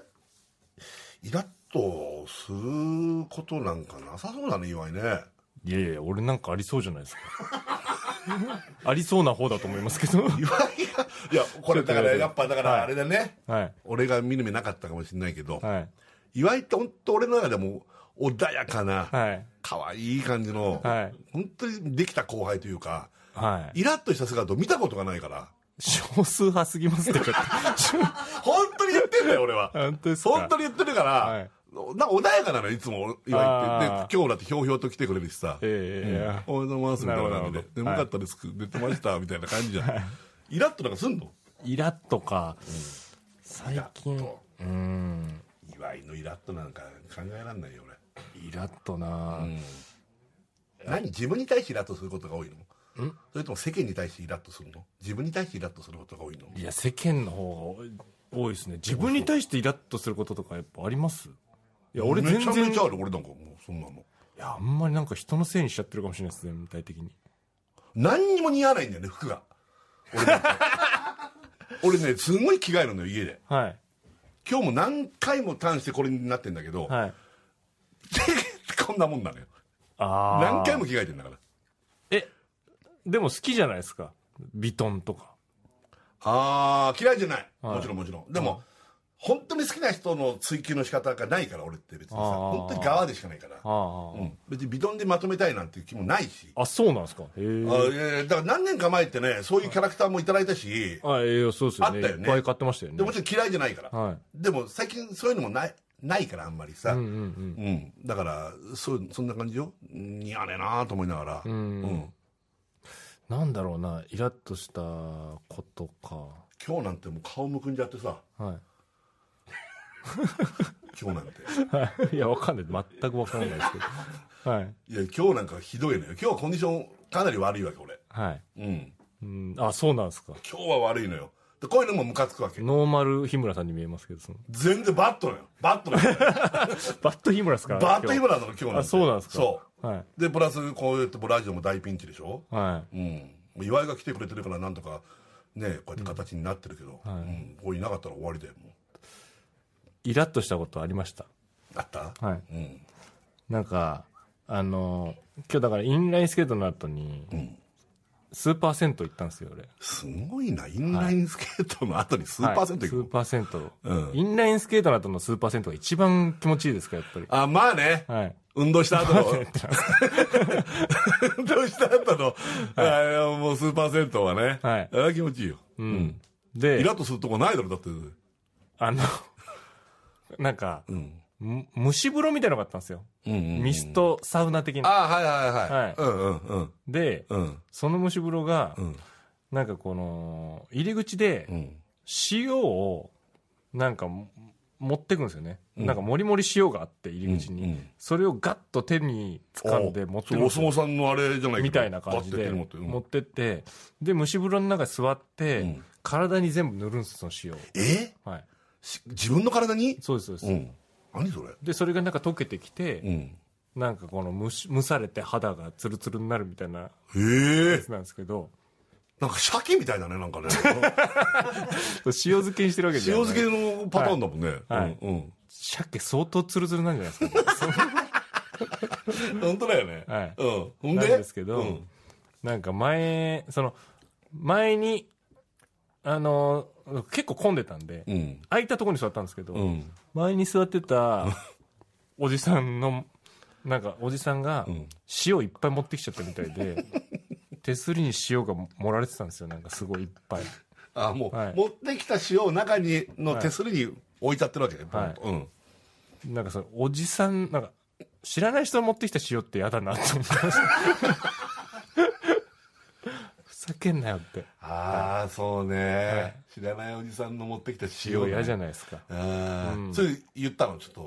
Speaker 3: イラッとすることなんかなさそうだね岩井ね
Speaker 4: いやいや俺なんかありそうじゃない *laughs* ですかありそうな方だと思いますけど
Speaker 3: 岩井がいやこれだからやっぱだからあれだね、
Speaker 4: はい
Speaker 3: 俺が見る目なかったかもしれないけど、
Speaker 4: はい
Speaker 3: 岩井って本当俺の中でも穏やかな、
Speaker 4: はい
Speaker 3: 可愛い感じの、
Speaker 4: はい
Speaker 3: 本当にできた後輩というか、
Speaker 4: はい
Speaker 3: イラッとした姿を見たことがないから、
Speaker 4: 少数派すぎます *laughs* ってちょっと
Speaker 3: 本当に言ってんだよ、俺は。
Speaker 4: *laughs* 本当ですか
Speaker 3: 本当に言ってるから、
Speaker 4: はい
Speaker 3: なんか穏やかなのよいつも岩井
Speaker 4: あ
Speaker 3: って。で、今日だってひょうひょうと来てくれるしさ、
Speaker 4: ええええええ
Speaker 3: おはようございます、みたいな感じで
Speaker 4: なるほどなるほど、
Speaker 3: 眠かったです、寝てました、みたいな感じじゃん。イラッとなんかすんの
Speaker 4: イラッとか、最近
Speaker 3: イラッと
Speaker 4: うん
Speaker 3: 岩井のイラッとなんか考えられないよ、俺。
Speaker 4: イラッとな、
Speaker 3: 何自分に対してイラッとすることが多いのそれとも世間に対してイラッとするの自分に対してイラッとすることが多いの
Speaker 4: いや世間の方が多い多いですね自分に対してイラッとすることとかやっぱありますいや俺全
Speaker 3: めちゃ
Speaker 4: 然
Speaker 3: め
Speaker 4: い
Speaker 3: ちゃある俺なんかもうそんなの
Speaker 4: やあんまりなんか人のせいにしちゃってるかもしれないですね具体的に
Speaker 3: 何にも似合わないんだよね服が俺なんか俺ね *laughs* すごい着替えるのよ家で
Speaker 4: はい
Speaker 3: 今日も何回もターンしてこれになってんだけど、
Speaker 4: はい
Speaker 3: *laughs* こんなもんなのよ
Speaker 4: ああ
Speaker 3: 何回も着替えてんだから
Speaker 4: えでも好きじゃないですかビトンとか
Speaker 3: ああ嫌いじゃない、
Speaker 4: はい
Speaker 3: もちろんもちろんでも、本当に好きな人の追求の仕方がないから俺って別にさ
Speaker 4: あー
Speaker 3: 本当に側でしかないから
Speaker 4: ああ、
Speaker 3: うん、別にビトンでまとめたいなんていう気もないし、
Speaker 4: あそうなんですかへ
Speaker 3: あ
Speaker 4: え
Speaker 3: いやいやだから何年か前ってねそういうキャラクターもいただいたし、
Speaker 4: あええそうですよね
Speaker 3: あったよね
Speaker 4: いっぱい買ってましたよね
Speaker 3: でもちろん嫌いじゃないから、
Speaker 4: はい
Speaker 3: でも最近そういうのもないないからあんまりさ、
Speaker 4: うんうん
Speaker 3: うんだからそうそんな感じよ似合わねえなと思いながら、
Speaker 4: うんうん、
Speaker 3: うん
Speaker 4: なんだろうなイラッとしたことか
Speaker 3: 今日なんてもう顔むくんじゃってさ
Speaker 4: は
Speaker 3: 今日なんて
Speaker 4: *laughs* いいやわかんない全くわかんないですけ *laughs* どはい
Speaker 3: いや今日なんかひどいのよ今日はコンディションかなり悪いわけ俺
Speaker 4: はい
Speaker 3: うん
Speaker 4: うんあそうなんですか
Speaker 3: 今日は悪いのよでこういうのもムカつくわけ
Speaker 4: ノーマル日村さんに見えますけどその
Speaker 3: 全然バットなのよバットなの
Speaker 4: *laughs*
Speaker 3: よ
Speaker 4: バット日村ですからね
Speaker 3: バット今なの今日なんて
Speaker 4: あそうなんですか
Speaker 3: そう
Speaker 4: はい
Speaker 3: でプラスこうやってもうラジオも大ピンチでしょ、
Speaker 4: は
Speaker 3: うん、岩井が来てくれてるからなんとかねこうやって形になってるけど、うんこういなかったら終わりだよもう
Speaker 4: いイラッとしたことありました
Speaker 3: あった、
Speaker 4: はい
Speaker 3: うん、
Speaker 4: なんかあの今日だからインラインスケートの後に、スーパー銭湯行ったんですよ俺
Speaker 3: すごいなインラインスケートの後に数パーセントい
Speaker 4: ス
Speaker 3: く、
Speaker 4: ーパー銭湯、
Speaker 3: うん
Speaker 4: インラインスケートの後のスーパー銭湯が一番気持ちいいですからやっぱり
Speaker 3: *laughs* あまあね、
Speaker 4: はい
Speaker 3: 運動した
Speaker 4: *laughs*
Speaker 3: 後の運動した後の、あのもう数パーセントはね、
Speaker 4: はい
Speaker 3: あれ気持ちいいよ、
Speaker 4: うん、
Speaker 3: イ
Speaker 4: で
Speaker 3: ラッとするとこないだろだって
Speaker 4: あの *laughs* なんか、
Speaker 3: ん
Speaker 4: む蒸し風呂みたいなのがあったんですよ、
Speaker 3: うんうんうん
Speaker 4: ミストサウナ的
Speaker 3: あ
Speaker 4: な
Speaker 3: はいはいはい、
Speaker 4: はい
Speaker 3: うんうんうん
Speaker 4: で、
Speaker 3: うん
Speaker 4: その蒸し風呂が、
Speaker 3: ん
Speaker 4: なんかこの入り口で
Speaker 3: うん
Speaker 4: 塩をなんかも持ってくんですよね、なんかもりもり塩があって入り口に、
Speaker 3: うんうん
Speaker 4: それをガッと手に掴んで持ってくん
Speaker 3: お
Speaker 4: ですよ
Speaker 3: 相撲さんのあれじゃないけど
Speaker 4: みたいな感じ
Speaker 3: バッて
Speaker 4: で
Speaker 3: 手に持ってうん
Speaker 4: 持ってってで蒸し風呂の中に座って、
Speaker 3: うん
Speaker 4: 体に全部塗るんですその塩を
Speaker 3: え
Speaker 4: はい
Speaker 3: し自分の体に
Speaker 4: そうですそうです、
Speaker 3: ん何それ
Speaker 4: でそれがなんか溶けてきて、
Speaker 3: ん
Speaker 4: なんかこの蒸し蒸されて肌がツルツルになるみたいな
Speaker 3: ええ
Speaker 4: やつなんですけど、
Speaker 3: なんか鮭みたいだね、なんか
Speaker 4: *laughs*
Speaker 3: ね。
Speaker 4: 塩漬けにしてるわけじゃ
Speaker 3: 塩
Speaker 4: な
Speaker 3: 漬
Speaker 4: い
Speaker 3: けのパターンだもんね。
Speaker 4: はい
Speaker 3: うんうん。
Speaker 4: 鮭相当ツルツルなんじゃないですか、
Speaker 3: *laughs* 本当だよね。
Speaker 4: はい
Speaker 3: うん。ほん
Speaker 4: な
Speaker 3: で
Speaker 4: んですけど、
Speaker 3: うん
Speaker 4: なんか前その前にあの結構混んでたんで、
Speaker 3: うん。
Speaker 4: 空いたところに座ったんですけど、
Speaker 3: うん。
Speaker 4: 前に座ってたおじさんのなんかおじさんが
Speaker 3: ん
Speaker 4: 塩いっぱい持ってきちゃったみた
Speaker 3: *laughs*
Speaker 4: いで、手すりに塩が盛られてたんですよなんかすごいいっぱい
Speaker 3: あ、もう、
Speaker 4: はい
Speaker 3: 持ってきた塩を中に、の手すりに置いちゃってるわけね。
Speaker 4: はい
Speaker 3: ポンとうん。
Speaker 4: なんかそのおじさんなんか知らない人が持ってきた塩って嫌だなと思いました
Speaker 3: *laughs*
Speaker 4: ふざけんなよって
Speaker 3: ああ、そうね。知らないおじさんの持ってきた塩
Speaker 4: 塩
Speaker 3: ね。
Speaker 4: 嫌じゃないですか
Speaker 3: あーそれ言ったのちょっと、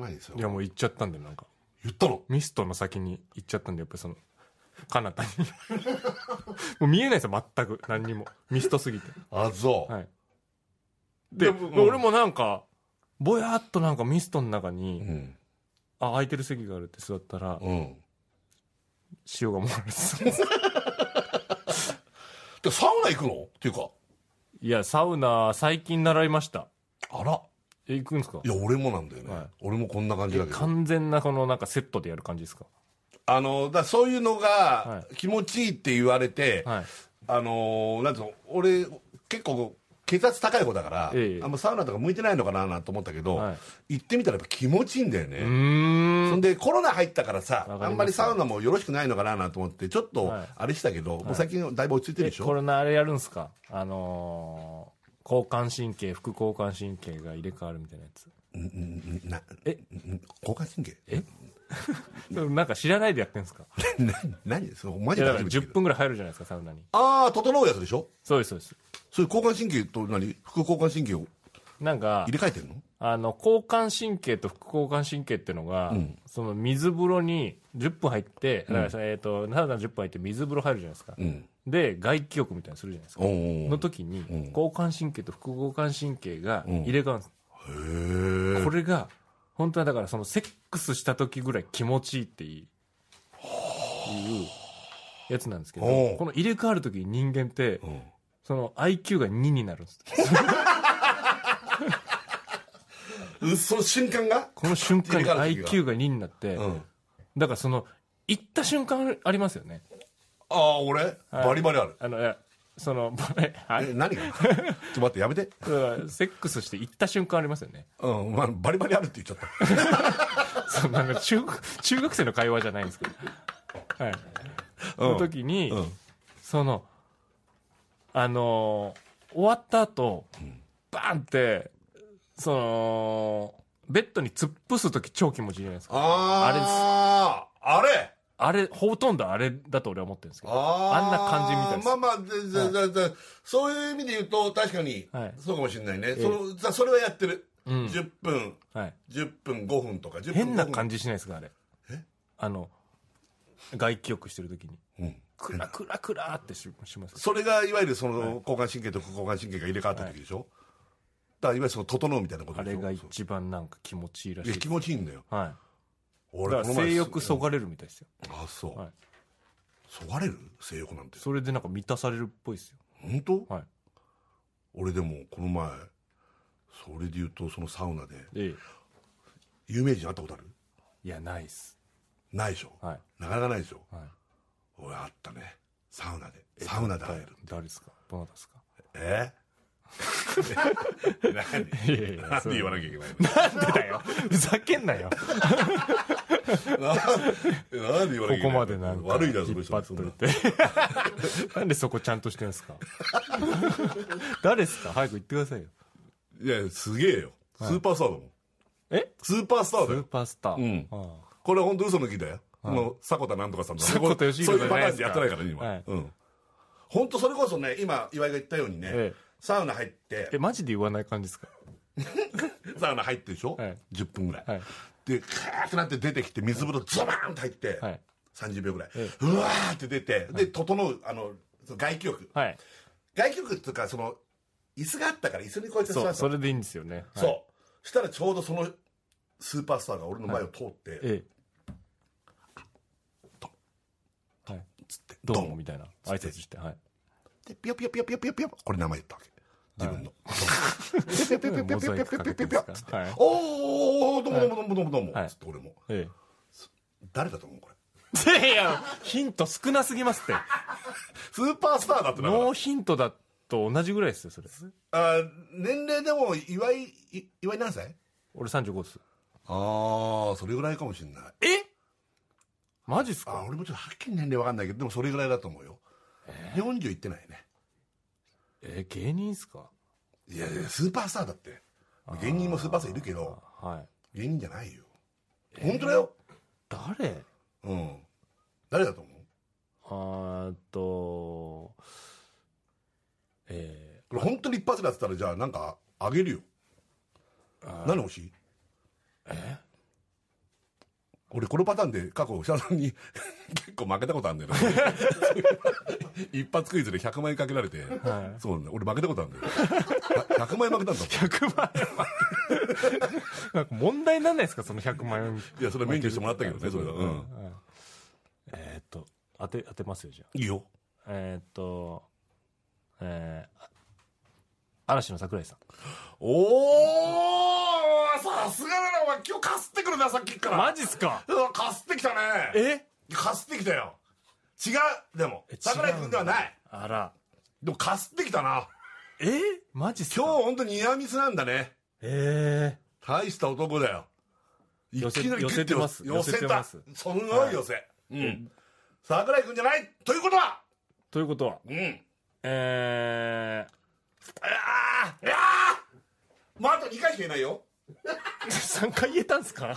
Speaker 3: 汚いですよ
Speaker 4: い。やもう行っちゃったんでなんか
Speaker 3: 言ったの
Speaker 4: ミストの先に行っちゃったんでやっぱりその彼方に *laughs* もう見えないですよ全く何にもミストすぎて
Speaker 3: *laughs* あ、そう。
Speaker 4: はいで
Speaker 3: でもうん
Speaker 4: 俺もなんかぼやっとなんかミストの中に、
Speaker 3: うん。
Speaker 4: あ空いてる席があるって座ったら、
Speaker 3: うん。
Speaker 4: 塩が漏られてたん *laughs* です
Speaker 3: で、サウナ行くのっていうか、
Speaker 4: いやサウナ最近習いました
Speaker 3: あら。
Speaker 4: え行くんですか
Speaker 3: いや、俺もなんだよね。
Speaker 4: はい
Speaker 3: 俺もこんな感じだけど。
Speaker 4: 完全なこのなんかセットでやる感じですか
Speaker 3: あの、だからそういうのが
Speaker 4: は
Speaker 3: 気持ちいいって言われて、
Speaker 4: はい
Speaker 3: あの、なんつうの、俺、結構、血圧高い子だから、
Speaker 4: ええ
Speaker 3: あんまサウナとか向いてないのかななんて思ったけど、
Speaker 4: はい
Speaker 3: 行ってみたらやっぱ気持ちいいんだよね。
Speaker 4: うーん
Speaker 3: そんでコロナ入ったからさ
Speaker 4: わかりました
Speaker 3: あんまりサウナもよろしくないのかなと思ってちょっと
Speaker 4: はい
Speaker 3: あれしたけど、もう最近だいぶ落ち着いてるでし
Speaker 4: えこ
Speaker 3: ょ
Speaker 4: れなあれやるんすかあのー交感神経副交感神経が入れ替わるみたいなやつ
Speaker 3: うんな
Speaker 4: え
Speaker 3: うん交感神経
Speaker 4: えなんか知らないでやってんすか
Speaker 3: な何それマ
Speaker 4: い
Speaker 3: ジ
Speaker 4: や
Speaker 3: で初
Speaker 4: だから
Speaker 3: めて聞い
Speaker 4: 10
Speaker 3: た
Speaker 4: 分ぐらい入るじゃないですかサウナに
Speaker 3: ああ整うやつでしょ
Speaker 4: そうですそうです
Speaker 3: そういう交感神経と何副交感神経を
Speaker 4: なんか
Speaker 3: 入れ替えてんの
Speaker 4: あの交感神経と副交感神経ってのが、その水風呂に10分入って、だからえっ、とサウナ10分入って水風呂入るじゃないですか、
Speaker 3: うん
Speaker 4: で外気浴みたいにするじゃないですか
Speaker 3: おー
Speaker 4: の時に、交感神経と副交感神経が入れ替わるんで
Speaker 3: へ
Speaker 4: す、
Speaker 3: え
Speaker 4: これが本当はだからそのセックスした時ぐらい気持ちいいっていいいうやつなんですけど
Speaker 3: おう
Speaker 4: この入れ替わる時に人間って、
Speaker 3: ん
Speaker 4: その IQ が2になるん
Speaker 3: *laughs*
Speaker 4: です
Speaker 3: うその瞬間が
Speaker 4: この瞬間
Speaker 3: 入
Speaker 4: に
Speaker 3: れ替わる時
Speaker 4: IQ が2になって、
Speaker 3: うん
Speaker 4: だからその行った瞬間ありますよね
Speaker 3: ああ俺、バリバリある
Speaker 4: あのいやそのえは
Speaker 3: え
Speaker 4: い
Speaker 3: 何が *laughs* ちょっと待ってやめて
Speaker 4: だからセックスして行った瞬間ありますよね
Speaker 3: うん、まあ、バリバリあるって言っちゃった
Speaker 4: そのなんか中学中学生の会話じゃないんですけど、はい、その時に、
Speaker 3: うん
Speaker 4: そのあのー終わった後、バーンってそのベッドに突っ伏す時超気持ちいいじゃないですか
Speaker 3: あああれあれ
Speaker 4: あれほとんどあれだと俺は思ってるんですけど
Speaker 3: あー
Speaker 4: んな感じみたいです、
Speaker 3: まあまあででででそういう意味で言うと確かに
Speaker 4: はい
Speaker 3: そうかもしれないね、そのだそれはやってる、
Speaker 4: ん
Speaker 3: 10分
Speaker 4: はい、
Speaker 3: 10分5分とか10分
Speaker 4: 変な
Speaker 3: 5分
Speaker 4: 感じしないですかあれあの外気浴してる時に、クラクラクラってしします
Speaker 3: それがいわゆるその交感神経と副交感神経が入れ替わった時でしょ、だからいわゆるその整うみたいなこと
Speaker 4: あ
Speaker 3: でし
Speaker 4: れ
Speaker 3: ょ
Speaker 4: が一番なんか気持ちいいらし
Speaker 3: い
Speaker 4: い
Speaker 3: や
Speaker 4: です
Speaker 3: 気持ちいいんだよ
Speaker 4: はい
Speaker 3: 俺
Speaker 4: だから性欲そ
Speaker 3: が
Speaker 4: がれるみたいですよ、
Speaker 3: あそう、
Speaker 4: はい
Speaker 3: そがれる性欲なんて
Speaker 4: それでなんか満たされるっぽいですよ
Speaker 3: 本当、
Speaker 4: はい
Speaker 3: 俺でもこの前それで言うとそのサウナで
Speaker 4: え
Speaker 3: 有名人会ったことある
Speaker 4: えいやないっす
Speaker 3: ないでしょ、
Speaker 4: はい
Speaker 3: なかなかないでしょ
Speaker 4: はい
Speaker 3: 俺あったねサウナでサウナで入る
Speaker 4: 誰ですかどなたですか *laughs*
Speaker 3: え何
Speaker 4: いやいや
Speaker 3: なんで言わなきゃいけないの
Speaker 4: なんでだよふざけんなよ
Speaker 3: なんで言わなきゃいけない
Speaker 4: こ
Speaker 3: の
Speaker 4: こまでなんか
Speaker 3: 悪いなそ
Speaker 4: 引
Speaker 3: の
Speaker 4: っ張
Speaker 3: 人
Speaker 4: っ
Speaker 3: そ
Speaker 4: と
Speaker 3: ん
Speaker 4: い
Speaker 3: な
Speaker 4: てなんでそこちゃんとしてんすか誰ですか早く言ってくださいよ
Speaker 3: いやすげえよスーパースターだもん、
Speaker 4: え
Speaker 3: スーパースター
Speaker 4: ス
Speaker 3: だ
Speaker 4: ー
Speaker 3: よ
Speaker 4: パースター、
Speaker 3: ん
Speaker 4: ああ
Speaker 3: これ本当嘘の聞いたよ、この迫田なんとかさんの
Speaker 4: 迫田義
Speaker 3: そう
Speaker 4: 弘
Speaker 3: い
Speaker 4: じ
Speaker 3: う
Speaker 4: ゃ
Speaker 3: パ
Speaker 4: な
Speaker 3: ターンでやってないか
Speaker 4: いですか
Speaker 3: らね今、
Speaker 4: はい
Speaker 3: うん本当それこそね今岩井が言ったようにね、
Speaker 4: ええ
Speaker 3: サウナ入って
Speaker 4: えマジで言わない感じですか
Speaker 3: サウナ入ってるでしょ、
Speaker 4: はい
Speaker 3: 10分ぐらい、
Speaker 4: はい
Speaker 3: でカーってなって出てきて水風呂ズバーンと入って、
Speaker 4: はい
Speaker 3: 30秒ぐらい、
Speaker 4: え
Speaker 3: うわーって出てで整うあのその外気浴、
Speaker 4: はい
Speaker 3: 外気浴っていうかその椅子があったから椅子にこうやって座っ
Speaker 4: そ
Speaker 3: た
Speaker 4: うそれでいいんですよね、はい
Speaker 3: そうしたらちょうどそのスーパースターが俺の前を通って、
Speaker 4: ええどうも、みたいな。挨拶して、はい。
Speaker 3: で、ピヨピヨピヨピヨピヨピヨ。これ名前言ったわけ。自分の。ピヨピヨピヨピヨピヨピヨピヨピヨピヨピヨつって
Speaker 4: はい
Speaker 3: おー、どうもどうもどうもどうもどうも。
Speaker 4: はい
Speaker 3: つって俺も。
Speaker 4: え
Speaker 3: 誰だと思うこれ。
Speaker 4: え。いや、ヒント少なすぎますって。
Speaker 3: スーパースターだってだから
Speaker 4: ノーヒントだと同じぐらいですよ、それ。
Speaker 3: あー年齢でも岩井、い岩井何歳
Speaker 4: 俺35です。
Speaker 3: ああ、それぐらいかもしれない。
Speaker 4: えマジっす
Speaker 3: あー
Speaker 4: か
Speaker 3: 俺もちょっとはっきり年齢わかんないけど、でもそれぐらいだと思うよ。40いってないね。
Speaker 4: えー、芸人っすか
Speaker 3: いやいや、スーパースターだって。芸人もスーパースターいるけど、
Speaker 4: はい。
Speaker 3: 芸人じゃないよ。本当だよ。
Speaker 4: 誰
Speaker 3: うん。誰だと思う
Speaker 4: あーっと、え
Speaker 3: これ本当に一発でやってたら、じゃあなんかあげるよ。何欲しい俺このパターンで過去、社さんに *laughs* 結構負けたことあるん *laughs* だよな。一発クイズで100万円かけられて、そうなんだよ俺負けたことあるんだよ。100万円負けたんだ
Speaker 4: ー、100万円は *laughs* なんか問題になんないですかその100万円。
Speaker 3: いや、それは免許してもらったけどね、それは。うん。
Speaker 4: えーっと、当て、当てますよ、じゃあ。
Speaker 3: いいよ。
Speaker 4: えーっと、えー、あ嵐の桜井さん。
Speaker 3: おーさすがだな、お前今日かすってくるな、さっきから。
Speaker 4: マジっすか
Speaker 3: うわかすってきたね。
Speaker 4: え
Speaker 3: かすってきたよ。違う、でも
Speaker 4: え違う。んだ
Speaker 3: 桜井君ではない。
Speaker 4: あら。
Speaker 3: でもかすってきたな。
Speaker 4: えマジっす
Speaker 3: 今
Speaker 4: か
Speaker 3: 日本当にニアミスなんだね。
Speaker 4: え
Speaker 3: 大した男だよ。い
Speaker 4: 寄せ
Speaker 3: きなり
Speaker 4: 寄せてます
Speaker 3: 寄せ
Speaker 4: 寄せて
Speaker 3: た。
Speaker 4: ま
Speaker 3: そ
Speaker 4: す
Speaker 3: のごい寄せ。うん。桜井君じゃないということは
Speaker 4: ー、ということは、
Speaker 3: うん。
Speaker 4: え
Speaker 3: ああああもうあと2回しかいないよ。
Speaker 4: ー、3回 *laughs* 言えたんすか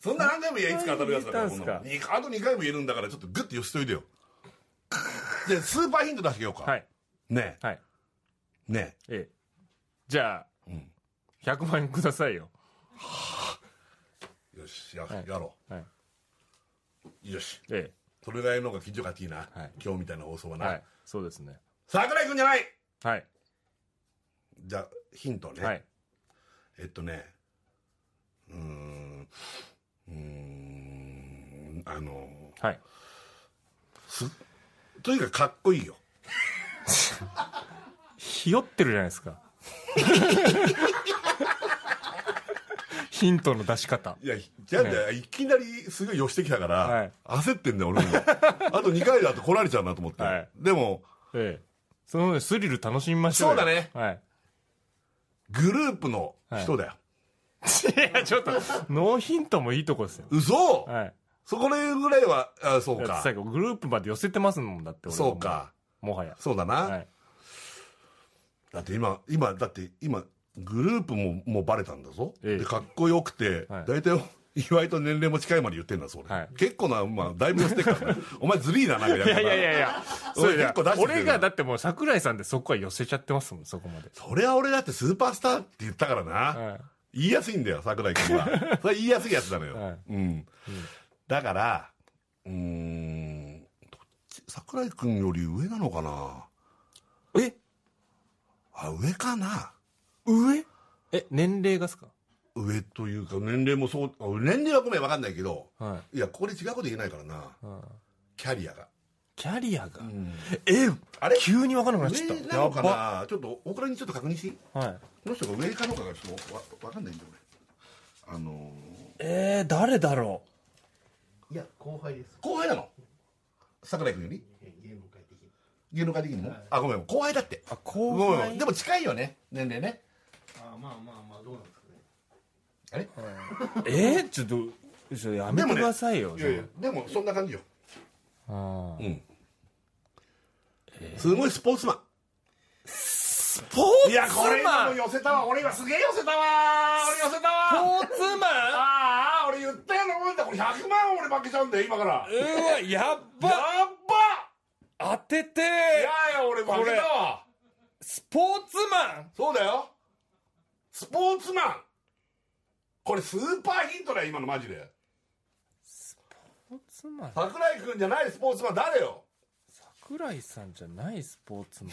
Speaker 3: そんな何回も言えいつか当たるやつだから、
Speaker 4: 言
Speaker 3: こ
Speaker 4: え
Speaker 3: ん
Speaker 4: たん
Speaker 3: な
Speaker 4: すか
Speaker 3: のにあと2回も言えるんだから、ちょっとグッて寄せといてよ。で、スーパーヒント出してあげようか。
Speaker 4: はい。
Speaker 3: ね
Speaker 4: はい。
Speaker 3: え、ねえ。
Speaker 4: ええ。じゃあ、100万円くださいよ。
Speaker 3: よし、や、
Speaker 4: はい
Speaker 3: やろ
Speaker 4: はい。
Speaker 3: う。よし。
Speaker 4: え
Speaker 3: それぐらいの方が緊張感あっていいな。
Speaker 4: はい
Speaker 3: 今日みたいな放送は
Speaker 4: え。
Speaker 3: な。
Speaker 4: はい。そうですね。
Speaker 3: 桜井君じゃない
Speaker 4: はい。
Speaker 3: じゃあ、ヒントね。
Speaker 4: はい。
Speaker 3: えっとね、うーん、うーん、あの、
Speaker 4: はい。
Speaker 3: とにかくかっこいいよ。
Speaker 4: ひよってるじゃないです *laughs* か。ヒントの出し方。
Speaker 3: いや、じゃあ、いきなりすごい寄してきたから、
Speaker 4: はい
Speaker 3: 焦ってんだよ、俺も。 *laughs* あと2回だと来られちゃうなと思って。
Speaker 4: はい
Speaker 3: でも、
Speaker 4: ええ。そのスリル楽しみましょうよ。
Speaker 3: そうだね
Speaker 4: はい。
Speaker 3: グループの人だよ。
Speaker 4: *laughs* いや、ちょっと、ノーヒントもいいとこですよ。
Speaker 3: 嘘、
Speaker 4: はい。
Speaker 3: そこらぐらいは、あそう
Speaker 4: だって
Speaker 3: か。
Speaker 4: 最後、グループまで寄せてますもんだって、俺は
Speaker 3: そうか。
Speaker 4: もう。もはや。
Speaker 3: そうだな。
Speaker 4: はい。
Speaker 3: だって今、今、だって今、グループももうバレたんだぞ。
Speaker 4: ええ
Speaker 3: で、かっこよくて、
Speaker 4: はい
Speaker 3: 大体、岩井と年齢も近いまで言ってんだ、それ。
Speaker 4: はい
Speaker 3: 結構な、まあ、だいぶ寄せてっから
Speaker 4: *laughs*
Speaker 3: ね。お前ずりーな、なんかや
Speaker 4: い
Speaker 3: り
Speaker 4: や
Speaker 3: 方
Speaker 4: いやいやいや、
Speaker 3: そ
Speaker 4: そ
Speaker 3: れ
Speaker 4: れ
Speaker 3: 結構出してくれる
Speaker 4: 俺がだってもう桜井さんでそこは寄せちゃってますもん、そこまで。
Speaker 3: それは俺だってスーパースターって言ったからな。
Speaker 4: *laughs* はい
Speaker 3: 言いやすいんだよ、桜井君は。それ言いやすいやつなのよ。
Speaker 4: はい
Speaker 3: うん。だから、うーん、どっち、桜井君より上なのかな
Speaker 4: え
Speaker 3: あ、上かな
Speaker 4: 上え、年齢がっすか
Speaker 3: 上というか、年齢もそう、あ年齢はごめん、わかんないけど、
Speaker 4: はい
Speaker 3: や、ここで違うこと言えないからな。キャリアが。
Speaker 4: キャリアが。え、
Speaker 3: あれ
Speaker 4: 急に分からなくなっちゃ
Speaker 3: 上
Speaker 4: っ
Speaker 3: な
Speaker 4: た。
Speaker 3: のかなちょっと、大倉にちょっと確認していいこ
Speaker 4: ばはい。
Speaker 3: の人が上かどうかがちょっとわわかんないんだよ、俺。あの
Speaker 4: えー、誰だろ
Speaker 3: ー、いや、後輩です。後輩なの桜井君より芸能界的にもあ、ごめん、後輩だって。
Speaker 4: う。あ、後
Speaker 3: ごめんごめん
Speaker 4: 輩
Speaker 3: でも近いよね、年齢ね。あまあまあまあ、どうなんですかね。あれ
Speaker 4: えー、ちょっと、ちょっとやめてくださいよ。
Speaker 3: いやいや、でもそんな感じよ。
Speaker 4: あー
Speaker 3: うん。すごいスポーツマン。
Speaker 4: スポー
Speaker 3: いや、これ
Speaker 4: ツ
Speaker 3: 今
Speaker 4: マ
Speaker 3: の
Speaker 4: ン
Speaker 3: 寄せたわ。俺今すげえ寄せたわ。俺寄せた
Speaker 4: ス
Speaker 3: わ。
Speaker 4: ポーツマン
Speaker 3: ああ、俺言ったようなもんだ。これ100万俺負けちゃうんだよ、今から。やっ
Speaker 4: うわ、やっ
Speaker 3: ば
Speaker 4: ば当てて
Speaker 3: いやいや、俺負けたわ。
Speaker 4: スポーツマン
Speaker 3: そうだよ。スポーツマン。これスーパーヒントだよ、今のマジで。
Speaker 4: スポーツマン
Speaker 3: 桜井君じゃないスポーツマン誰よ
Speaker 4: 桜井さんじゃないスポーツマン。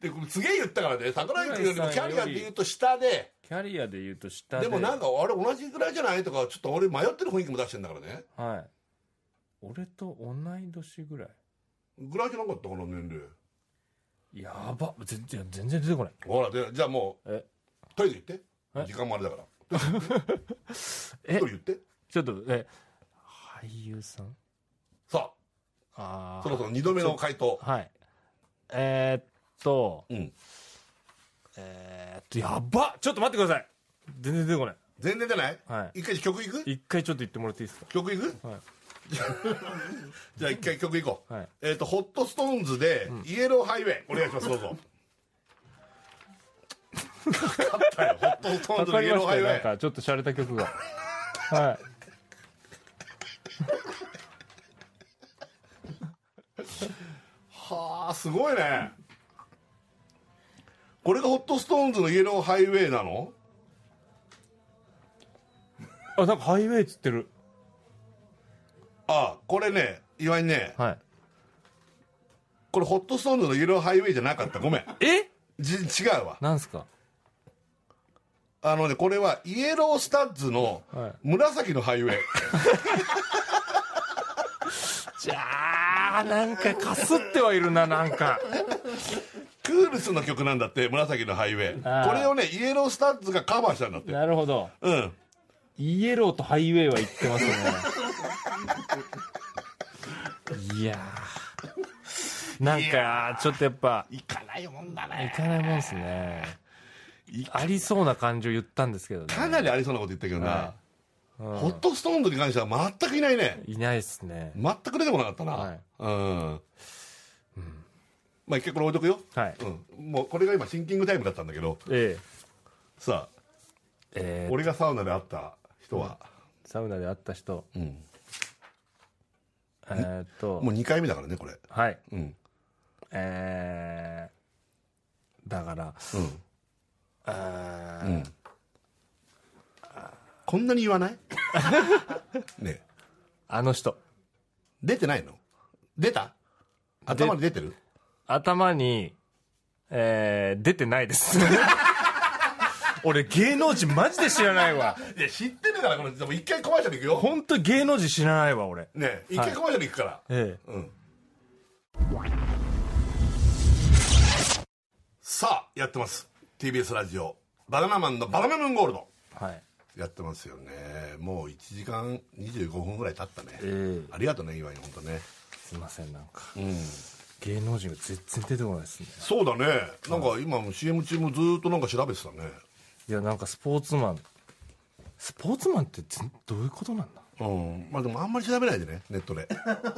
Speaker 3: で、これすげえ言ったからね、桜井君よりもキャリアで言うと下で、
Speaker 4: キャリアで言うと下で。
Speaker 3: でもなんか、あれ同じぐらいじゃないとか、ちょっと俺迷ってる雰囲気も出してんだからね。
Speaker 4: はい。俺と同い年ぐらい
Speaker 3: ぐらいじゃなかったかな、年齢。
Speaker 4: やば全然全然出てこない
Speaker 3: ほら、で、じゃあもう、
Speaker 4: え
Speaker 3: とりあえず言って。時間もあれだから。 *laughs* 一
Speaker 4: え
Speaker 3: 人言って。
Speaker 4: ちょっとえ俳優さん
Speaker 3: さ
Speaker 4: あ
Speaker 3: あ、
Speaker 4: あ
Speaker 3: そろそろ二度目の回答。
Speaker 4: はいえー、っと
Speaker 3: うん。
Speaker 4: えー、っとやばちょっと待ってください全然出てこない
Speaker 3: 全然じゃない
Speaker 4: はい
Speaker 3: 一回曲いく
Speaker 4: 一回ちょっと言ってもらっていいですか
Speaker 3: 曲いく
Speaker 4: はい
Speaker 3: *laughs* じゃあ一回曲いこう。
Speaker 4: はい
Speaker 3: えっ、と、ホットストーンズで、イエローハイウェイ。お願いします、どうぞ。かかったよ。ホットストーン
Speaker 4: わ
Speaker 3: ズの
Speaker 4: か
Speaker 3: イ
Speaker 4: り
Speaker 3: エ
Speaker 4: ま
Speaker 3: ロー
Speaker 4: し
Speaker 3: ハ
Speaker 4: た
Speaker 3: イウ
Speaker 4: よなん
Speaker 3: ェイ。
Speaker 4: かちょっと洒落た曲がはい
Speaker 3: はあ、すごいね。これがホットストーンズのイエローハイウェイなの
Speaker 4: あなんかハイウェイっつってる
Speaker 3: ああ、これね、岩井ね、
Speaker 4: はい
Speaker 3: これホットストーンズのイエローハイウェイじゃなかった。ごめん。
Speaker 4: え
Speaker 3: じ違うわ。
Speaker 4: なんすか
Speaker 3: あのね、これはイエロースタッズの
Speaker 4: はい
Speaker 3: 紫のハイウェイ。 *laughs*
Speaker 4: じゃあなんかかすってはいるななんか
Speaker 3: クールスの曲なんだって、紫のハイウェイ。
Speaker 4: ああ
Speaker 3: これをね、イエロースタッズがカバーしたんだって。
Speaker 4: なるほど
Speaker 3: うん。
Speaker 4: イエローとハイウェイは言ってますね。いやー。なんか、ちょっとやっぱ、
Speaker 3: いかないもんだ
Speaker 4: い
Speaker 3: ね。
Speaker 4: かないもんですね。ありそうな感じを言ったんですけどね。
Speaker 3: かなりありそうなこと言ったけどな。
Speaker 4: は
Speaker 3: ホットストーンズに関しては全くいないね。
Speaker 4: いないですね。
Speaker 3: 全く出てこなかったな。
Speaker 4: はい
Speaker 3: うん。まあ一回これ置いとくよ。
Speaker 4: はい
Speaker 3: うん。もうこれが今シンキングタイムだったんだけど、
Speaker 4: え
Speaker 3: さあ、
Speaker 4: え。ええ
Speaker 3: 俺がサウナで会った人は、
Speaker 4: サウナで会った人、
Speaker 3: うん。
Speaker 4: えーっと
Speaker 3: も、う2回目だからね、これ。
Speaker 4: はい。
Speaker 3: うん。
Speaker 4: えー、だから、
Speaker 3: うん。
Speaker 4: えー
Speaker 3: こんなに言わない *laughs* ねえ
Speaker 4: あの人、
Speaker 3: 出てないの出た頭に出てる
Speaker 4: 頭に、えー、出てないです。 *laughs* 俺芸能人マジで知らないわ。
Speaker 3: いや、知ってるから、この、でも一回コマーシャル行くよ。
Speaker 4: 本当芸能人知らないわ俺
Speaker 3: ねえ一回コマーシャル行くから。
Speaker 4: ええ
Speaker 3: うん。さあ、やってます。TBS ラジオ、バナナマンのバナナムーンゴールド。
Speaker 4: はい
Speaker 3: やってますよね。もう1時間25分ぐらい経ったね。
Speaker 4: ええ
Speaker 3: ありがとうね、岩井、本当ね。
Speaker 4: すいませんなんか、芸能人が全然出てこないですね
Speaker 3: そうだね。なんか今も CM 中もずーっとなんか調べてたね。
Speaker 4: いやなんかスポーツマンスポーツマンって全どういうことなんだ
Speaker 3: うん。まあでもあんまり調べないでね、ネッ
Speaker 4: *laughs*
Speaker 3: トで。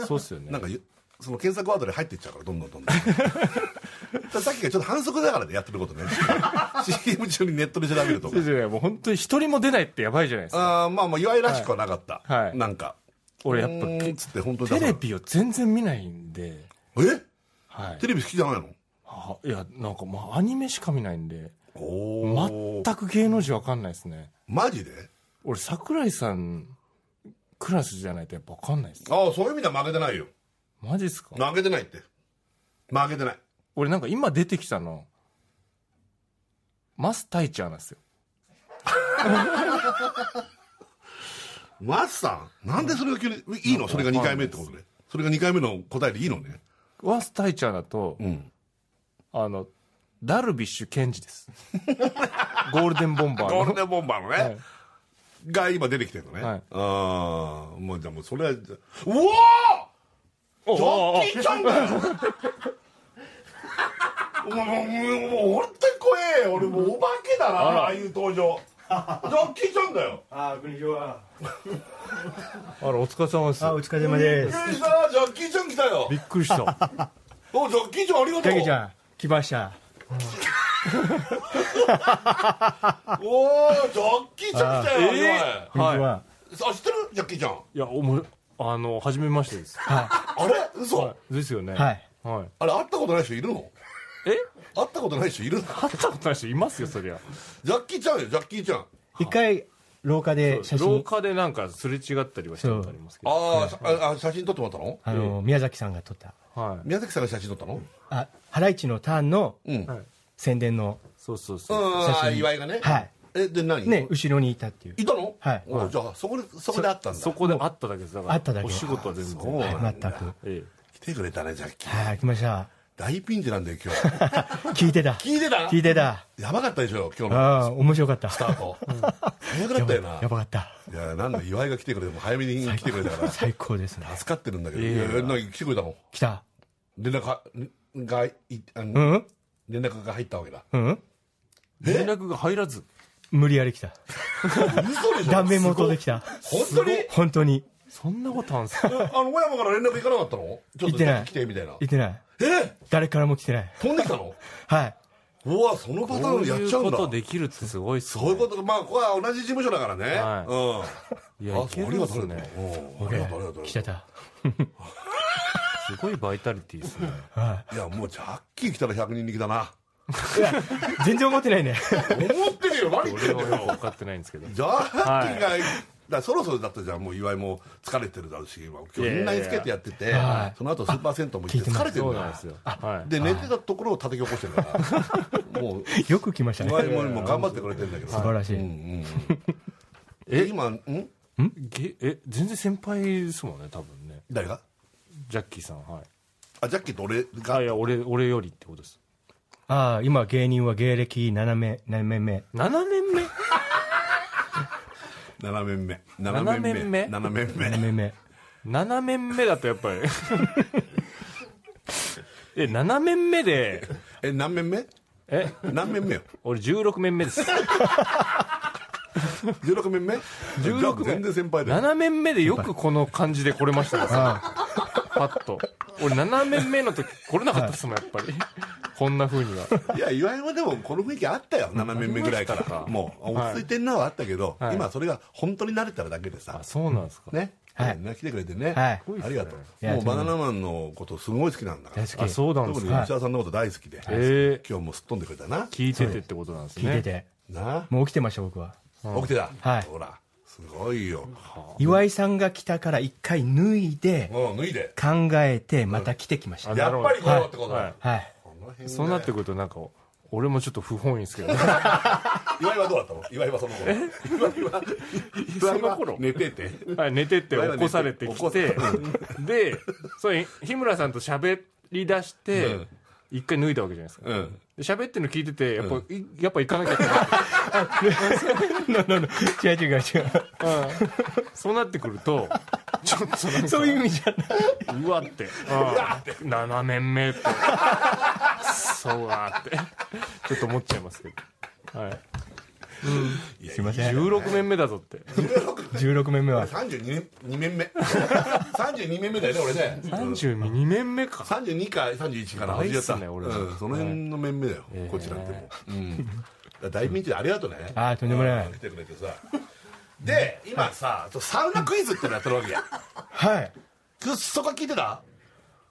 Speaker 4: そうっすよね
Speaker 3: なんかゆ、その検索ワードで入っていっちゃうから、どんどんどんどん。 *laughs* さっきがちょっと反則だからね、やってること
Speaker 4: *laughs*
Speaker 3: ね。CM 中にネットで調べると
Speaker 4: そう。ですよねもう本当に一人も出ないってやばいじゃないですか
Speaker 3: あーまあまあ、岩井らしくはなかった。
Speaker 4: はいはい
Speaker 3: なんか。
Speaker 4: 俺やっ
Speaker 3: う
Speaker 4: ぱ
Speaker 3: ーんつって本当に出
Speaker 4: テ
Speaker 3: さ
Speaker 4: レ
Speaker 3: ない
Speaker 4: ビを全然見ないんで
Speaker 3: え
Speaker 4: はい
Speaker 3: テレビ好きじゃないの
Speaker 4: あいやなんかまあアニメしか見ないんで
Speaker 3: お
Speaker 4: 全
Speaker 3: お
Speaker 4: く芸能人わかんないですね
Speaker 3: マジで
Speaker 4: 俺桜井さんクラスじゃないとやっぱわかんないです
Speaker 3: ああそういう意味では負けてないよ
Speaker 4: マジっすか
Speaker 3: 負けてないって負けてない
Speaker 4: 俺なんか今出てきたの、マスタイチャーなんですよ。
Speaker 3: マスさんなんでそれが急にいいのそれが2回目ってことねそれが2回目の答えでいいのね
Speaker 4: マスタイチャーだと、
Speaker 3: ん
Speaker 4: あの、ダルビッシュ健二 *laughs* です。ゴールデンボンバー
Speaker 3: ゴ
Speaker 4: の。
Speaker 3: ールデンボンバーのね、
Speaker 4: はい
Speaker 3: が今出てきてるのね、
Speaker 4: はい
Speaker 3: ああもうじゃあもうそれはうお
Speaker 4: お
Speaker 3: おジョ
Speaker 4: おお
Speaker 3: ッキーちゃんだよもうもうもう本当に怖えよ俺もうお化けだなああいう登場ジョッキーちゃんだよ
Speaker 5: あー、こんにちは。
Speaker 4: あら、お疲れ様です。
Speaker 7: あ、お疲れ様で
Speaker 3: び
Speaker 7: す
Speaker 3: っ。くりしたジョッキーちゃん来たよ
Speaker 4: びっくりした。
Speaker 3: おジョッキーちゃんありがと
Speaker 7: た
Speaker 3: う
Speaker 7: けちゃん、来
Speaker 3: *laughs*
Speaker 7: ました。
Speaker 3: おージョッキーちゃん来たよ、
Speaker 4: え
Speaker 3: え
Speaker 7: こんにちは。
Speaker 3: あ知ってるジョッキーちゃん
Speaker 4: *laughs* いや、おも、あの、初めましてです。
Speaker 3: あれ嘘、
Speaker 4: はい。ですよね。
Speaker 7: はい。
Speaker 4: はい。
Speaker 3: あれ会ったことない人いるの
Speaker 4: え
Speaker 3: 会ったことない人いるの
Speaker 4: 会ったことない人いますよ、そりゃ。
Speaker 3: ジョッキーちゃんよジョッキーちゃん
Speaker 7: 一回、廊下で写
Speaker 4: 廊
Speaker 7: 真、
Speaker 4: 下でなんかすれ違ったりはしたことありますけど。
Speaker 3: あー、ああ写真撮ってもらったの
Speaker 7: あの、宮崎さんが撮った、
Speaker 4: はい。
Speaker 3: 宮崎さんが写真撮ったの
Speaker 7: あ、ハライチのターンの
Speaker 3: うん、
Speaker 4: はい。
Speaker 7: 宣伝の、
Speaker 4: そうそうそう。
Speaker 3: うん
Speaker 7: 写真
Speaker 3: 岩井がね
Speaker 7: はい。
Speaker 3: えで何
Speaker 7: ね、後ろにいたっていう。
Speaker 3: いたの
Speaker 7: はい
Speaker 3: おじゃあそこでそこで会ったんだ
Speaker 4: そこで会っただけですだから
Speaker 7: 会っただけ
Speaker 4: お仕事は全然
Speaker 3: そうなんだ
Speaker 7: はい全く。
Speaker 4: え
Speaker 3: 来てくれたねジャッキー
Speaker 7: はい、来ました。
Speaker 3: 大ピンチなんだよ今日
Speaker 7: 聞いてた。
Speaker 3: *laughs* 聞いてた
Speaker 7: 聞いてた。
Speaker 3: やばかったでしょ今日の
Speaker 7: ああ、面白かった。
Speaker 3: スタート早かったよな
Speaker 7: *laughs* やばかった。
Speaker 3: いやなんで岩井が来てくれても早めに来てくれたから
Speaker 7: 最高ですね。
Speaker 3: 助かってるんだけど、
Speaker 4: いや
Speaker 3: い
Speaker 4: いや
Speaker 3: やいやなんか来てくれたもん
Speaker 7: 来た。
Speaker 3: 連絡ががいあの
Speaker 7: うん
Speaker 3: 連絡が入ったわけだ
Speaker 7: うん
Speaker 4: え連絡が入らず
Speaker 7: 無理やり来た。
Speaker 3: 嘘でしょ
Speaker 7: 顔面元で来た。
Speaker 3: 本当に
Speaker 7: 本当に。
Speaker 4: そんなことあんすか
Speaker 3: あの小山から連絡行かなかったのちょっ
Speaker 7: 行
Speaker 3: と
Speaker 7: ってない
Speaker 3: 来てみたいな
Speaker 7: 言ってない。
Speaker 3: え
Speaker 7: 誰からも来てない。
Speaker 3: 飛んできたの
Speaker 7: はい。
Speaker 3: うわそのパタ
Speaker 4: こ
Speaker 3: ー
Speaker 4: う
Speaker 3: ンや
Speaker 4: い
Speaker 3: っ
Speaker 4: う
Speaker 3: ちゃう
Speaker 4: こ
Speaker 3: んだ
Speaker 4: とできるってすごいっすね
Speaker 3: そういうことまあここは同じ事務所だからね、
Speaker 4: はいうや
Speaker 3: んあ
Speaker 4: いけ
Speaker 3: そうあ
Speaker 4: る
Speaker 3: り
Speaker 4: ん
Speaker 3: が
Speaker 4: す
Speaker 3: とう
Speaker 4: ね
Speaker 3: うんありがとうありがとう
Speaker 7: 来てた。
Speaker 4: すごいバイタリティですね
Speaker 7: はい。
Speaker 3: やもうジャッキー来たら100人力だない
Speaker 7: いや、全然思ってないね。 *laughs*
Speaker 3: 思ってるよ何言って
Speaker 4: 俺
Speaker 3: ん
Speaker 4: は
Speaker 3: だ
Speaker 4: よく分
Speaker 3: よ
Speaker 4: かってないんですけど
Speaker 3: ジャッキーが、だからそろそろだったじゃんもう岩井も疲れてるだろうし今日みんなにつけてやってて
Speaker 7: や
Speaker 3: その後スーパー銭湯も行って疲れてる
Speaker 4: そ
Speaker 3: ん
Speaker 4: う
Speaker 3: だ
Speaker 4: なん
Speaker 3: よ
Speaker 4: ですよはい
Speaker 3: で寝てたところを叩き起こしてる
Speaker 4: *laughs*
Speaker 3: からもう
Speaker 7: よく来ましたね。
Speaker 3: 岩井ももう頑張ってくれてるんだけど
Speaker 7: 素晴らし
Speaker 3: うんう
Speaker 7: い。
Speaker 3: んえ今ん
Speaker 4: げえ全然先輩ですもんね多分ね
Speaker 3: 誰が
Speaker 4: ジャッキーさんはい
Speaker 3: あジャッキーと俺が
Speaker 4: あいや俺俺よりってことです
Speaker 7: ああ、今芸人は芸歴7名、7名目。
Speaker 4: 7年目
Speaker 3: 斜め目斜め目斜め目
Speaker 7: 7名目。
Speaker 4: 7面目だとやっぱ
Speaker 3: *laughs*
Speaker 4: りえ7面目で
Speaker 3: え何面目
Speaker 4: え
Speaker 3: 何面目よ
Speaker 4: 俺16面目です
Speaker 3: 16面目
Speaker 4: 16面
Speaker 3: 全然先輩だよ
Speaker 4: 7面目でよくこの感じで来れましたね
Speaker 7: あ
Speaker 4: パッと俺7面目の時来れなかったっすもんやっぱりこんな風にはい
Speaker 3: や岩井はでもこの雰囲気あったよ7面目ぐらいか
Speaker 4: ありました
Speaker 3: ら
Speaker 4: か
Speaker 3: もう落ち着いてんなはあったけど
Speaker 4: はい
Speaker 3: 今それが本当に慣れたらだけでさ
Speaker 4: あそうなんですか
Speaker 3: ね
Speaker 7: はい
Speaker 3: みんな来てくれてね
Speaker 7: は
Speaker 3: あ
Speaker 7: いすご
Speaker 4: いっすね
Speaker 3: りがと
Speaker 7: いうや
Speaker 3: もうバナナマンのことすごい好きなんだか
Speaker 7: あ、
Speaker 3: ら
Speaker 7: 大好
Speaker 4: あ
Speaker 7: き。
Speaker 4: そうなんで
Speaker 3: 特
Speaker 4: す
Speaker 3: に
Speaker 4: か
Speaker 3: 吉田さんのこと大好きで
Speaker 4: え
Speaker 3: 今日もすっ飛んでくれたな
Speaker 4: ー、聞いててってことなんですね
Speaker 7: 聞いてて。
Speaker 3: な
Speaker 7: もう起きてました、僕は。
Speaker 3: 起きてた
Speaker 7: はい
Speaker 3: ほらすごいよ
Speaker 7: 岩井さんが来たから一回脱いで、
Speaker 3: もう脱いで
Speaker 7: 考えて、また来てきました
Speaker 4: あ。
Speaker 3: やっぱりこうってこと
Speaker 4: は
Speaker 3: だ
Speaker 4: い
Speaker 7: はい。
Speaker 3: この辺がね
Speaker 4: そうなってくるとなんか俺もちょっと不本
Speaker 3: *laughs*
Speaker 4: 意ですけどね
Speaker 3: 岩井はどうだったの岩井はその頃岩井は岩井は寝てて
Speaker 4: はい寝てて起こされて
Speaker 3: 起こ
Speaker 4: き
Speaker 3: され
Speaker 4: て
Speaker 3: て
Speaker 4: *laughs* でそれ日村さんと喋り出して、
Speaker 3: うん
Speaker 4: 一回脱いだわけじゃないですか
Speaker 3: うん
Speaker 4: で喋ってるの聞いててやっぱ、いやっぱ行かなきゃい
Speaker 3: *laughs*
Speaker 4: けない
Speaker 7: ななな *laughs* 違う違う違う。
Speaker 4: そうなってくるとちょっとなんか
Speaker 7: そういう意味じゃない。
Speaker 4: うわって7年目ってそうわーってちょっと思っちゃいますけど、はい、
Speaker 7: すいません。
Speaker 4: 16年目だぞって
Speaker 7: 16面目は。
Speaker 3: 32年二面目 *laughs* 32面目だよね俺ね
Speaker 4: 32年目か
Speaker 3: 32か31かな
Speaker 4: ないっす
Speaker 3: 忘れちゃ
Speaker 4: ね
Speaker 3: った
Speaker 4: 俺
Speaker 3: うんその辺の面目だよこっちなんてもううんだから大ピンチでありがとうね
Speaker 7: あーとんでもない
Speaker 3: うん来てくれてさで今さサウナクイズってのやってるわけや
Speaker 7: はい。
Speaker 3: くそこ聞いてた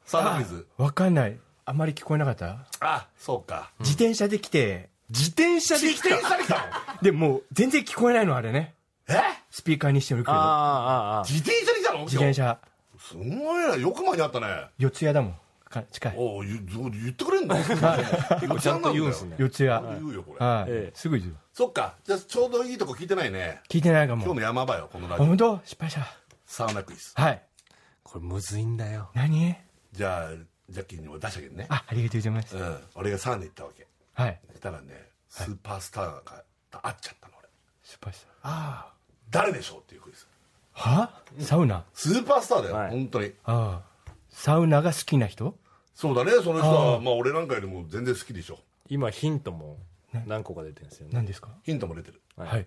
Speaker 3: サウナクイズ
Speaker 7: わかんない。あまり聞こえなかった
Speaker 3: あそうか
Speaker 7: 自転車で来て、自転車で来
Speaker 3: 自転車で来たの
Speaker 7: *laughs* で、もう全然聞こえないの、あれね。
Speaker 3: え
Speaker 7: スピーカーにしてるけ
Speaker 4: あ
Speaker 7: ど。
Speaker 4: ああああ
Speaker 3: 自転車で来たの
Speaker 7: 自転車、
Speaker 3: すごいなよく前にあったね
Speaker 7: 四ツ谷だもん。か近い。
Speaker 3: おお言言ってくれんの結
Speaker 4: 結構ちゃんと言うんすね
Speaker 7: 四ツ谷。
Speaker 3: 言うよこれ
Speaker 7: はい、
Speaker 4: ええ
Speaker 7: すぐ言う。
Speaker 3: そっかじゃあちょうどいいとこ聞いてないね
Speaker 7: 聞いてないか
Speaker 3: 今
Speaker 7: も
Speaker 3: 日。の山場よこのラ
Speaker 7: あ、
Speaker 3: ジオ
Speaker 7: 本当失敗した。
Speaker 3: サウナクイズ
Speaker 7: はい。
Speaker 4: これむずいんだよ
Speaker 7: 何
Speaker 3: じゃあジャッキーにも出してあげるね
Speaker 7: あ、ありがとうございます
Speaker 3: う。ん俺がサウナ行ったわけ
Speaker 7: はい。
Speaker 3: そしたらねスーパースターが会っちゃったの俺
Speaker 7: 失敗した。あ
Speaker 3: 誰でしょうっていうクイズ
Speaker 7: はサウナ
Speaker 3: スーパースターだよ、
Speaker 4: はい
Speaker 3: 本当に
Speaker 7: ああ。サウナが好きな人
Speaker 3: そうだねその人はまあ俺なんかよりも全然好きでしょ
Speaker 4: 今ヒントも何個か出てるんですよね
Speaker 7: 何ですか
Speaker 3: ヒントも出てる
Speaker 4: はい
Speaker 7: はい。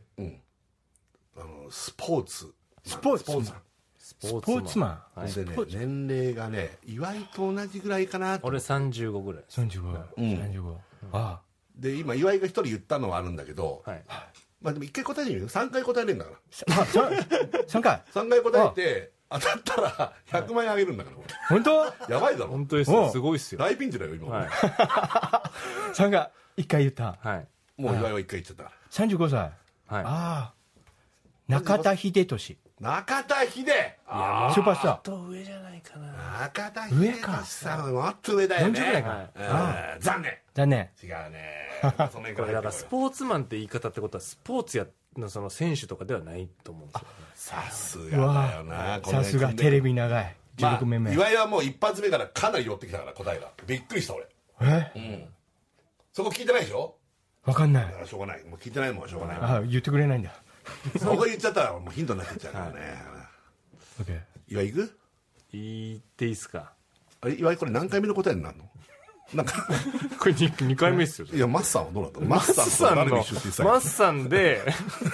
Speaker 3: あのスポーツス
Speaker 7: ポーツ
Speaker 3: スポーツ
Speaker 4: ス
Speaker 7: スポーツマン。
Speaker 4: はい
Speaker 3: でね年齢がね岩井と同じぐらいかなと
Speaker 4: 俺35ぐらいです
Speaker 7: 35。35。あ
Speaker 3: で今岩井が一人言ったのはあるんだけど、
Speaker 4: はい
Speaker 3: まあでも一回答えてみるよ3回答えれるんだから
Speaker 7: あ。さ三回。
Speaker 3: 3回答えて当たったら100万円あげるんだからこれ
Speaker 7: 本当
Speaker 3: やばいだろ
Speaker 4: 本当です
Speaker 7: お
Speaker 4: よ
Speaker 7: う
Speaker 4: すごいっすよ
Speaker 3: 大ピンチだよ今、
Speaker 4: はい
Speaker 7: 三回。一回言った。
Speaker 4: はい
Speaker 3: もう岩井は1回言っちゃったから
Speaker 7: 35歳。あ
Speaker 4: はい
Speaker 7: あ。中田秀俊。
Speaker 3: 中田秀
Speaker 7: 出発した。
Speaker 4: と上じゃないかな
Speaker 3: 中田
Speaker 7: 上
Speaker 3: 秀
Speaker 7: か
Speaker 3: 俊さんのもっと上だよね
Speaker 7: 40ぐらいかな
Speaker 3: うん残念
Speaker 7: 残念。
Speaker 3: 違う
Speaker 7: *laughs*
Speaker 3: ねその辺
Speaker 4: こ
Speaker 3: 入って
Speaker 4: れだ
Speaker 3: こい
Speaker 4: からスポーツマンって言い方ってことはスポーツやのその選手とかではないと思うんですよ
Speaker 3: さすが
Speaker 7: う
Speaker 3: だよな
Speaker 7: わ
Speaker 3: この辺
Speaker 7: さすがテレビ長い。
Speaker 3: ま
Speaker 7: 16面
Speaker 3: あ
Speaker 7: 目。
Speaker 3: 岩井はもう一発目からかなり寄ってきたから答えがびっくりした俺
Speaker 7: え
Speaker 3: そこ聞いてないでしょ
Speaker 7: わかんな
Speaker 3: だか
Speaker 7: い。
Speaker 3: らしょうがないもう聞いてないもんしょうがない
Speaker 7: あ、言ってくれないんだ。
Speaker 3: そこ言っちゃったらもうヒントになってっちゃうからね
Speaker 7: オッケー
Speaker 3: 岩井行く
Speaker 4: 言っていいっすか
Speaker 3: あれ岩井これ何回目の答えになるのなんか *laughs*
Speaker 4: これ 2, 回目ですよ
Speaker 3: いやマッサンはどうなったのマッ
Speaker 4: マッ
Speaker 3: サン
Speaker 4: サ
Speaker 3: と
Speaker 4: ンの
Speaker 3: 誰
Speaker 4: マ
Speaker 3: に出資した
Speaker 4: ッ
Speaker 3: の
Speaker 4: サ
Speaker 3: *laughs*
Speaker 4: ンで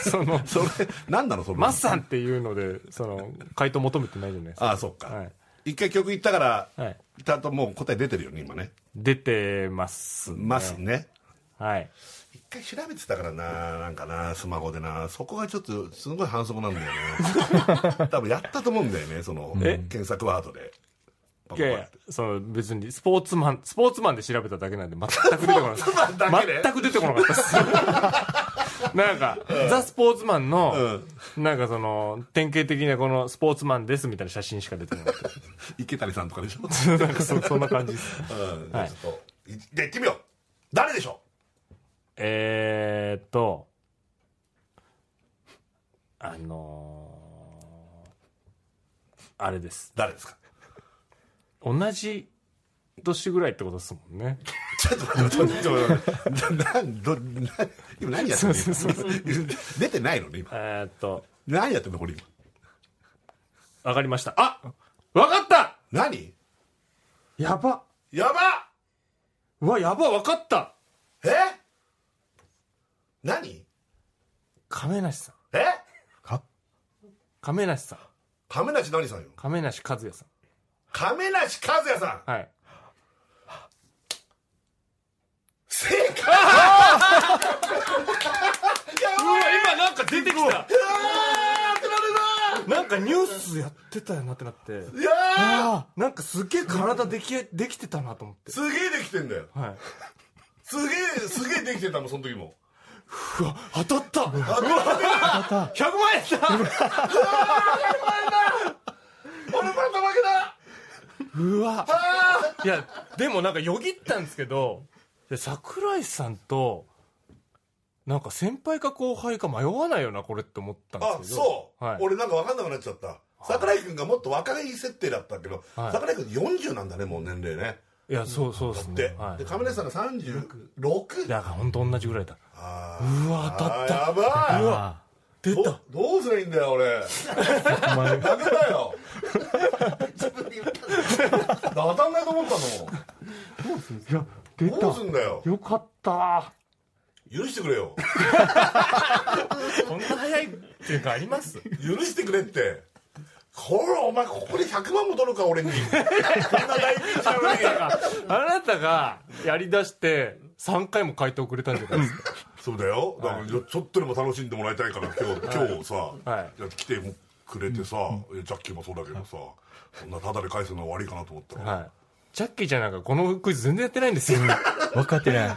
Speaker 4: その
Speaker 3: それ何なのその
Speaker 4: マッサンっていうのでその回答求めてないじゃないですか
Speaker 3: ああそっか、
Speaker 4: はい
Speaker 3: 一回曲行ったから、
Speaker 4: はい
Speaker 3: ちゃんともう答え出てるよね今ね
Speaker 4: 出てますね
Speaker 3: ますね
Speaker 4: はい
Speaker 3: 一回調べてたからななんかなスマホでなそこがちょっとすごい反則なんだよね
Speaker 7: *laughs*
Speaker 3: 多分やったと思うんだよねその
Speaker 4: え
Speaker 3: 検索ワードでパ
Speaker 4: いやいやその別にスポーツマンスポーツマンで調べただけなんで全く出てこな
Speaker 3: スポーツマン
Speaker 4: か
Speaker 3: だ
Speaker 4: っ
Speaker 3: けで
Speaker 4: た全く出てこなかったっ
Speaker 3: *laughs*
Speaker 4: すなんか、ザ・スポーツマンの、なんかその典型的なこのスポーツマンですみたいな *laughs* 写真しか出てこなかっ
Speaker 3: 池谷さんとかでしょ、
Speaker 4: たなんかそそんな感じです
Speaker 3: うん
Speaker 4: はい
Speaker 3: ちょっといじゃあ行ってみよう誰でしょ
Speaker 4: えーっとあのーあれです
Speaker 3: う誰ですか
Speaker 4: 同じ年ぐらいってことですもんね
Speaker 3: ちょっと待って待って待って待ってななんどな今何やってんの
Speaker 4: そうそう
Speaker 3: 今出てないのね今
Speaker 4: えーっと
Speaker 3: 何やってんのこれ今
Speaker 4: わかりましたあわかった
Speaker 3: 何
Speaker 4: やば
Speaker 3: やばっ
Speaker 4: うわやばわかった
Speaker 3: え何
Speaker 4: 亀梨さん
Speaker 3: え
Speaker 4: 亀梨さん
Speaker 3: 亀梨何さんよ
Speaker 4: 亀梨和也さ
Speaker 3: 亀梨和也さん
Speaker 4: んはい
Speaker 3: 正解
Speaker 4: うわ今なんか出てきたなんかニュースやってたよなってなって
Speaker 3: いやー
Speaker 4: あなんかすげえ体できできてたなと思って
Speaker 3: すげえできてんだよ
Speaker 4: はい
Speaker 3: すげえすげえできてたもんその時も
Speaker 4: 当たったうわ100万円だ
Speaker 3: 俺また負けだ
Speaker 4: うわいやでもなんかよぎったんですけどいや桜井さんとなんか先輩か後輩か迷わないよなこれって思ったん
Speaker 3: あ
Speaker 4: ですけど
Speaker 3: そう、
Speaker 4: はい、
Speaker 3: 俺なんか分かんなくなっちゃった桜井君がもっと若い設定だったけど、
Speaker 4: はい
Speaker 3: 桜井君40なんだねもう年齢ね
Speaker 4: いやそうそうです
Speaker 3: で,、
Speaker 4: ね、はい
Speaker 3: で、亀梨さんが 36?
Speaker 4: だから本当同じぐらいだ
Speaker 3: あ
Speaker 4: うわ当た
Speaker 3: あ
Speaker 4: っ
Speaker 3: ー
Speaker 4: た
Speaker 3: やばい
Speaker 7: あ
Speaker 4: 出た
Speaker 3: どどうすりゃいいんだよ俺負けだよ *laughs* 自分で言
Speaker 4: *laughs*
Speaker 3: った当たんないと思った
Speaker 4: 出
Speaker 3: のどうすんだよ
Speaker 4: よかった
Speaker 3: 許してくれ
Speaker 4: *laughs*
Speaker 3: よ
Speaker 4: こんな早いっていうかあります
Speaker 3: 許してくれってこれお前ここで100万も取るか俺にこんな大ピンチなのに
Speaker 4: あなたがやりだして3回も回答くれたんじゃないですか
Speaker 3: そうだよだからちょっとでも楽しんでもらいたいから今日,、今日さ、
Speaker 4: はい
Speaker 3: や来てくれてさ、ジャッキーもそうだけどさ、そんなタダで返すのは悪いかなと思ったら、
Speaker 4: はいジャッキーちゃんなんかこのクイズ全然やってないんですよ
Speaker 7: あ、 *laughs* 分かってない。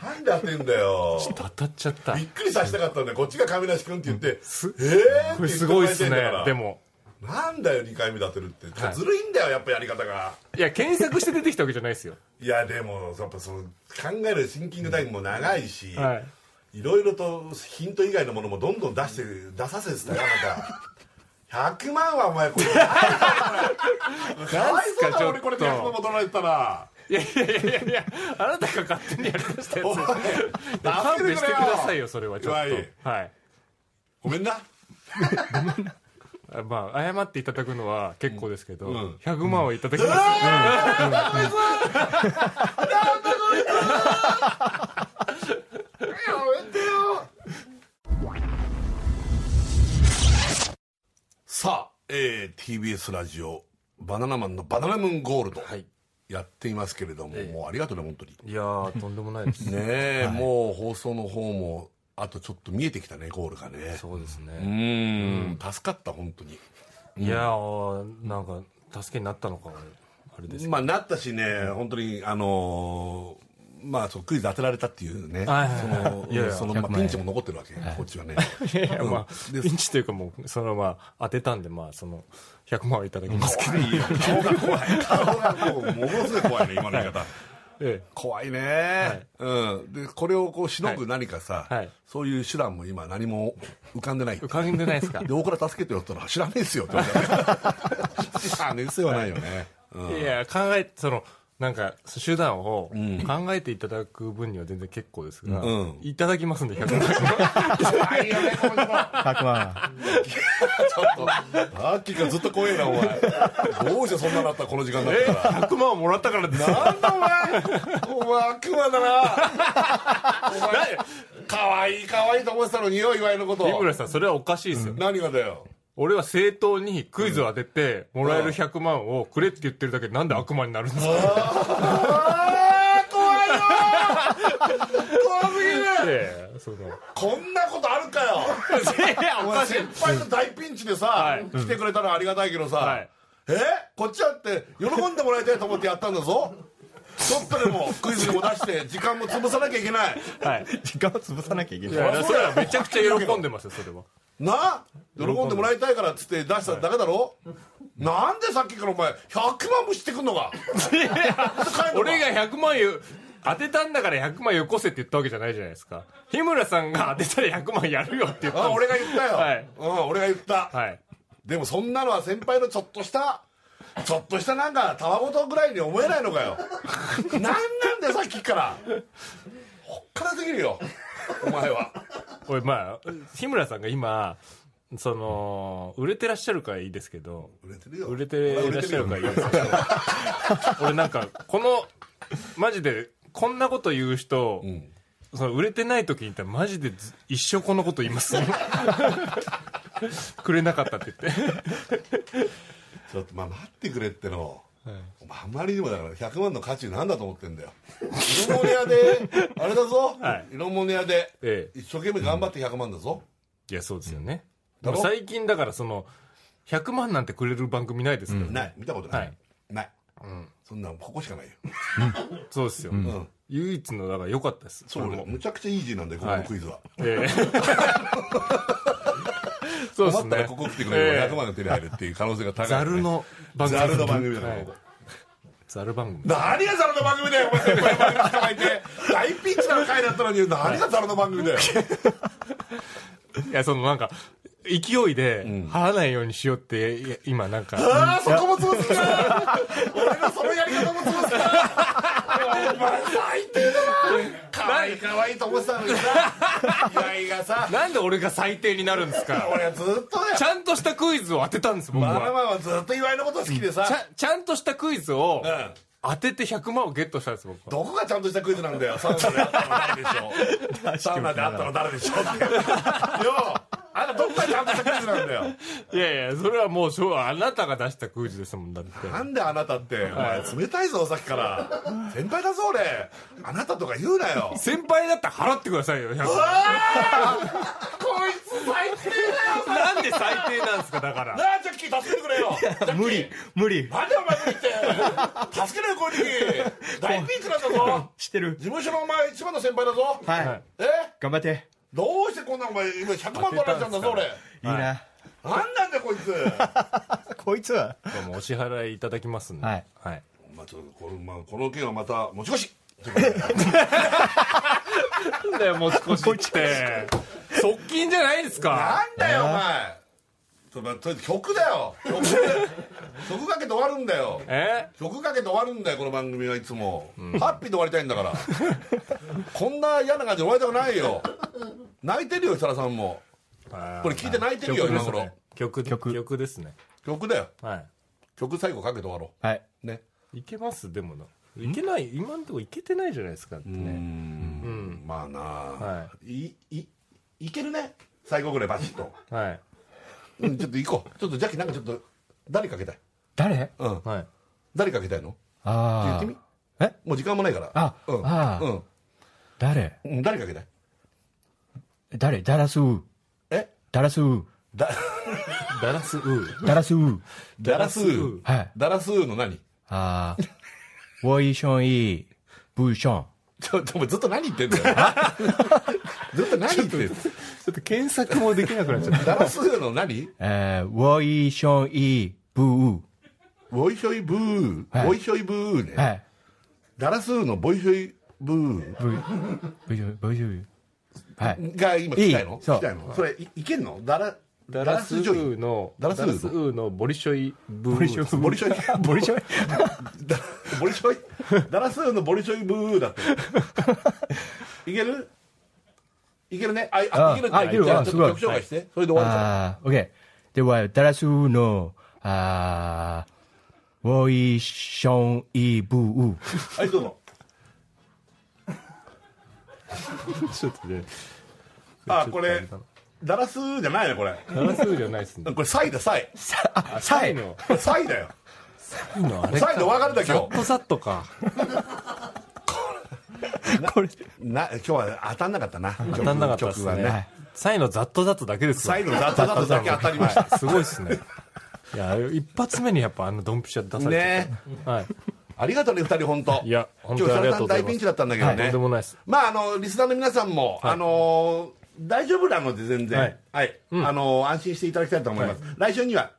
Speaker 3: なんで当てんだよ
Speaker 4: 当たっちゃった
Speaker 3: びっくりさせたかったんだよこっちが亀梨君って言って
Speaker 4: す
Speaker 3: ええー、
Speaker 4: これすごいっす
Speaker 3: って言ってもらいたいんだか
Speaker 4: ね
Speaker 3: ら
Speaker 4: でも
Speaker 3: なんだよ2回目で当てるって、
Speaker 4: はい
Speaker 3: ずるいんだよやっぱやり方が
Speaker 4: いや検索して出てきたわけじゃないですよ
Speaker 3: いやでもやっぱその考えるシンキングタイムも長いし、
Speaker 4: はい
Speaker 3: いろいろとヒント以外のものもどんどん出して出させてたよなんか100万はお前これかわいそうだ俺これで100万も取られてたら
Speaker 4: いやいやいやいやあなたが勝手にやりだしたや
Speaker 3: おい
Speaker 4: つ勘弁してくださいよそれはちょっ
Speaker 3: はい
Speaker 4: とはい
Speaker 3: ごめんな
Speaker 4: あまあ謝っていただくのは結構ですけど、
Speaker 3: ん
Speaker 4: 100万はいただきます、
Speaker 3: さあ、えー TBS ラジオ「バナナマンのバナナムーンゴールド」やっていますけれども、もうありがとうね本当に
Speaker 4: いやーとんでもないです
Speaker 3: ねえ、もう放送の方もあとちょっと見えてきたねゴールがね
Speaker 4: そうですね、
Speaker 3: うーん助かった本当に
Speaker 4: いやーなんか助けになったのかあれですけど
Speaker 3: まあなったしね本当にあのーまあ、そうクイズ当てられたっていうね、
Speaker 4: はいはいはい
Speaker 3: その
Speaker 4: いやいや
Speaker 3: そのま
Speaker 7: 100
Speaker 3: あ、
Speaker 7: 万
Speaker 3: ピ
Speaker 7: 円
Speaker 3: ンチも残ってるわけ、こっちはね。
Speaker 4: いやいやまあ、
Speaker 3: で
Speaker 4: ピンチというかもう、そのまあ、当てたんで、まあ、その、100万はいただきますけど。
Speaker 3: いいよ顔が怖い、顔がもうものすごい怖いね、今の言い方。
Speaker 4: え
Speaker 3: 怖いね、うん、でこれをこうしのぐ何かさ、
Speaker 4: はいはい
Speaker 3: そういう手段も今何も浮かんでない
Speaker 4: え浮かんでないですか
Speaker 3: で大倉助けてよって言ったら知らねえっすよって言われ
Speaker 4: *laughs*
Speaker 3: た知らねえっすよはないよね、うん
Speaker 4: いや、考え、その、なんか、手段を考えていただく分には全然結構ですが、
Speaker 3: うん
Speaker 4: いただきますんで、100万。
Speaker 3: 怖いよねこの人ち
Speaker 7: 100万。
Speaker 3: ょっとアッキーがずっと怖えなお前どうしてそんなのあったらこの時間だっ
Speaker 4: え
Speaker 3: たら
Speaker 4: 100万をもらったからですよ。
Speaker 3: なんだお前お前悪魔だなお前可愛い可愛いと思ってたのによ岩井のこと
Speaker 4: 井村さん、それはおかしいですよ。
Speaker 3: 何がだよ
Speaker 4: 俺は正当にクイズを当てて、もらえる100万をくれって言ってるだけで、なんで悪魔になるんですか
Speaker 3: あー怖いよ怖すぎる
Speaker 4: ええその。
Speaker 3: こんなことあるかよ
Speaker 4: いや、
Speaker 3: お
Speaker 4: お
Speaker 3: 前
Speaker 4: かしい。
Speaker 3: 先輩の大ピンチでさ、
Speaker 4: はい
Speaker 3: 来てくれたのはありがたいけどさ、
Speaker 4: はい
Speaker 3: えこっちだって喜んでもらいたいと思ってやったんだぞちょっとでもクイズでも出して時間も潰さなきゃいけない
Speaker 4: はい。
Speaker 7: 時間を潰さなきゃいけ
Speaker 4: い
Speaker 7: ない。
Speaker 4: や、それはめちゃくちゃ喜んでますよ、それは。
Speaker 3: な喜んでもらいたいからっつって出しただけだろ、なんでさっきからお前100万もしてくんのか
Speaker 4: 俺が100万よ当てたんだから100万よこせって言ったわけじゃないじゃないですか日村さんが当てたら100万やるよって言ったん
Speaker 3: あ
Speaker 4: です
Speaker 3: 俺が言ったよ、
Speaker 4: はい
Speaker 3: うん、俺が言った、
Speaker 4: はい
Speaker 3: でもそんなのは先輩のちょっとしたちょっとしたなんかたわごとぐらいに思えないの
Speaker 4: *laughs*
Speaker 3: かよなんなんだよさっきからほっからすぎるよお前は
Speaker 4: 俺まあ日村さんが今その売れてらっしゃるからいいですけど
Speaker 3: 売れてるよ
Speaker 4: 売れてらっしゃるからいいですけど
Speaker 3: *laughs*
Speaker 4: 俺なんかこのマジでこんなこと言う人、
Speaker 3: ん
Speaker 4: その売れてない時に言ったらマジでず一生このこと言いますよ *laughs* くれなかったって言って
Speaker 3: ちょっとまあ待ってくれっての、お前あんまりにもだから100万の価値なんだと思ってんだよ色物屋
Speaker 4: *laughs*
Speaker 3: であれだぞ、
Speaker 4: はい
Speaker 3: 色物屋で、
Speaker 4: ええ
Speaker 3: 一生懸命頑張って100万だぞ、
Speaker 4: いや、そうですよね。
Speaker 3: だろ
Speaker 4: でも最近だからその、100万なんてくれる番組ないですからね。
Speaker 3: ない見たことない、
Speaker 4: はい
Speaker 3: ない、そんなここしかないよ、
Speaker 4: そうですよ。
Speaker 3: うん、
Speaker 4: 唯一の、だから良かったです。
Speaker 3: そう
Speaker 4: これ
Speaker 3: 俺
Speaker 4: も
Speaker 3: むちゃくちゃイージーなんだよここのクイズは、
Speaker 4: ええ
Speaker 3: *laughs*
Speaker 4: そう
Speaker 3: 困っ
Speaker 4: です
Speaker 3: た
Speaker 4: ね。
Speaker 3: らここ来てくれれば
Speaker 4: え
Speaker 3: 100万が手に入るっていう可能性が高い、
Speaker 4: えざるの番組。
Speaker 3: ざるの番組だから
Speaker 4: はい
Speaker 3: ここ
Speaker 4: ざる番組。
Speaker 3: 何がザルの番組だよお前先輩の番組捕まえて大ピンチな回だったのに何がザルの番組だよ
Speaker 4: いや、そのなんか、勢いで、払わないようにしようって、いや今なん
Speaker 3: *laughs*
Speaker 4: か、
Speaker 3: ああそこも潰すか俺のそのやり方も潰すかお前最低だな可愛い可愛いと思ってたのにさ岩井がさ
Speaker 4: なんで俺が最低になるんですか
Speaker 3: 俺はずっとだよ
Speaker 4: *laughs* ちゃんとしたクイズを当てたんです、僕
Speaker 3: バナ
Speaker 4: は。
Speaker 3: マンはずっと岩井のこと好きでさ
Speaker 4: ちゃんちゃんとしたクイズを
Speaker 3: うん
Speaker 4: 当てて100万をゲットしたんです、僕は。
Speaker 3: どこがちゃんとしたクイズなんだよサウナであったの誰でしょうサウナであったの誰でしょうってようあれどこがちゃんとしたクイズなんだよ
Speaker 4: いやいや、それはもうしょう、あなたが出したクイズですもん、だって。
Speaker 3: なんであなたってお前冷たいぞさっきから先輩だぞ俺あなたとか言うなよ
Speaker 4: 先輩だったら払ってくださいよ、100
Speaker 3: こいつ最低だよ
Speaker 4: なんで最低なんですか、だから。
Speaker 3: なあジャッキー助けてくれよ
Speaker 7: 無理、無理。
Speaker 3: なんでお前無理って助けろよこういう時大ピンチなんだぞ
Speaker 7: 知ってる
Speaker 3: 事。務所のお前一番の先輩だぞ
Speaker 7: はい。
Speaker 3: え
Speaker 7: 頑張って。
Speaker 3: どうしてこんなお前今100万取られちゃうんだぞ俺
Speaker 7: いいな。
Speaker 3: なんなんだよこいつ
Speaker 7: こいつは。
Speaker 4: どうもお支払いいただきますんで。
Speaker 7: はい。
Speaker 4: はい。
Speaker 3: まあちょっとこの,、まあ、この件はまた持ち越し
Speaker 4: なんだよ、もう少しって。 *laughs* 側近じゃないです
Speaker 3: な
Speaker 4: か。
Speaker 3: んだよお前と,、まあ、とりあえず曲だよ曲曲かけて終わるんだよ
Speaker 4: え
Speaker 3: 曲かけて終わるんだよこの番組はいつも、ハッピーで終わりたいんだから *laughs* こんな嫌な感じで終わりたくないよ泣いてるよ設楽さんもこれ聞いて泣いてるよ今頃
Speaker 4: 曲ですね曲、
Speaker 7: 曲
Speaker 4: 曲ですね。
Speaker 3: 曲だよ
Speaker 4: は
Speaker 3: 曲最後かけて終わろ
Speaker 7: はい。
Speaker 3: うね
Speaker 4: い。いけますでもな。いけない、今んとこいけてないじゃないですか、だって
Speaker 3: う
Speaker 4: ね。
Speaker 3: んまあな、
Speaker 4: はい
Speaker 3: いいいけるね最後ぐらいバシッと、
Speaker 4: はい。
Speaker 3: うん、ちょっと行こうちょっとジャッキーなんかちょっと誰かけたい
Speaker 7: 誰
Speaker 3: うん
Speaker 4: はい。
Speaker 3: 誰かけたいの言っ
Speaker 7: あ
Speaker 3: て
Speaker 7: あ
Speaker 3: み。
Speaker 7: え
Speaker 3: もう時間もないから
Speaker 7: あ
Speaker 3: うん
Speaker 7: あ
Speaker 3: うん
Speaker 7: 誰
Speaker 3: うん誰かけたい
Speaker 7: 誰ダラスウー。
Speaker 3: え
Speaker 7: ダラスウー。
Speaker 3: だ
Speaker 4: ダラスウー。
Speaker 7: ダラスウ *laughs* ー。
Speaker 3: ダラスー
Speaker 7: はい。
Speaker 3: ダラスーの何
Speaker 7: ああ。我一生一不一生。
Speaker 3: ちょっともうずっと何言ってん *laughs* だよずっと何言ってんの
Speaker 4: ょっと検索もできなくなっちゃった。
Speaker 3: だますの何
Speaker 7: えー、ウォイションイブー。
Speaker 3: ボイショイブー、
Speaker 7: はい
Speaker 3: ボイショイブーね、
Speaker 7: はい。
Speaker 3: ダラスーのボイショイブー
Speaker 7: ブー。ブー、ブー。はい。
Speaker 3: が今来たい
Speaker 7: い
Speaker 3: の
Speaker 7: いそう
Speaker 3: 来たいのそれいいけんのダラダ
Speaker 4: ダラ
Speaker 3: ラ
Speaker 4: ス
Speaker 3: ス
Speaker 4: ウ
Speaker 3: ジョ
Speaker 4: ー
Speaker 3: イ
Speaker 4: の、
Speaker 3: ダラスウー
Speaker 4: のボリショイブー。ボリショ
Speaker 3: ボリショイボリショイ *laughs* ボリショイダラスーのボリショイブーだっていけるいけるねああ
Speaker 7: あ
Speaker 3: いけるって
Speaker 7: あいける
Speaker 3: じゃあ
Speaker 7: あ
Speaker 3: ちょっ
Speaker 7: すごい
Speaker 3: と曲紹介して、それで終わるから
Speaker 7: あー、オッケー。では、ダラスの、あー、ウォイションイブー。
Speaker 3: はいどうぞ
Speaker 4: ちょっとね。
Speaker 3: あこれダラスーじゃないねこれ
Speaker 4: ダラスウーじゃないですね。
Speaker 3: これサイだサイ
Speaker 7: あ、サ
Speaker 4: サイ
Speaker 7: イ
Speaker 4: の。
Speaker 3: これサイだ *laughs* よ
Speaker 4: サイのあれ
Speaker 3: サイの別れだ今日
Speaker 4: ットサットか。
Speaker 7: これ。
Speaker 3: な今日は当たんなかった *laughs* な当
Speaker 4: 当たんなかったです
Speaker 3: 曲は
Speaker 4: ね。サイのザットザットだけですわ
Speaker 3: サイのザットザットだけ当たりました
Speaker 4: はい *laughs* すごいですね。いや、一発目にやっぱあのドンピシャ出されて。
Speaker 3: ね
Speaker 4: はい。
Speaker 3: ありがとうね、二人、本当。
Speaker 4: いや本当
Speaker 3: 今日、
Speaker 4: にあり
Speaker 3: 設楽さ
Speaker 4: がと
Speaker 3: ん
Speaker 4: うござ
Speaker 3: 大
Speaker 4: います
Speaker 3: ピンチだったんだけどね。
Speaker 4: はいとんでもないです
Speaker 3: まあ、あの、リスナーの皆さんも、あのー、大丈夫なので全然、は
Speaker 4: はいい。
Speaker 3: あのー、安心していただきたいと思います。来週には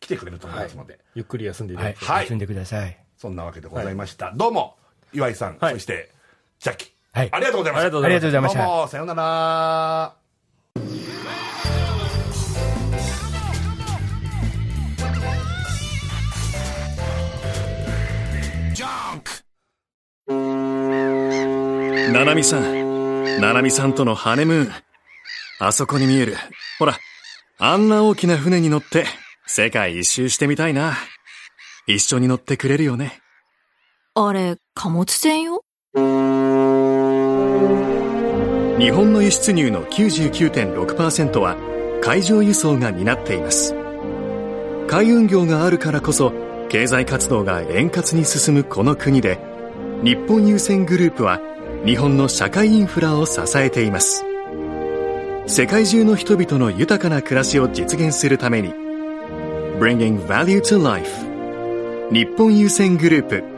Speaker 3: 来てくれると思いますので。
Speaker 4: ゆっくり休んでいた
Speaker 7: は
Speaker 4: だい
Speaker 7: い
Speaker 4: て。。
Speaker 3: はい
Speaker 7: 休んでください。
Speaker 3: そんなわけでございました。どうも、岩井さん、
Speaker 4: はい
Speaker 3: そして、ジャッキー。
Speaker 7: はい
Speaker 3: ありがとうございました。
Speaker 4: ありがとう
Speaker 7: ありがとうございまし
Speaker 3: どう
Speaker 7: た。
Speaker 3: も、さようなら。
Speaker 1: ななみさん、ななみさんとのハネムーン。あそこに見える。ほら、あんな大きな船に乗って、世界一周してみたいな。一緒に乗ってくれるよね。
Speaker 8: あれ、貨物船よ
Speaker 1: 日本の輸出入の99.6%は海上輸送が担っています海運業があるからこそ経済活動が円滑に進むこの国で日本優先グループは日本の社会インフラを支えています世界中の人々の豊かな暮らしを実現するために Bringing Value to Life 日本優先グループ